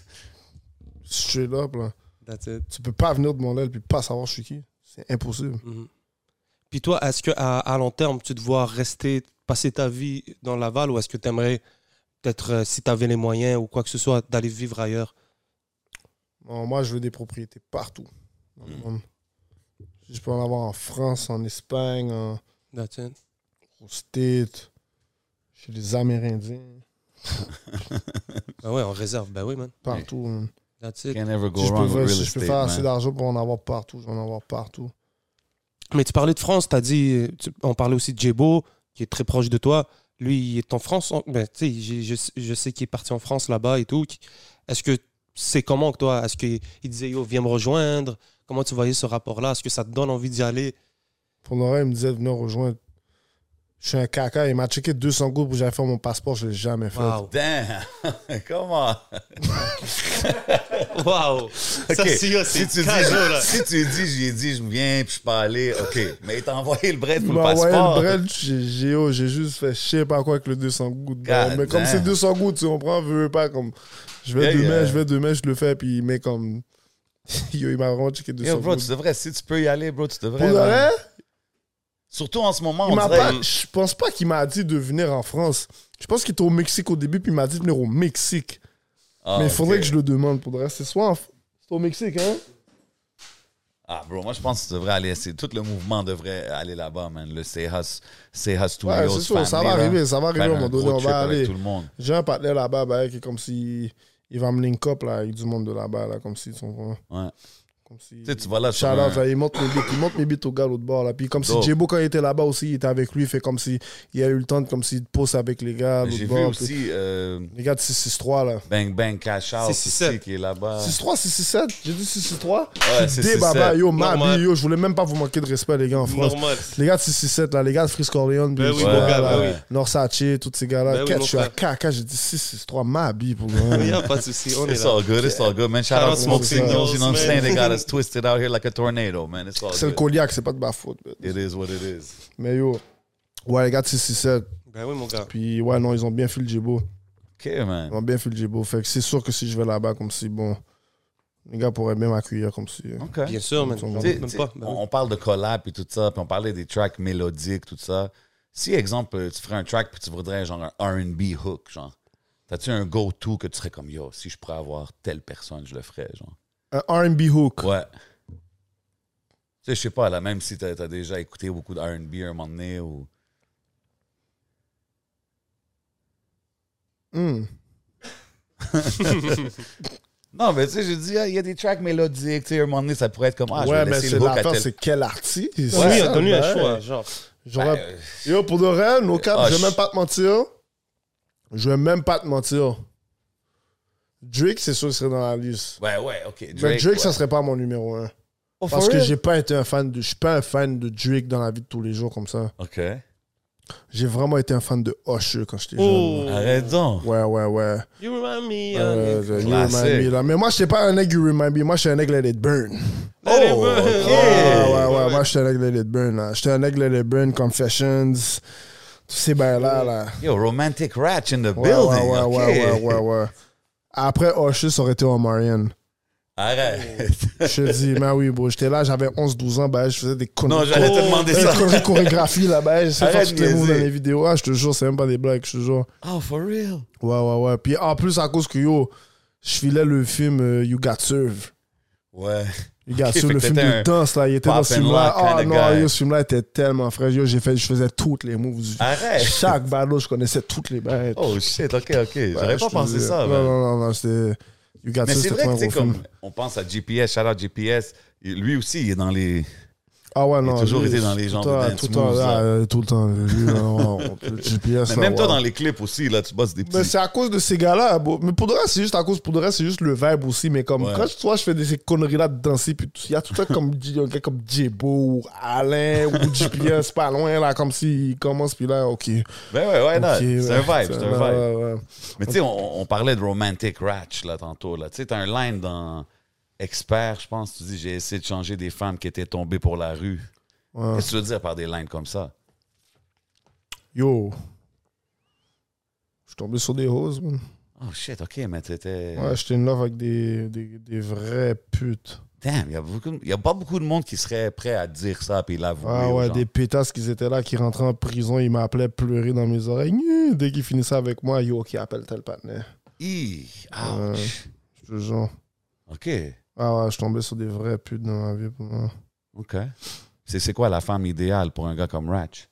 Speaker 3: Straight up, là.
Speaker 1: That's it.
Speaker 3: Tu peux pas venir de mon là et puis pas savoir je suis qui. C'est impossible.
Speaker 1: Mhm. Puis toi, est-ce que à, à long terme, tu te vois rester, passer ta vie dans Laval ou est-ce que tu aimerais peut-être, euh, si tu avais les moyens ou quoi que ce soit, d'aller vivre ailleurs
Speaker 3: Non, moi, je veux des propriétés partout. dans le
Speaker 2: Mm.
Speaker 3: monde. Je peux en avoir en France, en Espagne, en
Speaker 1: That's it.
Speaker 3: au States, chez les Amérindiens,
Speaker 1: Ben ouais, en réserve. Ben oui, man.
Speaker 3: partout. man.
Speaker 1: That's it.
Speaker 2: Can't ever go
Speaker 3: Si je peux,
Speaker 2: wrong with
Speaker 3: faire-
Speaker 2: real
Speaker 3: si je peux
Speaker 2: estate,
Speaker 3: faire assez
Speaker 2: man.
Speaker 3: d'argent pour en avoir partout, je vais en avoir partout.
Speaker 1: Mais tu parlais de France, t'as dit, tu- on parlait aussi de Djebo, qui est très proche de toi. Lui, il est en France. en- ben, tu sais, j'ai- je, je sais qu'il est parti en France là-bas et tout. Est-ce que c'est comment que toi Est-ce qu'il il disait, yo, viens me rejoindre Comment tu voyais ce rapport-là Est-ce que ça te donne envie d'y aller
Speaker 3: Pour le reste, il me disait de venir rejoindre. Je suis un caca, il m'a checké 200 gouttes pour que j'aille faire mon passeport, je l'ai jamais fait.
Speaker 1: Waouh
Speaker 2: Damn! Come on!
Speaker 1: Waouh Ça,
Speaker 2: Ok,
Speaker 1: c'est yo, c'est
Speaker 2: si tu dis,
Speaker 1: cadeau, là.
Speaker 2: si tu dis, j'ai dit, je viens, puis je peux aller, OK. Mais il t'a envoyé le bread
Speaker 3: Il
Speaker 2: pour le
Speaker 3: m'a envoyé
Speaker 2: passeport.
Speaker 3: le bread, j'ai- j'ai oh, j'ai juste fait je sais pas quoi avec le 200 gouttes. bro.
Speaker 2: God
Speaker 3: mais comme
Speaker 2: damn.
Speaker 3: c'est 200 gouttes, tu comprends, veux, veux pas comme je vais
Speaker 2: Yeah,
Speaker 3: demain,
Speaker 2: yeah.
Speaker 3: je vais demain, je le fais puis il met comme Yo, il m'a vraiment checké 200
Speaker 2: Yo, bro, tu
Speaker 3: gouttes.
Speaker 2: devrais, si tu peux y aller, bro, tu
Speaker 3: Pour
Speaker 2: devrais.
Speaker 3: le
Speaker 2: man.
Speaker 3: reste,
Speaker 2: Surtout en ce moment,
Speaker 3: il
Speaker 2: on
Speaker 3: m'a
Speaker 2: dirait.
Speaker 3: pas je pense pas qu'il m'a dit de venir en France. Je pense qu'il était au Mexique au début puis il m'a dit de venir au Mexique.
Speaker 2: Ah,
Speaker 3: mais il faudrait
Speaker 2: ok.
Speaker 3: que je le demande pour le reste, c'est soit en- c'est au Mexique hein.
Speaker 2: Ah, bro, moi, je pense que tu devrais aller. c'est- Tout le mouvement devrait aller là-bas, man. Le Sehas, Sehas Studios.
Speaker 3: Ouais, c'est sûr, ça va
Speaker 2: family, là.
Speaker 3: arriver, ça va
Speaker 2: Faire
Speaker 3: arriver à un moment
Speaker 2: hein.
Speaker 3: donné,
Speaker 2: Ben, gros
Speaker 3: on
Speaker 2: trip
Speaker 3: va
Speaker 2: avec
Speaker 3: aller.
Speaker 2: tout le monde.
Speaker 3: J'ai un partenaire là-bas bah, qui est comme si il va me link up là, avec du monde de là-bas là comme si ils sont
Speaker 2: Ouais.
Speaker 3: Comme si...
Speaker 2: Tu sais, tu vas là, tu
Speaker 3: Shout out,
Speaker 2: vas-
Speaker 3: là, il monte mes beats, il monte mes beats au gars l'autre bord là. Puis comme si
Speaker 2: Dope.
Speaker 3: Jebo quand il était là-bas aussi, il était avec lui, il fait comme si il a eu le temps de comme s'il pose avec les gars l'autre
Speaker 2: J'ai vu
Speaker 3: bord. puis-
Speaker 2: aussi euh,
Speaker 3: Les gars de 663 là.
Speaker 2: Bang Bang Cash Out
Speaker 1: 667.
Speaker 2: aussi qui est là-bas.
Speaker 3: 6-3, 6-7, j'ai dit 6-3.
Speaker 2: Ouais,
Speaker 3: Des baba,
Speaker 2: 667.
Speaker 3: yo, Mabi,
Speaker 1: Normal.
Speaker 3: yo, je voulais même pas vous manquer de respect, les gars, en France.
Speaker 1: Normal.
Speaker 3: Les gars de 6-7, là, les gars de Frisk Orleans,
Speaker 1: Ben
Speaker 3: puis
Speaker 1: oui,
Speaker 3: les
Speaker 1: mon
Speaker 3: gars,
Speaker 1: gars,
Speaker 3: là,
Speaker 1: ben oui.
Speaker 3: Norsace, tous ces gars-là.
Speaker 1: Ben oui,
Speaker 3: Quatre,
Speaker 1: mon
Speaker 3: je suis à
Speaker 1: frère.
Speaker 3: caca, j'ai dit 6-3, Mabi, pour moi.
Speaker 1: Il y a pas de souci, on est
Speaker 2: It's
Speaker 1: là.
Speaker 2: all good, it's all good, man. Shout
Speaker 1: Shout
Speaker 2: out
Speaker 1: out
Speaker 2: Smoke
Speaker 3: Smoke
Speaker 2: Signals, you know what I'm
Speaker 1: Signals,
Speaker 2: saying? They
Speaker 1: man.
Speaker 2: got us twisted out here like a tornado, man. It's all
Speaker 3: C'est le
Speaker 2: good.
Speaker 3: Coliac, c'est pas de ma faute. mais-
Speaker 2: It is what it is.
Speaker 3: Mais yo, ouais, les gars de 6-7,
Speaker 1: Ben oui, mon gars.
Speaker 3: puis ouais, non, ils ont bien fait le Jebo.
Speaker 2: Okay, man.
Speaker 3: Ils ont bien fait le Djibo. Fait que c'est sûr que si je vais là-bas, comme si, bon, les gars pourraient bien m'accueillir comme si. euh,
Speaker 2: Okay.
Speaker 1: Bien sûr, man.
Speaker 3: T'sais,
Speaker 1: J'en
Speaker 2: T'sais,
Speaker 1: doute même
Speaker 2: t'sais,
Speaker 1: pas. Ben
Speaker 2: on,
Speaker 1: oui.
Speaker 2: on parle de collab et tout ça, puis on parlait des tracks mélodiques, tout ça. Si, exemple, euh, tu ferais un track puis tu voudrais genre un R&B hook, genre, t'as-tu un go-to que tu serais comme, yo, si je pourrais avoir telle personne, je le ferais, genre.
Speaker 3: Un RB hook.
Speaker 2: Ouais. Tu sais, je sais pas, là, même si t'as as déjà écouté beaucoup de R&B à un moment donné ou...
Speaker 3: Hmm.
Speaker 2: Non, mais tu sais, j'ai dit, ah, il y a des tracks mélodiques, tu sais, à un moment donné, ça pourrait être comme, ah,
Speaker 3: ouais,
Speaker 2: je vais
Speaker 3: mais
Speaker 2: laisser
Speaker 3: c'est
Speaker 2: le hook à
Speaker 3: l'affaire,
Speaker 2: tel...
Speaker 3: c'est quel artiste
Speaker 1: Oui,
Speaker 3: C'est
Speaker 1: oui,
Speaker 3: ça,
Speaker 1: on a donné un
Speaker 3: ben,
Speaker 1: choix, genre.
Speaker 3: J'aurais-
Speaker 2: Ben, euh,
Speaker 3: Yo, pour de vrai, no cap,
Speaker 2: Ah,
Speaker 3: je vais
Speaker 2: je-
Speaker 3: même pas te mentir. Je vais même pas te mentir. Drake, c'est sûr, serait dans la liste.
Speaker 2: Ouais, ouais, OK. Drake,
Speaker 3: mais Drake,
Speaker 2: ouais.
Speaker 3: ça serait pas mon numéro un. Parce que j'ai pas été un fan de. Je suis pas un fan de Drake dans la vie de tous les jours comme ça.
Speaker 2: OK.
Speaker 3: J'ai vraiment été un fan de Usher quand j'étais
Speaker 1: Oh,
Speaker 2: Arrête donc.
Speaker 3: jeune. Ouais, ouais, ouais.
Speaker 1: you remind me.
Speaker 3: Euh,
Speaker 1: honey.
Speaker 3: de You
Speaker 2: Classique.
Speaker 3: Remind Me, là. Mais moi, j'étais pas un nègre You Remind Me. Moi, j'étais un nègre Let It Burn.
Speaker 1: Oh, ok.
Speaker 2: Ah,
Speaker 3: Ouais, ouais, ouais. Moi, j'étais un nègre Let It Burn. là. J'étais un nègre Let It Burn, Confessions, tous ces bails-là. Là.
Speaker 2: Yo, romantic ratch in the
Speaker 3: Ouais,
Speaker 2: building.
Speaker 3: ouais, ouais,
Speaker 2: OK.
Speaker 3: ouais, ouais, ouais, ouais. Après, Usher, ça aurait été Omarion.
Speaker 2: Arrête.
Speaker 3: Je te dis, mais oui, bro, j'étais là, j'avais 11-12 ans, bah, je faisais des conneries.
Speaker 2: Non, j'allais te demander
Speaker 3: Des
Speaker 2: ça.
Speaker 3: conneries de chorégraphie là-bas, je sais
Speaker 2: Arrête
Speaker 3: faire toutes les
Speaker 2: de
Speaker 3: moves dans
Speaker 2: niaiser.
Speaker 3: les vidéos. Ah, je te jure, c'est même pas des blagues, je te jure.
Speaker 2: Oh, for real?
Speaker 3: Ouais, ouais, ouais. Puis en plus, à cause que yo, je filais le film euh, You Got Served.
Speaker 2: Ouais.
Speaker 3: You Got
Speaker 2: Ok,
Speaker 3: Served,
Speaker 2: fait
Speaker 3: le
Speaker 2: que
Speaker 3: film
Speaker 2: t'étais un
Speaker 3: de danse, là, il était dans
Speaker 2: pop
Speaker 3: ce
Speaker 2: and
Speaker 3: film-là.
Speaker 2: lock
Speaker 3: Ah
Speaker 2: kinda
Speaker 3: non,
Speaker 2: guy.
Speaker 3: yo, ce film-là était tellement frais. Yo, j'ai fait, je faisais toutes les moves. du-
Speaker 2: Arrête.
Speaker 3: Chaque ballot, je connaissais toutes les bêtes.
Speaker 2: Ah, Oh, shit, OK, OK.
Speaker 3: Ouais,
Speaker 2: J'aurais
Speaker 3: je
Speaker 2: pas
Speaker 3: te
Speaker 2: pensé
Speaker 3: dis.
Speaker 2: ça,
Speaker 3: Non,
Speaker 2: man.
Speaker 3: non, non, non, c'était. You Got
Speaker 2: Mais
Speaker 3: Served,
Speaker 2: c'est
Speaker 3: c'était
Speaker 2: vrai
Speaker 3: pas
Speaker 2: que,
Speaker 3: un
Speaker 2: tu sais,
Speaker 3: gros film.
Speaker 2: comme on pense à GPS, shout out GPS, lui aussi, il est dans les.
Speaker 3: Ah ouais,
Speaker 2: Il a
Speaker 3: non.
Speaker 2: toujours
Speaker 3: lui,
Speaker 2: été dans les
Speaker 3: tout
Speaker 2: genres
Speaker 3: le temps,
Speaker 2: de dance
Speaker 3: Tout le temps,
Speaker 2: moves,
Speaker 3: là,
Speaker 2: là.
Speaker 3: euh, tout le temps. Lui, là, on- on- le GPS,
Speaker 2: Mais
Speaker 3: là,
Speaker 2: même toi,
Speaker 3: ouais.
Speaker 2: dans les clips aussi, là, tu bosses des petits.
Speaker 3: Mais c'est à cause de ces gars-là. bro. Mais pour de vrai, c'est juste à cause, pour de vrai, c'est juste le vibe aussi. Mais comme,
Speaker 2: Ouais.
Speaker 3: quand je- toi, je fais des, ces conneries-là de danser, puis tout- il y a tout le temps comme, il y a un gars comme Djebo ou Alain ou GPS pas loin, là, comme s'il commence, puis là, ok.
Speaker 2: Ben ouais, ouais, non,
Speaker 3: ok, ouais,
Speaker 2: c'est un vibe, c'est
Speaker 3: ouais,
Speaker 2: un vibe.
Speaker 3: ouais, ouais.
Speaker 2: Mais tu sais, on, on parlait de romantic ratch, là, tantôt, là. Tu sais, t'as un line dans Expert, je pense, tu dis, j'ai essayé de changer des femmes qui étaient tombées pour la rue.
Speaker 3: Ouais.
Speaker 2: Qu'est-ce que tu veux dire par des lines comme ça?
Speaker 3: Yo. Je suis tombé sur des roses, man.
Speaker 2: Oh shit, ok, mais t'étais.
Speaker 3: Ouais, j'étais une love avec des, des, des vraies putes.
Speaker 2: Damn, il y, a beaucoup- y a pas beaucoup de monde qui serait prêt à dire ça puis l'avouer.
Speaker 3: Ah
Speaker 2: aux
Speaker 3: ouais,
Speaker 2: gens.
Speaker 3: des pétasses qui étaient là, qui rentraient en prison, ils m'appelaient pleurer dans mes oreilles. Gnu, Dès qu'ils finissaient avec moi, yo, qui appelle tel partenaire.
Speaker 2: Hi, ouch.
Speaker 3: Je te jure.
Speaker 2: Ok,
Speaker 3: Ah ouais, je tombais sur des vraies putes dans ma vie. pour moi.
Speaker 2: ok. C'est c'est quoi la femme idéale pour un gars comme Ratch?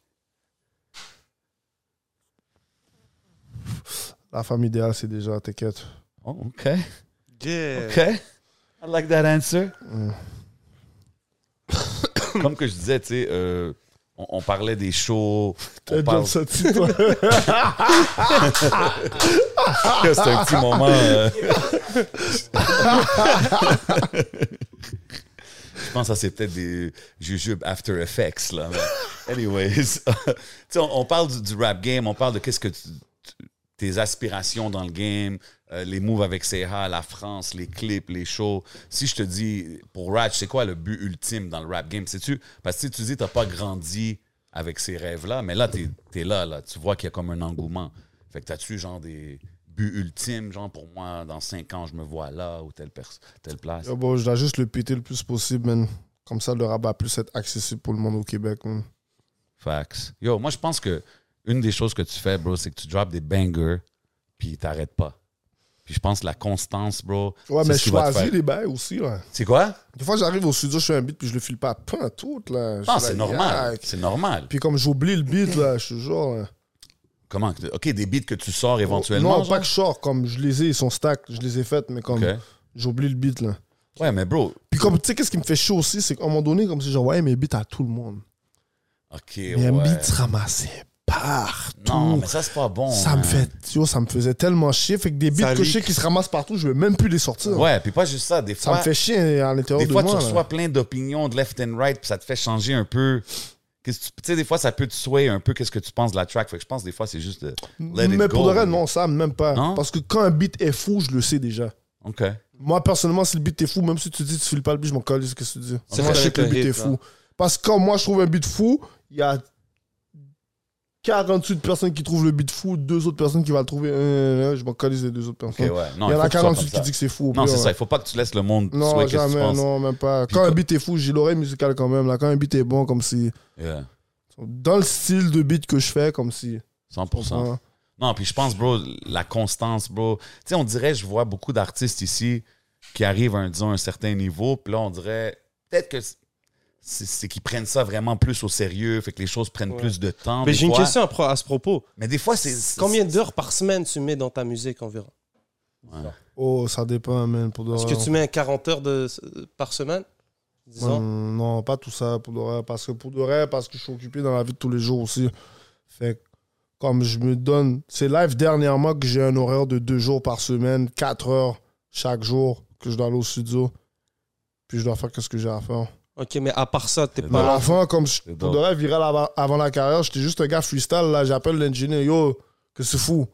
Speaker 3: La femme idéale, c'est déjà, t'inquiète.
Speaker 2: Oh, ok,
Speaker 1: Yeah.
Speaker 2: ok. I like that answer.
Speaker 3: Mm.
Speaker 2: Comme que je disais, tu sais, euh, on, on parlait des shows.
Speaker 3: T'as
Speaker 2: on parle-
Speaker 3: déjà sorti, toi.
Speaker 2: C'est un petit moment. euh. Je pense que ça, c'est peut-être des jujubes After Effects. Là. mais Anyways, tu sais, on, on parle du, du rap game, on parle de qu'est-ce que tu- tu- tes aspirations dans le game, euh, les moves avec Seha, la France, les clips, les shows. Si je te dis, pour Ratch, c'est quoi le but ultime dans le rap game? Sais-tu? Parce que tu sais, tu dis, t'as pas grandi avec ces rêves-là, mais là, t'es es là, là. Tu vois qu'il y a comme un engouement. Fait que t'as-tu genre des buts ultimes, genre pour moi, dans cinq ans, je me vois là ou telle, pers- telle place?
Speaker 3: Yo, bon, je dois juste le péter le plus possible, man. Comme ça, le rabat plus être accessible pour le monde au Québec, man.
Speaker 2: Facts. Yo, moi, je pense que une des choses que tu fais, bro, c'est que tu drops des bangers, puis t'arrêtes pas. Puis je pense que la constance, bro.
Speaker 3: Ouais,
Speaker 2: c'est
Speaker 3: mais
Speaker 2: ce
Speaker 3: je
Speaker 2: qui va te
Speaker 3: choisis
Speaker 2: faire-
Speaker 3: les bails aussi, là.
Speaker 2: C'est quoi?
Speaker 3: Des fois, j'arrive au studio, je fais un beat, puis je le file pas pas tout, là. Je
Speaker 2: Non,
Speaker 3: suis
Speaker 2: Ah, c'est
Speaker 3: là,
Speaker 2: normal.
Speaker 3: yak.
Speaker 2: C'est normal.
Speaker 3: Puis comme j'oublie le beat, là, je suis genre... là.
Speaker 2: Comment? que- OK, des beats que tu sors éventuellement.
Speaker 3: Non,
Speaker 2: genre?
Speaker 3: pas que je sors, comme je les ai, ils sont stack, je les ai faites, mais comme
Speaker 2: OK.
Speaker 3: j'oublie le beat là.
Speaker 2: Ouais, mais bro.
Speaker 3: Puis comme tu sais, qu'est-ce qui me fait chaud aussi, c'est qu'à un moment donné, comme si j'envoyais mes beats à tout le monde.
Speaker 2: OK,
Speaker 3: Mes
Speaker 2: ouais.
Speaker 3: beats ramassés partout.
Speaker 2: Non, hein. mais ça, c'est pas bon.
Speaker 3: ça me
Speaker 2: man.
Speaker 3: fait, yo, ça me faisait tellement chier, fait que des beats
Speaker 1: Ça
Speaker 3: que je sais
Speaker 1: leak.
Speaker 3: qui se ramassent partout, je veux même plus les sortir.
Speaker 2: Ouais, puis pas juste ça. Des
Speaker 3: Ça
Speaker 2: fois,
Speaker 3: me fait chier hein, à l'intérieur
Speaker 2: des
Speaker 3: de
Speaker 2: fois
Speaker 3: moi.
Speaker 2: tu
Speaker 3: là.
Speaker 2: reçois plein d'opinions de left and right, puis ça te fait changer un peu. Qu'est-ce que Tu tu sais, des fois, ça peut te sway un peu qu'est-ce que tu penses de la track. Fait que je pense, des fois, c'est juste de let it
Speaker 3: mais pour
Speaker 2: go.
Speaker 3: le reste, non, ça, même pas.
Speaker 2: Non?
Speaker 3: Parce que quand un beat est fou, je le sais déjà.
Speaker 2: OK.
Speaker 3: Moi, personnellement, si le beat est fou, même si tu dis tu files pas le beat, je m'en colle ce que tu dis.
Speaker 1: C'est
Speaker 3: moi,
Speaker 1: vrai.
Speaker 3: je sais que le beat
Speaker 1: Hit,
Speaker 3: est
Speaker 1: là.
Speaker 3: fou. Parce que quand moi, je trouve un beat fou, il y a 48 personnes qui trouvent le beat fou, deux autres personnes qui vont le trouver. Euh, euh, je m'en colle les deux autres
Speaker 2: Ok,
Speaker 3: personnes.
Speaker 2: ouais. Non,
Speaker 3: Hein? il y en
Speaker 2: faut
Speaker 3: a
Speaker 2: que ce soit
Speaker 3: 48
Speaker 2: comme
Speaker 3: qui disent que c'est fou. hein.
Speaker 2: Non,
Speaker 3: puis,
Speaker 2: c'est
Speaker 3: ouais.
Speaker 2: ça. Il faut pas que tu laisses le monde
Speaker 3: Non,
Speaker 2: souhaiter qu'est-ce que tu
Speaker 3: jamais,
Speaker 2: penses.
Speaker 3: non, même pas.
Speaker 2: Puis
Speaker 3: Quand un
Speaker 2: co-
Speaker 3: beat est fou, j'ai l'oreille musicale quand même. Là, quand un beat est bon, comme si.
Speaker 2: Yeah,
Speaker 3: Dans le style de beat que je fais, comme si.
Speaker 2: 100%.
Speaker 3: Hein.
Speaker 2: Non, puis je pense, bro, la constance, bro. Tu sais, on dirait, je vois beaucoup d'artistes ici qui arrivent à, un- disons, un certain niveau, puis là, on dirait, peut-être que c'est- c'est qu'ils prennent ça vraiment plus au sérieux, fait que les choses prennent
Speaker 1: Ouais.
Speaker 2: plus de temps.
Speaker 1: Mais
Speaker 2: des
Speaker 1: j'ai une
Speaker 2: fois.
Speaker 1: question à, pro- à ce propos.
Speaker 2: Mais des fois, c'est. c'est-
Speaker 1: Combien d'heures par semaine tu mets dans ta musique environ
Speaker 3: Oh, ça dépend, man. Pour de
Speaker 1: Est-ce
Speaker 3: vrai,
Speaker 1: que tu mets 40 heures de, par semaine
Speaker 3: Ouais,
Speaker 1: Disons.
Speaker 3: Mm, non, pas tout ça pour de vrai. Parce que pour de vrai, parce que je suis occupé dans la vie de tous les jours aussi. Fait que, comme je me donne. C'est live dernièrement que j'ai un horaire de deux jours par semaine, quatre heures chaque jour que je dois aller au studio. Puis je dois faire ce que j'ai à faire.
Speaker 1: Ok, mais à part ça, t'es
Speaker 2: C'est
Speaker 1: pas
Speaker 3: Mais
Speaker 2: dope.
Speaker 1: là.
Speaker 3: avant, comme je,
Speaker 2: C'est
Speaker 3: pour
Speaker 2: dope.
Speaker 3: de vrai, viral avant, avant la carrière, j'étais juste un gars freestyle. Là, j'appelle l'ingénieur, yo, que c'est fou.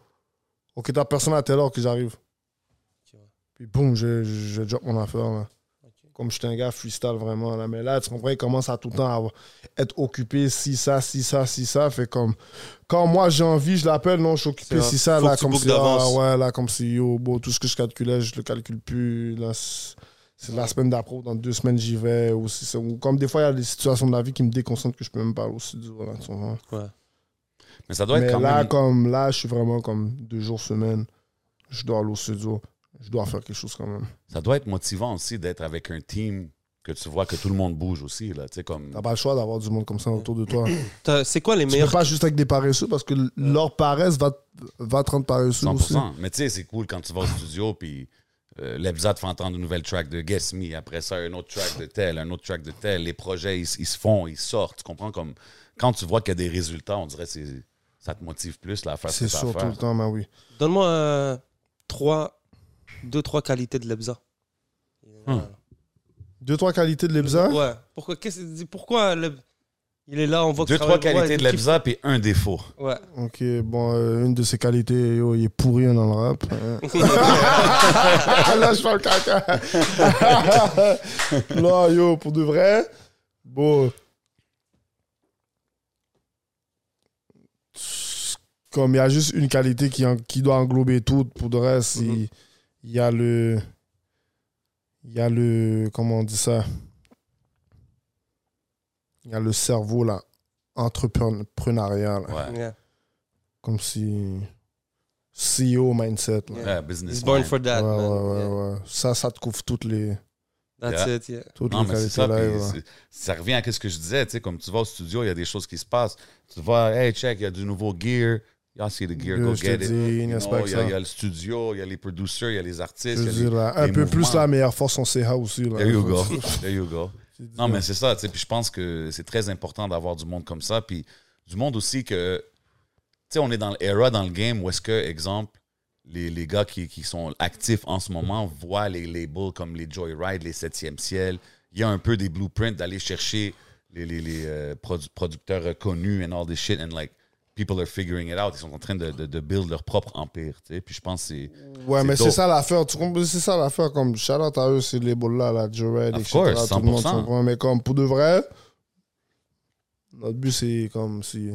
Speaker 3: Ok, t'as personne à telle heure que j'arrive.
Speaker 1: Ok, ouais.
Speaker 3: Puis boum, je, je, je drop mon affaire. Là.
Speaker 1: Ok.
Speaker 3: Comme j'étais un gars freestyle vraiment. Là. Mais là, tu comprends, il commence à tout le temps avoir- être occupé, si ça, si ça, si ça. Fait comme, quand moi j'ai envie, je l'appelle, non, je suis
Speaker 1: C'est
Speaker 3: occupé,
Speaker 1: vrai.
Speaker 3: si ça,
Speaker 1: Faut
Speaker 3: là,
Speaker 1: que tu
Speaker 3: comme
Speaker 1: bookes
Speaker 3: si, ah,
Speaker 1: d'avance.
Speaker 3: ouais, là, comme si, yo, bon, tout ce que je calculais, je le calcule plus. Là, c'est c'est la semaine d'après, ou dans deux semaines, j'y vais. Ou, si c'est- ou comme des fois, il y a des situations de la vie qui me déconcentrent que je peux même pas aller au studio, là, tu comprends.
Speaker 2: Mais ça doit être
Speaker 3: Mais
Speaker 2: quand
Speaker 3: là,
Speaker 2: même.
Speaker 3: comme, là, je suis vraiment comme deux jours semaine, je dois aller au studio, je dois faire quelque chose quand même.
Speaker 2: Ça doit être motivant aussi d'être avec un team que tu vois que tout le monde bouge aussi, là. Tu sais, comme.
Speaker 3: T'as pas le choix d'avoir du monde comme ça autour de toi.
Speaker 1: T'as- C'est quoi les
Speaker 3: Tu peux
Speaker 1: meilleurs
Speaker 3: pas juste avec des paresseux parce que l- leur paresse va, va te rendre paresseux aussi.
Speaker 2: 100%. Mais tu sais, c'est cool quand tu vas au studio, puis euh, l'Ebzat fait entendre une nouvelle track de Guess Me, après ça, un autre track de tel, un autre track de tel. Les projets, ils, s- ils se font, ils sortent. Tu comprends? Comme quand tu vois qu'il y a des résultats, on dirait que c'est- ça te motive plus là, à faire ce
Speaker 3: C'est
Speaker 2: que t'as à
Speaker 3: sûr, tout
Speaker 2: faire.
Speaker 3: le temps, mais oui.
Speaker 1: Donne-moi euh, trois, deux, trois qualités de Lebza.
Speaker 2: Hmm.
Speaker 3: Deux, trois qualités de
Speaker 2: Hein?
Speaker 3: l'Ebza.
Speaker 1: Ouais. Pourquoi, qu'est-ce que- pourquoi Leb- il est là, on voit que
Speaker 2: Deux, trois
Speaker 1: travaille- ouais,
Speaker 2: qualités de
Speaker 1: il kiffe-
Speaker 2: l'Ebza, puis un défaut.
Speaker 1: Ouais.
Speaker 3: Ok, bon, euh, une de ses qualités, yo, il est pourri dans le rap. hein. Là, je parle caca. Là, yo, pour de vrai, bon. Comme il y a juste une qualité qui, en- qui doit englober tout, pour de vrai, c'est-
Speaker 1: Mhm.
Speaker 3: il y a le. Il y a le. Comment on dit ça Il y a le cerveau, là, entrepreneuriat, là.
Speaker 2: Ouais.
Speaker 1: Yeah.
Speaker 3: Comme si. CEO mindset, là.
Speaker 1: Yeah.
Speaker 2: Ouais, business.
Speaker 1: He's born
Speaker 2: mind.
Speaker 1: for that,
Speaker 3: Ouais,
Speaker 1: man.
Speaker 3: ouais, ouais,
Speaker 1: Yeah.
Speaker 3: ouais. Ça, ça te couvre toutes les,
Speaker 1: That's it, yeah.
Speaker 3: toutes
Speaker 2: Non,
Speaker 3: les
Speaker 2: mais c'est
Speaker 3: qualités
Speaker 2: ça.
Speaker 3: live,
Speaker 2: puis
Speaker 3: ouais.
Speaker 2: c'est- ça revient à ce que je disais. Tu sais, comme tu vas au studio, il y a des choses qui se passent. Tu vas, hey, check, il y a du nouveau gear. Y'all see the gear,
Speaker 3: Yo,
Speaker 2: go
Speaker 3: je te
Speaker 2: get it.
Speaker 3: dis,
Speaker 2: You
Speaker 3: n'est-ce
Speaker 2: know,
Speaker 3: pas que
Speaker 2: Il y, a-
Speaker 3: ça.
Speaker 2: il y a le studio, il y a les producers, il y a les
Speaker 3: Je
Speaker 2: artistes.
Speaker 3: veux
Speaker 2: il y a
Speaker 3: dire,
Speaker 2: les-
Speaker 3: là, un
Speaker 2: des
Speaker 3: peu plus
Speaker 2: mouvements.
Speaker 3: la meilleure force, on sait how aussi. Là.
Speaker 2: There you go. There you go. Non, mais c'est ça, tu sais. Puis je pense que c'est très important d'avoir du monde comme ça. Puis du monde aussi que. Tu sais, on est dans l'era, dans le game où est-ce que, exemple, les, les gars qui, qui sont actifs en ce moment voient les labels comme les Joyride, les 7e Ciel. Il y a un peu des blueprints d'aller chercher les, les, les, euh, produ- producteurs reconnus and all this shit. And like, people are figuring it out. Ils sont en train de, de, de build leur propre empire, tu sais. Puis je pense que c'est.
Speaker 3: Ouais, mais
Speaker 2: dope.
Speaker 3: c'est ça l'affaire. Tu comprends? C'est ça l'affaire. Comme shout out à eux, c'est les balles là, la Jared,
Speaker 2: Of
Speaker 3: etc.
Speaker 2: course,
Speaker 3: tout le monde
Speaker 2: 100%.
Speaker 3: comprend. Mais comme pour de vrai, notre but, c'est comme si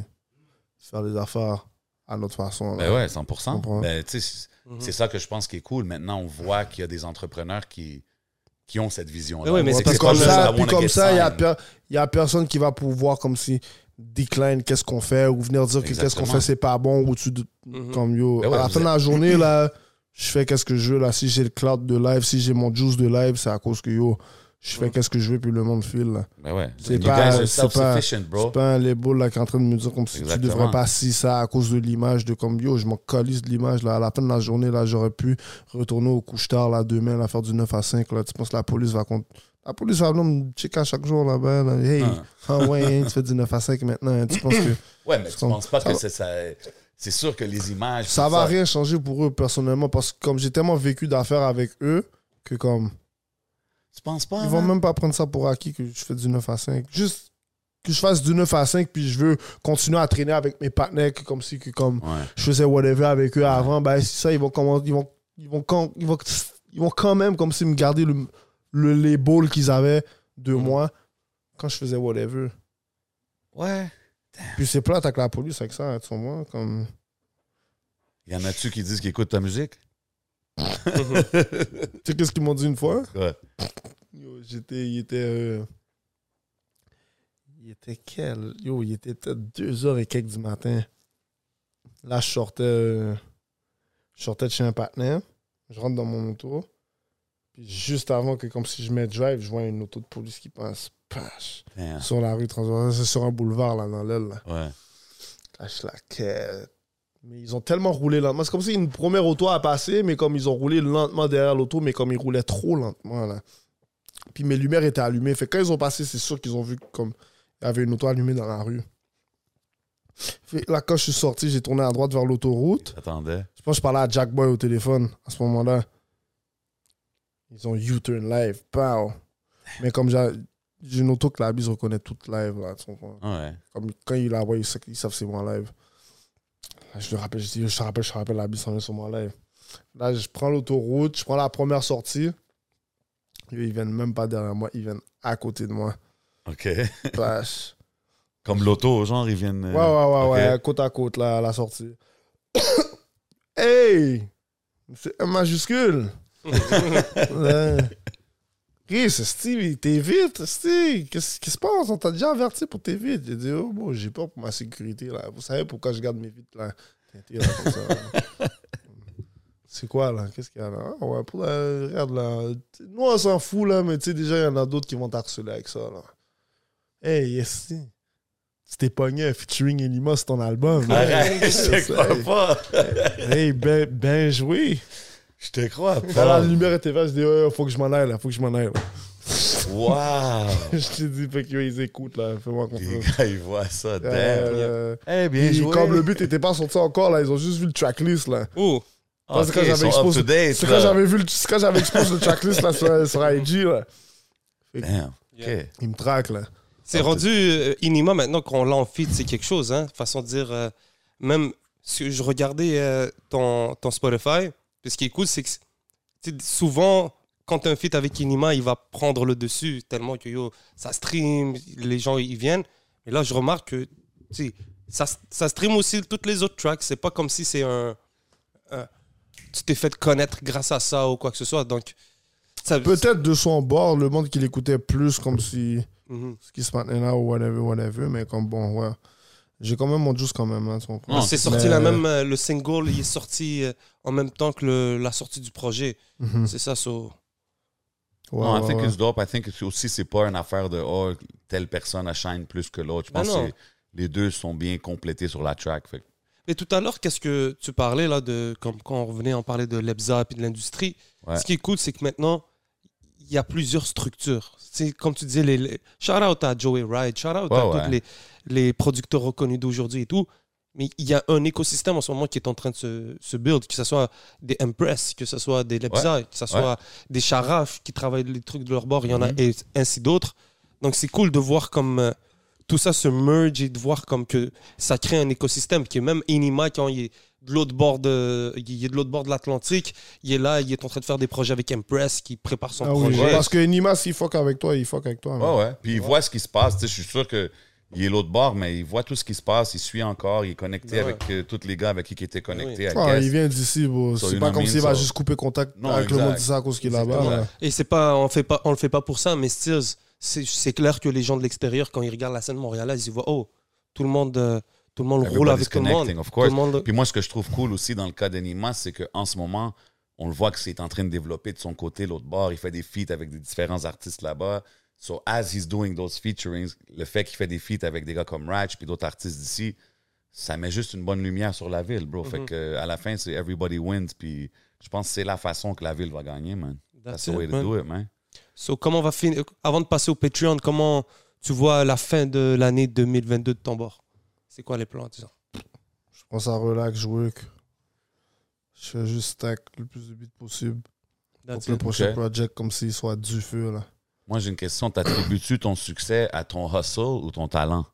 Speaker 3: faire des affaires à notre façon. là.
Speaker 2: Ben ouais, 100
Speaker 3: comprends.
Speaker 2: Ben, tu sais, c'est- c'est ça que je pense qui est cool. Maintenant, on voit qu'il y a des entrepreneurs qui, qui ont cette vision-là.
Speaker 1: Oui, oui, mais
Speaker 3: Ouais,
Speaker 1: c'est-
Speaker 3: parce
Speaker 1: c'est
Speaker 3: que comme
Speaker 1: pas
Speaker 3: ça,
Speaker 2: I
Speaker 3: puis
Speaker 2: wanna
Speaker 3: comme
Speaker 2: get
Speaker 3: ça, il n'y a,
Speaker 2: signed.
Speaker 3: per- il y a personne qui va pouvoir comme si decline qu'est-ce qu'on fait ou venir dire que qu'est-ce qu'on
Speaker 2: Exactement.
Speaker 3: fait c'est pas bon ou tu de-
Speaker 1: Mhm.
Speaker 3: comme yo
Speaker 2: Ben ouais,
Speaker 3: à la
Speaker 2: vous
Speaker 3: fin de
Speaker 2: êtes-
Speaker 3: la journée là je fais qu'est-ce que je veux là si j'ai le cloud de live si j'ai mon juice de live c'est à cause que yo je
Speaker 2: Mm.
Speaker 3: fais
Speaker 1: Mhm.
Speaker 3: qu'est-ce que je veux puis le monde file là.
Speaker 2: Ben ouais.
Speaker 3: C'est
Speaker 2: You
Speaker 3: pas-
Speaker 2: guys are
Speaker 3: c'est pas-
Speaker 2: self-sufficient, bro.
Speaker 3: c'est pas un label là qui est en train de me dire comme si tu
Speaker 2: Exactement.
Speaker 3: devrais pas si ça à cause de l'image de comme yo je m'en calisse de l'image là à la fin de la journée là j'aurais pu retourner au couche tard là demain là faire du 9 à 5 là tu penses que la police va compte la police va venir me checker à chaque jour là-bas là. hey
Speaker 2: Ah.
Speaker 3: ah ouais hein, tu fais du 9 à 5 maintenant hein, tu penses que
Speaker 2: Ouais, mais tu
Speaker 3: comme-
Speaker 2: penses pas
Speaker 3: ça
Speaker 2: que
Speaker 3: va-
Speaker 2: c'est ça. C'est sûr que les images.
Speaker 3: ça
Speaker 2: tout
Speaker 3: va rien changer pour eux personnellement parce que comme j'ai tellement vécu d'affaires avec eux que comme
Speaker 2: Tu penses pas?
Speaker 3: Ils vont
Speaker 2: hein?
Speaker 3: même pas prendre ça pour acquis que je fais du 9 à 5. Juste que je fasse du 9 à 5 puis je veux continuer à traîner avec mes partenaires que comme si que comme
Speaker 2: Ouais.
Speaker 3: je faisais whatever avec eux avant, ben c'est ça ils vont comment ils vont ils vont quand ils vont ils vont quand même comme si me garder le le label qu'ils avaient de moi quand je faisais whatever.
Speaker 2: Ouais.
Speaker 3: Puis c'est plate avec la police avec ça, hein, tu moi comme
Speaker 2: Y en a-tu qui disent qu'ils écoutent ta musique?
Speaker 3: tu sais qu'est-ce qu'ils m'ont dit une fois
Speaker 2: Ouais.
Speaker 3: Yo, j'étais il était euh, il était quel Yo, il était peut-être 2h et quelques du matin. Là, je sortais, euh, je sortais de chez un partenaire. Je rentre dans mon auto. Puis juste avant que, comme si je mets drive, je vois une auto de police qui passe. Pash,
Speaker 2: Damn.
Speaker 3: sur la rue transversale, c'est sur un boulevard là dans l'aile. là.
Speaker 2: Ouais.
Speaker 3: Lâche la quête. Mais ils ont tellement roulé lentement. C'est comme si une première auto a passé, mais comme ils ont roulé lentement derrière l'auto, mais comme ils roulaient trop lentement, là. Puis mes lumières étaient allumées. Fait que quand ils ont passé, c'est sûr qu'ils ont vu que, comme il y avait une auto allumée dans la rue. Fait, là, quand je suis sorti, j'ai tourné à droite vers l'autoroute.
Speaker 2: J'attendais.
Speaker 3: Je pense que je parlais à Jack Boy au téléphone à ce moment-là. Ils ont U-turn live. Pow. Mais comme j'a- j'ai une auto que la bise reconnaît toute live, là, tu comprends?
Speaker 2: Ouais.
Speaker 3: Comme quand il la voit, ils sa- ils savent que c'est moi en live. Là, je le rappelle, je dis, je te rappelle, je te rappelle, la bise en est sur moi en live. Là, je prends l'autoroute, je prends la première sortie. Eux, Ils viennent même pas derrière moi, ils viennent à côté de moi.
Speaker 2: OK.
Speaker 3: Pash.
Speaker 2: Comme l'auto, genre, ils viennent.
Speaker 3: Ouais,
Speaker 2: euh,
Speaker 3: ouais, ouais,
Speaker 2: ok.
Speaker 3: ouais, côte à côte, là, à la sortie. hey! C'est un majuscule! Ouais. Chris, Steve, t'es vite, Steve. Qu'est-ce qui se passe? On t'a déjà averti pour tes vides. J'ai dit, oh, bon, j'ai peur pour ma sécurité, là. Vous savez pourquoi je garde mes vides, là? teintées, là, comme ça, là. C'est quoi, là? Qu'est-ce qu'il y a, là? Ah, ouais, pour la... Regarde, là. Nous, on s'en fout, là, mais tu sais, déjà, il y en a d'autres qui vont t'harceler avec ça, là. Hey, yes, si. Tu t'es pogné un featuring Elima sur ton album. là.
Speaker 2: Arrête, je te
Speaker 3: Hey,
Speaker 2: crois pas.
Speaker 3: Hey, ben, ben joué.
Speaker 2: Je te crois
Speaker 3: Quand la
Speaker 2: pas.
Speaker 3: lumière était verte, je dis, Ouais, faut que je m'en aille, là, faut que je m'en aille. là.
Speaker 2: Wow.
Speaker 3: je t'ai dit, fait qu'ils écoutent, là, fais-moi
Speaker 2: Les
Speaker 3: confiance.
Speaker 2: gars, ils voient ça. Damn.
Speaker 3: Euh,
Speaker 2: Eh bien
Speaker 3: puis
Speaker 2: joué.
Speaker 3: comme le but était pas sorti encore, là, ils ont juste vu le tracklist, là.
Speaker 1: Oh,
Speaker 3: Parce que quand
Speaker 2: Ok, ils
Speaker 3: j'avais
Speaker 2: sont up
Speaker 3: exposé-
Speaker 2: to date.
Speaker 3: C'est
Speaker 2: là.
Speaker 3: quand j'avais vu le, c'est quand j'avais exposé le tracklist, là, sur, sur IG, là.
Speaker 2: Damn. OK.
Speaker 3: Ils me traquent, là.
Speaker 1: c'est rendu euh, Inima maintenant qu'on l'a en feed, c'est quelque chose. Hein. Façon de dire, euh, même si je regardais euh, ton, ton Spotify, puis ce qui est cool, c'est que tu sais, souvent, quand tu as un feed avec Inima, il va prendre le dessus tellement que yo, ça stream, les gens ils viennent. Mais là, je remarque que tu sais, ça, ça stream aussi toutes les autres tracks. C'est pas comme si c'est un. un- tu t'es fait connaître grâce à ça ou quoi que ce soit. Donc, ça.
Speaker 3: Peut-être de son bord, le monde qui l'écoutait plus, comme si
Speaker 1: Mhm.
Speaker 3: ce qui se passait là, ou whatever, whatever, mais comme bon, ouais. J'ai quand même mon juice quand même, là, tu comprends?
Speaker 2: Non,
Speaker 1: c'est
Speaker 3: mais-
Speaker 1: sorti la même, euh, le single il est sorti euh, en même temps que le- la sortie du projet.
Speaker 2: Hmm.
Speaker 3: Mhm.
Speaker 1: C'est ça, so.
Speaker 3: Ouais,
Speaker 2: non,
Speaker 3: ouais,
Speaker 2: I think
Speaker 3: ouais.
Speaker 2: it's dope. I think it's aussi, c'est pas une affaire de oh, telle personne a shine plus que l'autre. Je
Speaker 1: Ben
Speaker 2: pense
Speaker 1: non.
Speaker 2: que c'est- les deux sont bien complétés sur la track. Fait. que-
Speaker 1: Mais tout à l'heure, qu'est-ce que tu parlais là de comme quand on revenait, on parlait de l'EBSA et de l'industrie.
Speaker 2: Ouais.
Speaker 1: Ce qui est cool, c'est que maintenant il y a plusieurs structures. C'est comme tu disais, les, les- shout out à Joey Wright, shout out
Speaker 2: Ouais,
Speaker 1: à
Speaker 2: ouais.
Speaker 1: tous les, les producteurs reconnus d'aujourd'hui et tout. Mais il y a un écosystème en ce moment qui est en train de se, se build, que ce soit des Empress, que ce soit des Lebza, que ce soit des Charaf qui travaillent les trucs de leur bord, il y en
Speaker 2: Mhm.
Speaker 1: a et ainsi d'autres. Donc c'est cool de voir comme euh, tout ça se merge et de voir comme que ça crée un écosystème qui est même Inima quand il est de l'autre bord de il est de l'autre bord de l'Atlantique, il est là, il est en train de faire des projets avec Empress qui prépare son
Speaker 3: Ah oui,
Speaker 1: projet.
Speaker 3: parce que Nima, s'il fuck avec toi, il fuck avec toi. man.
Speaker 2: Ouais, ouais. Puis il voit ce qui se passe. Tu sais, Je suis sûr que il est l'autre bord, mais il voit tout ce qui se passe. Il suit encore. Il est connecté
Speaker 1: Ouais.
Speaker 2: avec euh, tous les gars avec qui il était connecté. à
Speaker 3: Ah,
Speaker 2: Guess.
Speaker 3: il vient d'ici, bro.
Speaker 2: So, you
Speaker 3: C'est
Speaker 2: know
Speaker 3: pas
Speaker 2: what I
Speaker 3: comme
Speaker 2: mean,
Speaker 3: s'il va
Speaker 2: so-
Speaker 3: juste couper contact
Speaker 2: Non,
Speaker 3: avec le monde
Speaker 2: exact.
Speaker 3: d'ici à cause qu'il est là-bas.
Speaker 2: Exactement.
Speaker 3: là.
Speaker 1: Et c'est pas, on fait pas, on le fait pas pour ça, mais Steels, c'est c'est clair que les gens de l'extérieur, quand ils regardent la scène montréalaise, ils voient oh, tout le monde, euh, tout le monde roule
Speaker 2: Everybody's
Speaker 1: avec tout le monde.
Speaker 2: connecting, of
Speaker 1: Tout le
Speaker 2: course.
Speaker 1: monde-
Speaker 2: Puis moi, ce que je trouve cool aussi dans le cas d'Anima, c'est qu'en ce moment, on le voit que c'est en train de développer de son côté l'autre bord. Il fait des feats avec des différents artistes là-bas. So, as he's doing those featurings, le fait qu'il fait des feats avec des gars comme Ratch puis d'autres artistes d'ici, ça met juste une bonne lumière sur la ville, bro.
Speaker 1: Mhm.
Speaker 2: Fait que à la fin, c'est everybody wins. Puis je pense que c'est la façon que la ville va gagner, man.
Speaker 1: That's
Speaker 2: That's, the way
Speaker 1: it,
Speaker 2: to
Speaker 1: man.
Speaker 2: do it, man.
Speaker 1: So, comment on va finir Avant de passer au Patreon, comment tu vois la fin de l'année 2022 de ton bord C'est quoi les plans disons
Speaker 3: Je pense à relax, je work. Je fais juste stack le plus de beats possible. Pour
Speaker 1: That's
Speaker 3: que le
Speaker 1: it.
Speaker 3: prochain
Speaker 2: Ok.
Speaker 3: project, comme s'il soit du feu, là.
Speaker 2: Moi, j'ai une question. T'attribues-tu ton succès à ton hustle ou ton talent?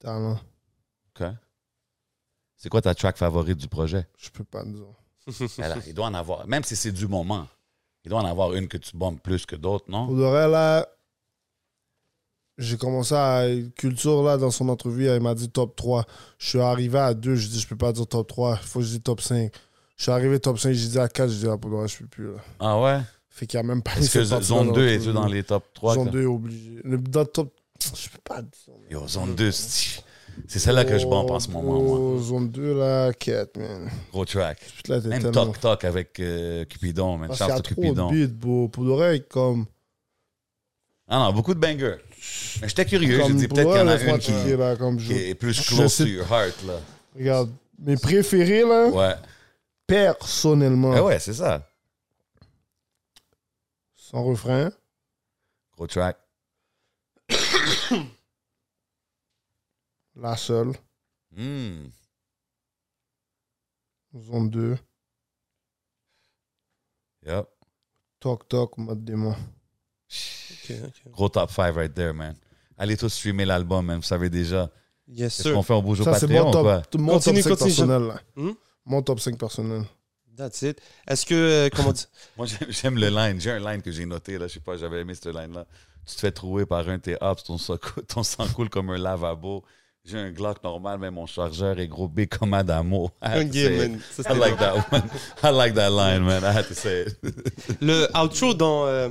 Speaker 3: Talent,
Speaker 2: OK. C'est quoi ta track favorite du projet?
Speaker 3: je peux pas dire.
Speaker 2: Alors, il doit en avoir, même si c'est du moment, il doit en avoir une que tu bombes plus que d'autres, non?
Speaker 3: Pour de vrai, là, j'ai commencé à. Culture, là, dans son entrevue, elle m'a dit top 3. Je suis arrivé à 2, je dis, je peux pas dire top 3. Faut que je dise top 5. Je suis arrivé top 5, j'ai dit à 4, je dis, ah, pour de vrai, je peux plus, là.
Speaker 2: Ah ouais?
Speaker 3: Fait qu'il y a même pas
Speaker 2: Est-ce que
Speaker 3: cette partie-là
Speaker 2: Zone
Speaker 3: dans
Speaker 2: 2
Speaker 3: le
Speaker 2: est
Speaker 3: truc,
Speaker 2: dans
Speaker 3: là.
Speaker 2: les top 3?
Speaker 3: Zone 2 est obligé. Le, dans le top. Je peux pas dire.
Speaker 2: Yo, Zone 2, c'est- C'est celle-là que je bombe en ce moment, moi.
Speaker 3: Oh, Zone 2, là, quête, man.
Speaker 2: Gros track.
Speaker 3: Putain, là, t'es
Speaker 2: Même
Speaker 3: Oh. tellement- Ah,
Speaker 2: Toc Toc avec euh, Cupidon, man.
Speaker 3: Parce qu'il y
Speaker 2: Charles
Speaker 3: a
Speaker 2: de
Speaker 3: trop de
Speaker 2: Cupidon.
Speaker 3: beats, bro. Pour l'oreille, comme.
Speaker 2: Ah non, beaucoup de bangers. Mais j'étais curieux. J'ai
Speaker 3: comme
Speaker 2: dit
Speaker 3: pour
Speaker 2: peut-être
Speaker 3: de
Speaker 2: qu'il y en
Speaker 3: vrai,
Speaker 2: a
Speaker 3: laisse-moi
Speaker 2: une qui,
Speaker 3: checker, là, comme
Speaker 2: qui
Speaker 3: je-
Speaker 2: est plus
Speaker 3: Je
Speaker 2: close
Speaker 3: sais-
Speaker 2: to your heart, là.
Speaker 3: Regarde, mes préférés, là,
Speaker 2: Ouais.
Speaker 3: personnellement,
Speaker 2: Ah ouais, c'est ça.
Speaker 3: sans refrain,
Speaker 2: Gros track.
Speaker 3: la seule,
Speaker 2: Hmm.
Speaker 3: zone 2,
Speaker 2: Yep.
Speaker 3: toc toc, mode démon.
Speaker 1: Ok, ok.
Speaker 2: Gros top 5 right there, man. Allez tous streamer l'album, man. Vous savez déjà.
Speaker 1: Yes,
Speaker 2: Qu'est-ce
Speaker 1: sir.
Speaker 2: qu'on fait? On bouge au
Speaker 3: Ça, c'est mon
Speaker 2: Patreon ou quoi?
Speaker 3: top, mon
Speaker 1: Continue,
Speaker 3: top 5
Speaker 1: continue,
Speaker 3: personnel, là.
Speaker 1: Hmm?
Speaker 3: Mon top 5 personnel.
Speaker 1: That's it. Est-ce que, euh, comment dire
Speaker 2: Moi, j'aime- j'aime le line. J'ai un line que j'ai noté, là. Je sais pas, j'avais aimé ce line-là. Tu te fais trouver par un de tes ups, ton sang, cou- ton sang coule comme un lavabo. J'ai un Glock normal, mais mon chargeur est gros B comme Adamo. I had to say it.
Speaker 1: man. Ça,
Speaker 2: I
Speaker 1: c'était
Speaker 2: like that one. I like that line, man. Ah, I had to say it.
Speaker 1: Le outro dans euh,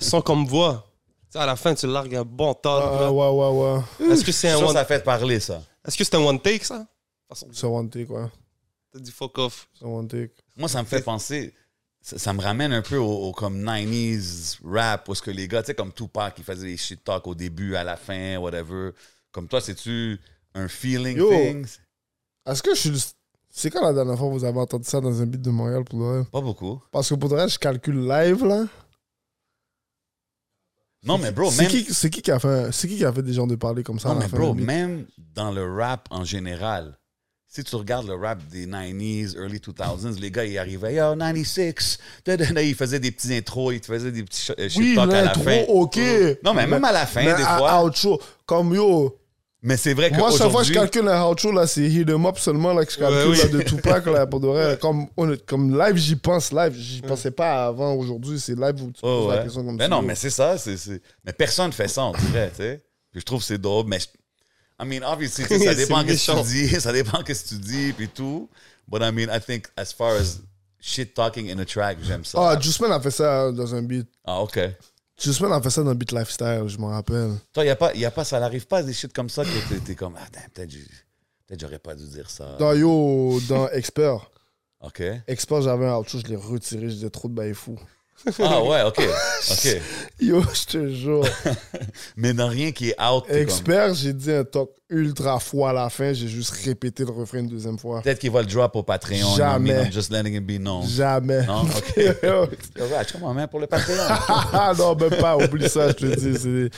Speaker 1: Sans comme voix, Tu sais, à la fin, tu largues un bon
Speaker 3: Ah, ouais,
Speaker 1: tas.
Speaker 3: ouais, ouais.
Speaker 1: Est-ce que c'est
Speaker 2: Ça,
Speaker 1: un one,
Speaker 2: ça fait parler, ça.
Speaker 1: est-ce que c'est un one take, ça
Speaker 3: C'est one take, ouais.
Speaker 1: T'as dit fuck off.
Speaker 3: C'est one take.
Speaker 2: Moi, ça me fait penser. Ça, ça me ramène un peu au, au comme 90s rap, où ce que les gars, tu sais, comme Tupac, ils faisaient des shit talk au début, à la fin, whatever. Comme toi, c'est-tu un feeling
Speaker 3: Yo.
Speaker 2: thing?
Speaker 3: Est-ce que je suis. le- C'est quand la dernière fois que vous avez entendu ça dans un beat de Montréal pour le
Speaker 2: Pas beaucoup.
Speaker 3: Parce que pour le reste, je calcule live, là.
Speaker 2: Non, mais bro,
Speaker 3: C'est
Speaker 2: même.
Speaker 3: qui, c'est qui qui a fait, un- c'est qui qui a fait des gens de parler comme ça
Speaker 2: Non,
Speaker 3: à la
Speaker 2: mais
Speaker 3: fin
Speaker 2: bro,
Speaker 3: du beat?
Speaker 2: même dans le rap en général, si tu regardes le rap des 90s, early 2000s, les gars, ils arrivaient, yo, 96, da, da, da, ils faisaient des petits intros, ils faisaient des petits sh- euh, shit
Speaker 3: Oui,
Speaker 2: talk à la
Speaker 3: l'intro, oh.
Speaker 2: fin.
Speaker 3: ok.
Speaker 2: Non, mais même à la fin,
Speaker 3: mais
Speaker 2: des
Speaker 3: à-
Speaker 2: fois.
Speaker 3: à outro, comme yo,
Speaker 2: Mais c'est vrai que.
Speaker 3: Moi, chaque fois que je
Speaker 2: aujourd'hui-
Speaker 3: calcule un outro, là, c'est Hit 'em Up seulement, là, que je calcule,
Speaker 1: Ouais, oui.
Speaker 3: là, de Tupac, là, pour de vrai. Comme, honnête, comme live, j'y pense, live, j'y pensais pas avant, aujourd'hui, c'est live où tu
Speaker 2: Oh,
Speaker 3: poses
Speaker 2: ouais.
Speaker 3: la question comme
Speaker 2: Mais
Speaker 3: tu
Speaker 2: non,
Speaker 3: veux.
Speaker 2: mais c'est ça. c'est c'est- Mais personne fait ça, on dirait, tu sais. Puis je trouve que c'est drôle, mais... je- I mean, obviously, tu sais, ça
Speaker 1: C'est
Speaker 2: dépend qu'est-ce que
Speaker 1: méchant.
Speaker 2: tu dis, ça dépend qu'est-ce que tu dis, puis tout. But I mean, I think as far as shit talking in a track, j'aime ça.
Speaker 3: Ah, Juiceman a fait ça dans un beat.
Speaker 2: Ah, OK.
Speaker 3: Juiceman a fait ça dans un beat lifestyle, je m'en rappelle.
Speaker 2: Toi, y a pas, y a pas, ça n'arrive pas à des shit comme ça que t'es- t'es comme, ah, damn, peut-être j'ai- peut-être j'aurais pas dû dire ça.
Speaker 3: Dans Yo, dans Expert.
Speaker 2: OK.
Speaker 3: Expert, j'avais un outro, je l'ai retiré, j'étais trop de bail fou.
Speaker 2: Ah, ouais, OK. OK.
Speaker 3: Yo, je te jure.
Speaker 2: Mais dans rien qui est out, t'es comme,
Speaker 3: Expert, j'ai dit un talk ultra fou à la fin, j'ai juste répété le refrain une deuxième fois.
Speaker 2: peut-être qu'il va le drop au Patreon. you know what I mean?
Speaker 3: Jamais.
Speaker 2: I'm just letting it be known.
Speaker 3: Jamais.
Speaker 2: Non, OK. Yo, Rach, comment, man, pour le Patreon?
Speaker 3: Ah non, même pas, oublie ça, je te dis. c'est-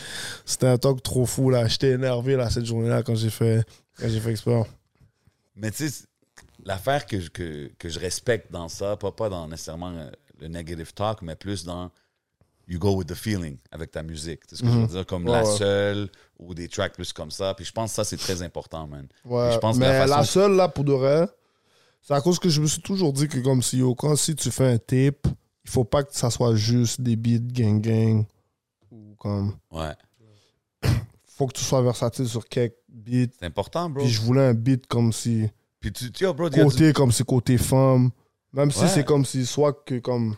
Speaker 3: C'était un talk trop fou, là. J'étais énervé, là, cette journée-là, quand j'ai fait, quand j'ai fait Expert.
Speaker 2: Mais tu sais, l'affaire que, je- que, que je respecte dans ça, pas, pas dans nécessairement euh, le negative talk, mais plus dans you go with the feeling avec ta musique. C'est ce que je veux dire, comme
Speaker 3: Mhm. Ouais,
Speaker 2: la
Speaker 3: ouais.
Speaker 2: seule ou des tracks plus comme ça. Puis je pense que ça, c'est très important, man.
Speaker 3: Ouais.
Speaker 2: Je pense que
Speaker 3: Mais
Speaker 2: la
Speaker 3: la,
Speaker 2: façon-
Speaker 3: seule, là, pour de vrai, c'est à cause que je me suis toujours dit que, comme si, yo, quand si tu fais un tape, il faut pas que ça soit juste des beats gang-gang. Ou comme.
Speaker 2: Ouais.
Speaker 3: Faut que tu sois versatile sur quelques beats.
Speaker 2: C'est important, bro.
Speaker 3: Puis je voulais un beat comme si.
Speaker 2: Puis tu, tu yo, bro, y a du-
Speaker 3: Côté, comme si côté femme. Même si
Speaker 2: Ouais.
Speaker 3: c'est comme si, soit que comme.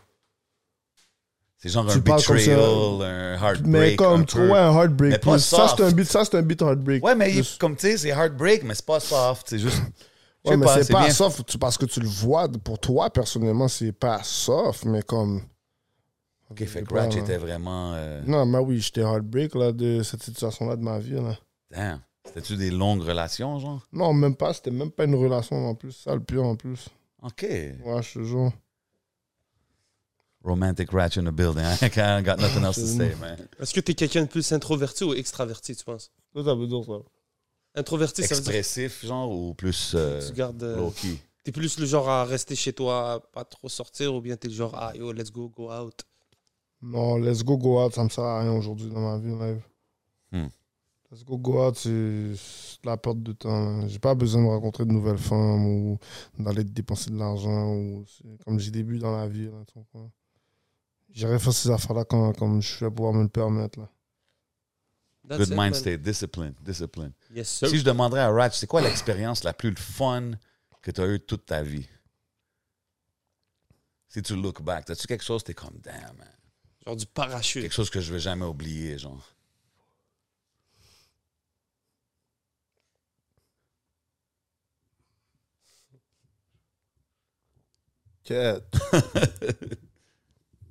Speaker 2: c'est genre
Speaker 3: tu
Speaker 2: un
Speaker 3: parles comme ça.
Speaker 2: betrayal, un heartbreak.
Speaker 3: Mais comme,
Speaker 2: un
Speaker 3: tu
Speaker 2: peu.
Speaker 3: vois, un heartbreak.
Speaker 2: Mais pas
Speaker 3: plus. Ça,
Speaker 2: soft.
Speaker 3: c'est un beat, ça, c'est un beat heartbreak.
Speaker 2: Ouais, mais il-
Speaker 3: Plus.
Speaker 2: comme tu sais, c'est heartbreak, mais c'est pas soft. C'est juste. je
Speaker 3: Ouais,
Speaker 2: sais
Speaker 3: mais
Speaker 2: pas,
Speaker 3: c'est pas
Speaker 2: bien-
Speaker 3: soft tu- parce que tu le vois. Pour toi, personnellement, c'est pas soft, mais comme.
Speaker 2: Ok, fait
Speaker 3: Je
Speaker 2: que
Speaker 3: sais pas,
Speaker 2: Ratch
Speaker 3: hein.
Speaker 2: était vraiment. euh,
Speaker 3: Non, mais oui, j'étais heartbreak là, de cette situation-là de ma vie. Là.
Speaker 2: Damn. C'était-tu des longues relations, genre?
Speaker 3: Non, même pas. C'était même pas une relation en plus. Ça, le pire en plus.
Speaker 2: Ok.
Speaker 3: Ouais, je te jure.
Speaker 2: romantic ratchet in the building. I ain't got nothing else to say, man.
Speaker 1: Est-ce que t'es quelqu'un de plus introverti ou extraverti, tu penses
Speaker 3: Ça, ça veut dire ça.
Speaker 1: Introverti, ça veut dire
Speaker 2: Expressif, genre, ou plus euh,
Speaker 1: que tu gardes. euh,
Speaker 2: low-key?
Speaker 1: T'es plus le genre à rester chez toi, à pas trop sortir, ou bien t'es le genre, ah yo, let's go, go out.
Speaker 3: Non, let's go go out, ça me sert à rien aujourd'hui dans ma vie, live.
Speaker 2: Hmm.
Speaker 3: Let's go go out, c'est de la perte de temps. là. J'ai pas besoin de rencontrer de nouvelles femmes ou d'aller dépenser de l'argent ou c'est comme j'ai début dans la vie. là, tu comprends. J'irai faire ces affaires-là quand, quand je vais pouvoir me le permettre. Là.
Speaker 1: That's
Speaker 2: Good
Speaker 1: it,
Speaker 2: mind
Speaker 1: man.
Speaker 2: state, discipline, discipline.
Speaker 1: Yes, sir.
Speaker 2: Si je demanderais à Ratch, c'est quoi l'expérience la plus fun que tu as eue toute ta vie? Si tu look back, as-tu quelque chose, t'es comme, damn, man.
Speaker 1: Genre du parachute.
Speaker 2: Quelque chose que je vais jamais oublier, genre.
Speaker 3: Quête.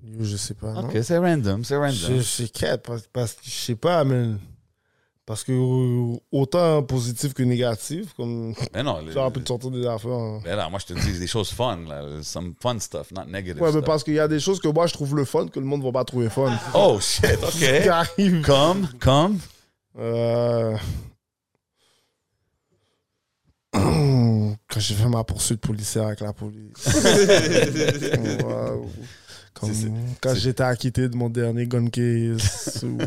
Speaker 3: Yo, je sais pas. non.
Speaker 2: Ok, c'est random, c'est
Speaker 3: Je,
Speaker 2: random.
Speaker 3: je sais quête, parce, parce que je sais pas, man. Parce que euh, autant positif que négatif, comme
Speaker 2: Mais non, le-
Speaker 3: tu as envie de sortir des affaires. hein.
Speaker 2: mais non, moi je te dis des choses fun, là. some fun stuff, not negative
Speaker 3: Ouais, mais
Speaker 2: stuff.
Speaker 3: parce qu'il y a des choses que moi je trouve le fun que le monde va pas trouver fun.
Speaker 2: Oh shit,
Speaker 3: Qui
Speaker 2: ok.
Speaker 3: arrive.
Speaker 2: Comme, comme.
Speaker 3: Euh, Quand j'ai fait ma poursuite policière avec la police. Waouh.
Speaker 2: C'est-
Speaker 3: Comme-
Speaker 2: c'est-
Speaker 3: Quand
Speaker 2: c'est-
Speaker 3: j'étais acquitté de mon dernier gun case. ou-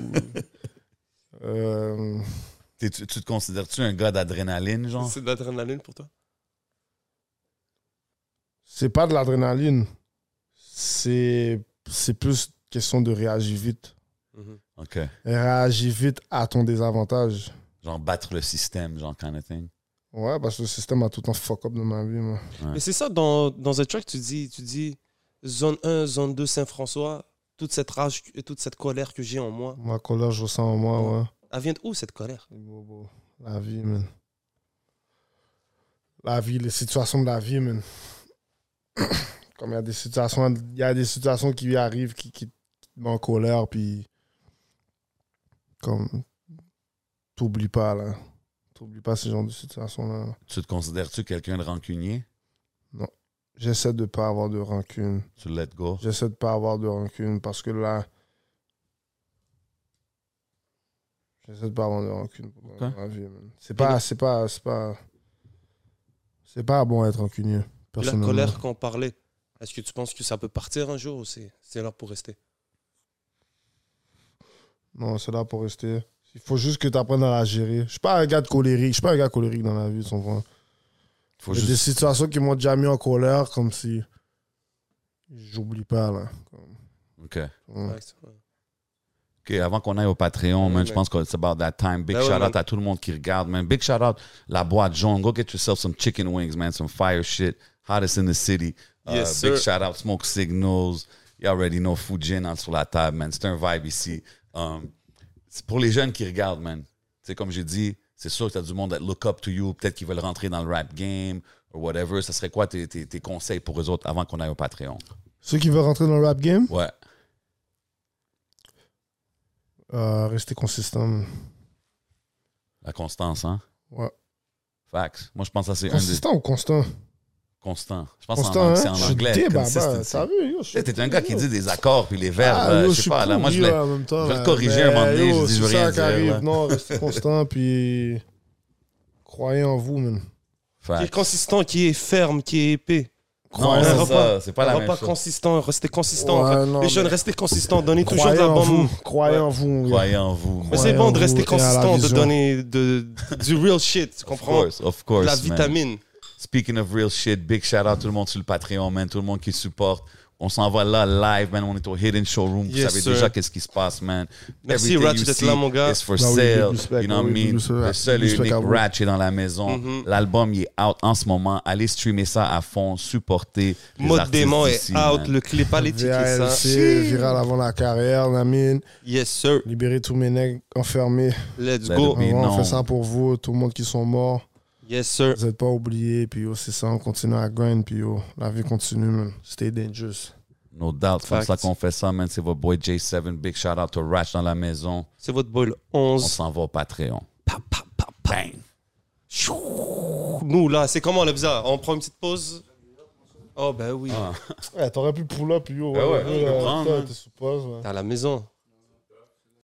Speaker 3: Euh,
Speaker 2: T'es- tu, tu te considères-tu un gars d'adrénaline, genre?
Speaker 1: C'est de l'adrénaline pour toi.
Speaker 3: C'est pas de l'adrénaline. C'est c'est plus question de réagir vite.
Speaker 1: Mm-hmm.
Speaker 2: Ok.
Speaker 3: Réagis vite à ton désavantage.
Speaker 2: Genre battre le système, genre kind of thing.
Speaker 3: Ouais, parce que le système a tout le temps fuck up dans ma vie. moi.
Speaker 1: Mais c'est ça, dans, dans un track, tu dis, tu dis zone 1, zone 2, Saint-François, toute cette rage et toute cette colère que j'ai en moi,
Speaker 3: Ma colère, je ressens en moi, ouais.
Speaker 1: elle vient de où cette colère
Speaker 3: Les bobos. La vie, man. La vie, les situations de la vie, man. Comme il y a des situations, il y a des situations qui lui arrivent, qui, qui, qui te mettent en colère, puis comme t'oublies pas là, t'oublies pas ce genre de situation là.
Speaker 2: Tu te considères-tu quelqu'un de rancunier?
Speaker 3: J'essaie de pas avoir de rancune.
Speaker 2: Tu let go?
Speaker 3: J'essaie de pas avoir de rancune parce que là. J'essaie de pas avoir de rancune pour
Speaker 2: Ok.
Speaker 3: ma vie, man. C'est pas, c'est pas, c'est pas. C'est pas bon être rancunier.
Speaker 1: Puis La
Speaker 3: Personnellement.
Speaker 1: colère qu'on parlait, est-ce que tu penses que ça peut partir un jour ou c'est c'est là pour rester
Speaker 3: Non, c'est là pour rester. Il faut juste que tu apprennes à la gérer. Je suis pas un gars de colérique. Je suis pas un gars colérique dans la vie, tu comprends?
Speaker 2: Faut
Speaker 3: Il y a des
Speaker 2: juste.
Speaker 3: situations qui m'ont déjà mis en colère, comme si. J'oublie pas, là.
Speaker 2: Ok.
Speaker 3: Comme-
Speaker 1: Ouais, c'est- ouais.
Speaker 2: OK, avant qu'on aille au Patreon, man,
Speaker 1: Ouais,
Speaker 2: je
Speaker 1: man.
Speaker 2: pense que c'est about that time. Big
Speaker 1: Ben ouais,
Speaker 2: shout-out
Speaker 1: man.
Speaker 2: à tout le monde qui regarde, man. Big shout-out la boîte jaune. Go get yourself some chicken wings, man. Some fire shit. Hottest in the city. Uh,
Speaker 1: Yes,
Speaker 2: Big
Speaker 1: sir.
Speaker 2: shout-out Smoke Signals. You already know Fujin en- sur la table, man. C'est un vibe ici. Um, c'est pour les jeunes qui regardent, man. Tu sais, comme j'ai dit, c'est sûr que tu as du monde that look up to you. Peut-être qu'ils veulent rentrer dans le rap game ou whatever. Ça serait quoi tes, tes- tes conseils pour eux autres avant qu'on aille au Patreon?
Speaker 3: Ceux qui veulent rentrer dans le rap game,
Speaker 2: Ouais.
Speaker 3: euh, restez consistant. man.
Speaker 2: La constance, hein?
Speaker 3: Ouais.
Speaker 2: Facts. Moi, je pense que ça, c'est un des...
Speaker 3: Consistant ou constant?
Speaker 2: Constant. Je pense
Speaker 3: Constant,
Speaker 2: que
Speaker 3: hein?
Speaker 2: c'est en
Speaker 3: Je suis
Speaker 2: anglais.
Speaker 3: débaba,
Speaker 2: consistency.
Speaker 3: t'as vu? yo, je
Speaker 2: Tu sais,
Speaker 3: suis-
Speaker 2: T'es un gars qui dit des accords puis les verbes.
Speaker 3: Ah,
Speaker 2: là,
Speaker 3: yo,
Speaker 2: je sais
Speaker 3: suis euh.
Speaker 2: pas, là, moi je
Speaker 3: pourri,
Speaker 2: l'ai.
Speaker 3: là, en même temps,
Speaker 2: je vais le
Speaker 3: là.
Speaker 2: corriger un moment donné,
Speaker 3: yo,
Speaker 2: je dis, je
Speaker 3: c'est
Speaker 2: veux rien
Speaker 3: ça qui
Speaker 2: dire,
Speaker 3: arrive.
Speaker 2: là.
Speaker 3: Non, restez constant, puis croyez en vous, man.
Speaker 1: Qui est
Speaker 2: Fait-
Speaker 1: consistant, qui est ferme, qui est épais.
Speaker 2: Non,
Speaker 1: un
Speaker 2: c'est
Speaker 1: repas.
Speaker 2: ça, c'est pas la
Speaker 1: On
Speaker 2: même
Speaker 1: va pas
Speaker 2: chose.
Speaker 1: consistant, restez consistant.
Speaker 3: Ouais,
Speaker 1: Enfin,
Speaker 3: non,
Speaker 1: les jeunes,
Speaker 3: mais-
Speaker 1: restez consistants, donnez toujours de
Speaker 3: Croyez
Speaker 1: la
Speaker 3: en
Speaker 1: bonne
Speaker 3: vous,
Speaker 1: mou.
Speaker 3: croyez en vous. man.
Speaker 2: Croyez en vous. man.
Speaker 1: Mais c'est
Speaker 3: Croyez
Speaker 1: bon
Speaker 3: en
Speaker 1: de
Speaker 3: vous
Speaker 1: rester
Speaker 3: et à la
Speaker 1: consistant, de
Speaker 3: vision.
Speaker 1: donner de, du real shit, tu
Speaker 2: Of
Speaker 1: comprends
Speaker 2: course, of
Speaker 1: De
Speaker 2: course.
Speaker 1: La
Speaker 2: man.
Speaker 1: vitamine.
Speaker 2: Speaking of real shit, big shout out tout le monde sur le Patreon, man. Tout le monde qui supporte. On s'en va là live, man. On est au Hidden Showroom. Vous
Speaker 1: Yes,
Speaker 2: savez
Speaker 1: sir.
Speaker 2: déjà qu'est-ce qui se passe, man.
Speaker 1: Merci,
Speaker 2: Everything
Speaker 1: Ratchet,
Speaker 2: you
Speaker 1: d'être
Speaker 2: see
Speaker 1: là, mon gars.
Speaker 2: is for
Speaker 3: Bah oui,
Speaker 2: sale.
Speaker 3: big respect,
Speaker 2: you know what
Speaker 3: bah oui,
Speaker 2: I mean?
Speaker 3: big respect.
Speaker 2: Le seul et
Speaker 3: Big respect
Speaker 2: unique
Speaker 3: à vous.
Speaker 2: Ratchet dans la maison.
Speaker 1: Mhm.
Speaker 2: L'album, il est out en ce moment. Allez streamer ça à fond. Supportez. les
Speaker 1: Mode
Speaker 2: artistes
Speaker 1: démon est
Speaker 2: d'ici,
Speaker 1: out,
Speaker 2: man.
Speaker 1: le clip, allez checker ça.
Speaker 3: VALC, viral avant la carrière, Namine.
Speaker 1: Yes, sir.
Speaker 3: Libérer tous mes nègres enfermés.
Speaker 1: Let's
Speaker 2: Let
Speaker 1: go.
Speaker 2: it be. Mais
Speaker 3: on
Speaker 2: non.
Speaker 3: fait ça pour vous, tout le monde qui sont morts.
Speaker 1: Yes, sir.
Speaker 3: Vous n'êtes pas oubliés, puis yo, c'est ça, on continue à grind, puis yo, la vie continue, man. Stay dangerous.
Speaker 2: No doubt. C'est comme
Speaker 1: Facts.
Speaker 2: ça qu'on fait ça, man. C'est votre boy J7. Big shout out to Ratch dans la maison.
Speaker 1: C'est votre boy le
Speaker 2: On
Speaker 1: 11.
Speaker 2: s'en va au Patreon.
Speaker 1: Pa, pa, pa, pa. Chou. Nous, là, c'est comment le bizarre On prend une petite pause Oh, ben oui.
Speaker 2: Ah.
Speaker 3: Ouais, t'aurais pu pull up, yo.
Speaker 2: ouais, je peux prendre, hein.
Speaker 3: t'es sous pause, ouais.
Speaker 1: T'es à la maison.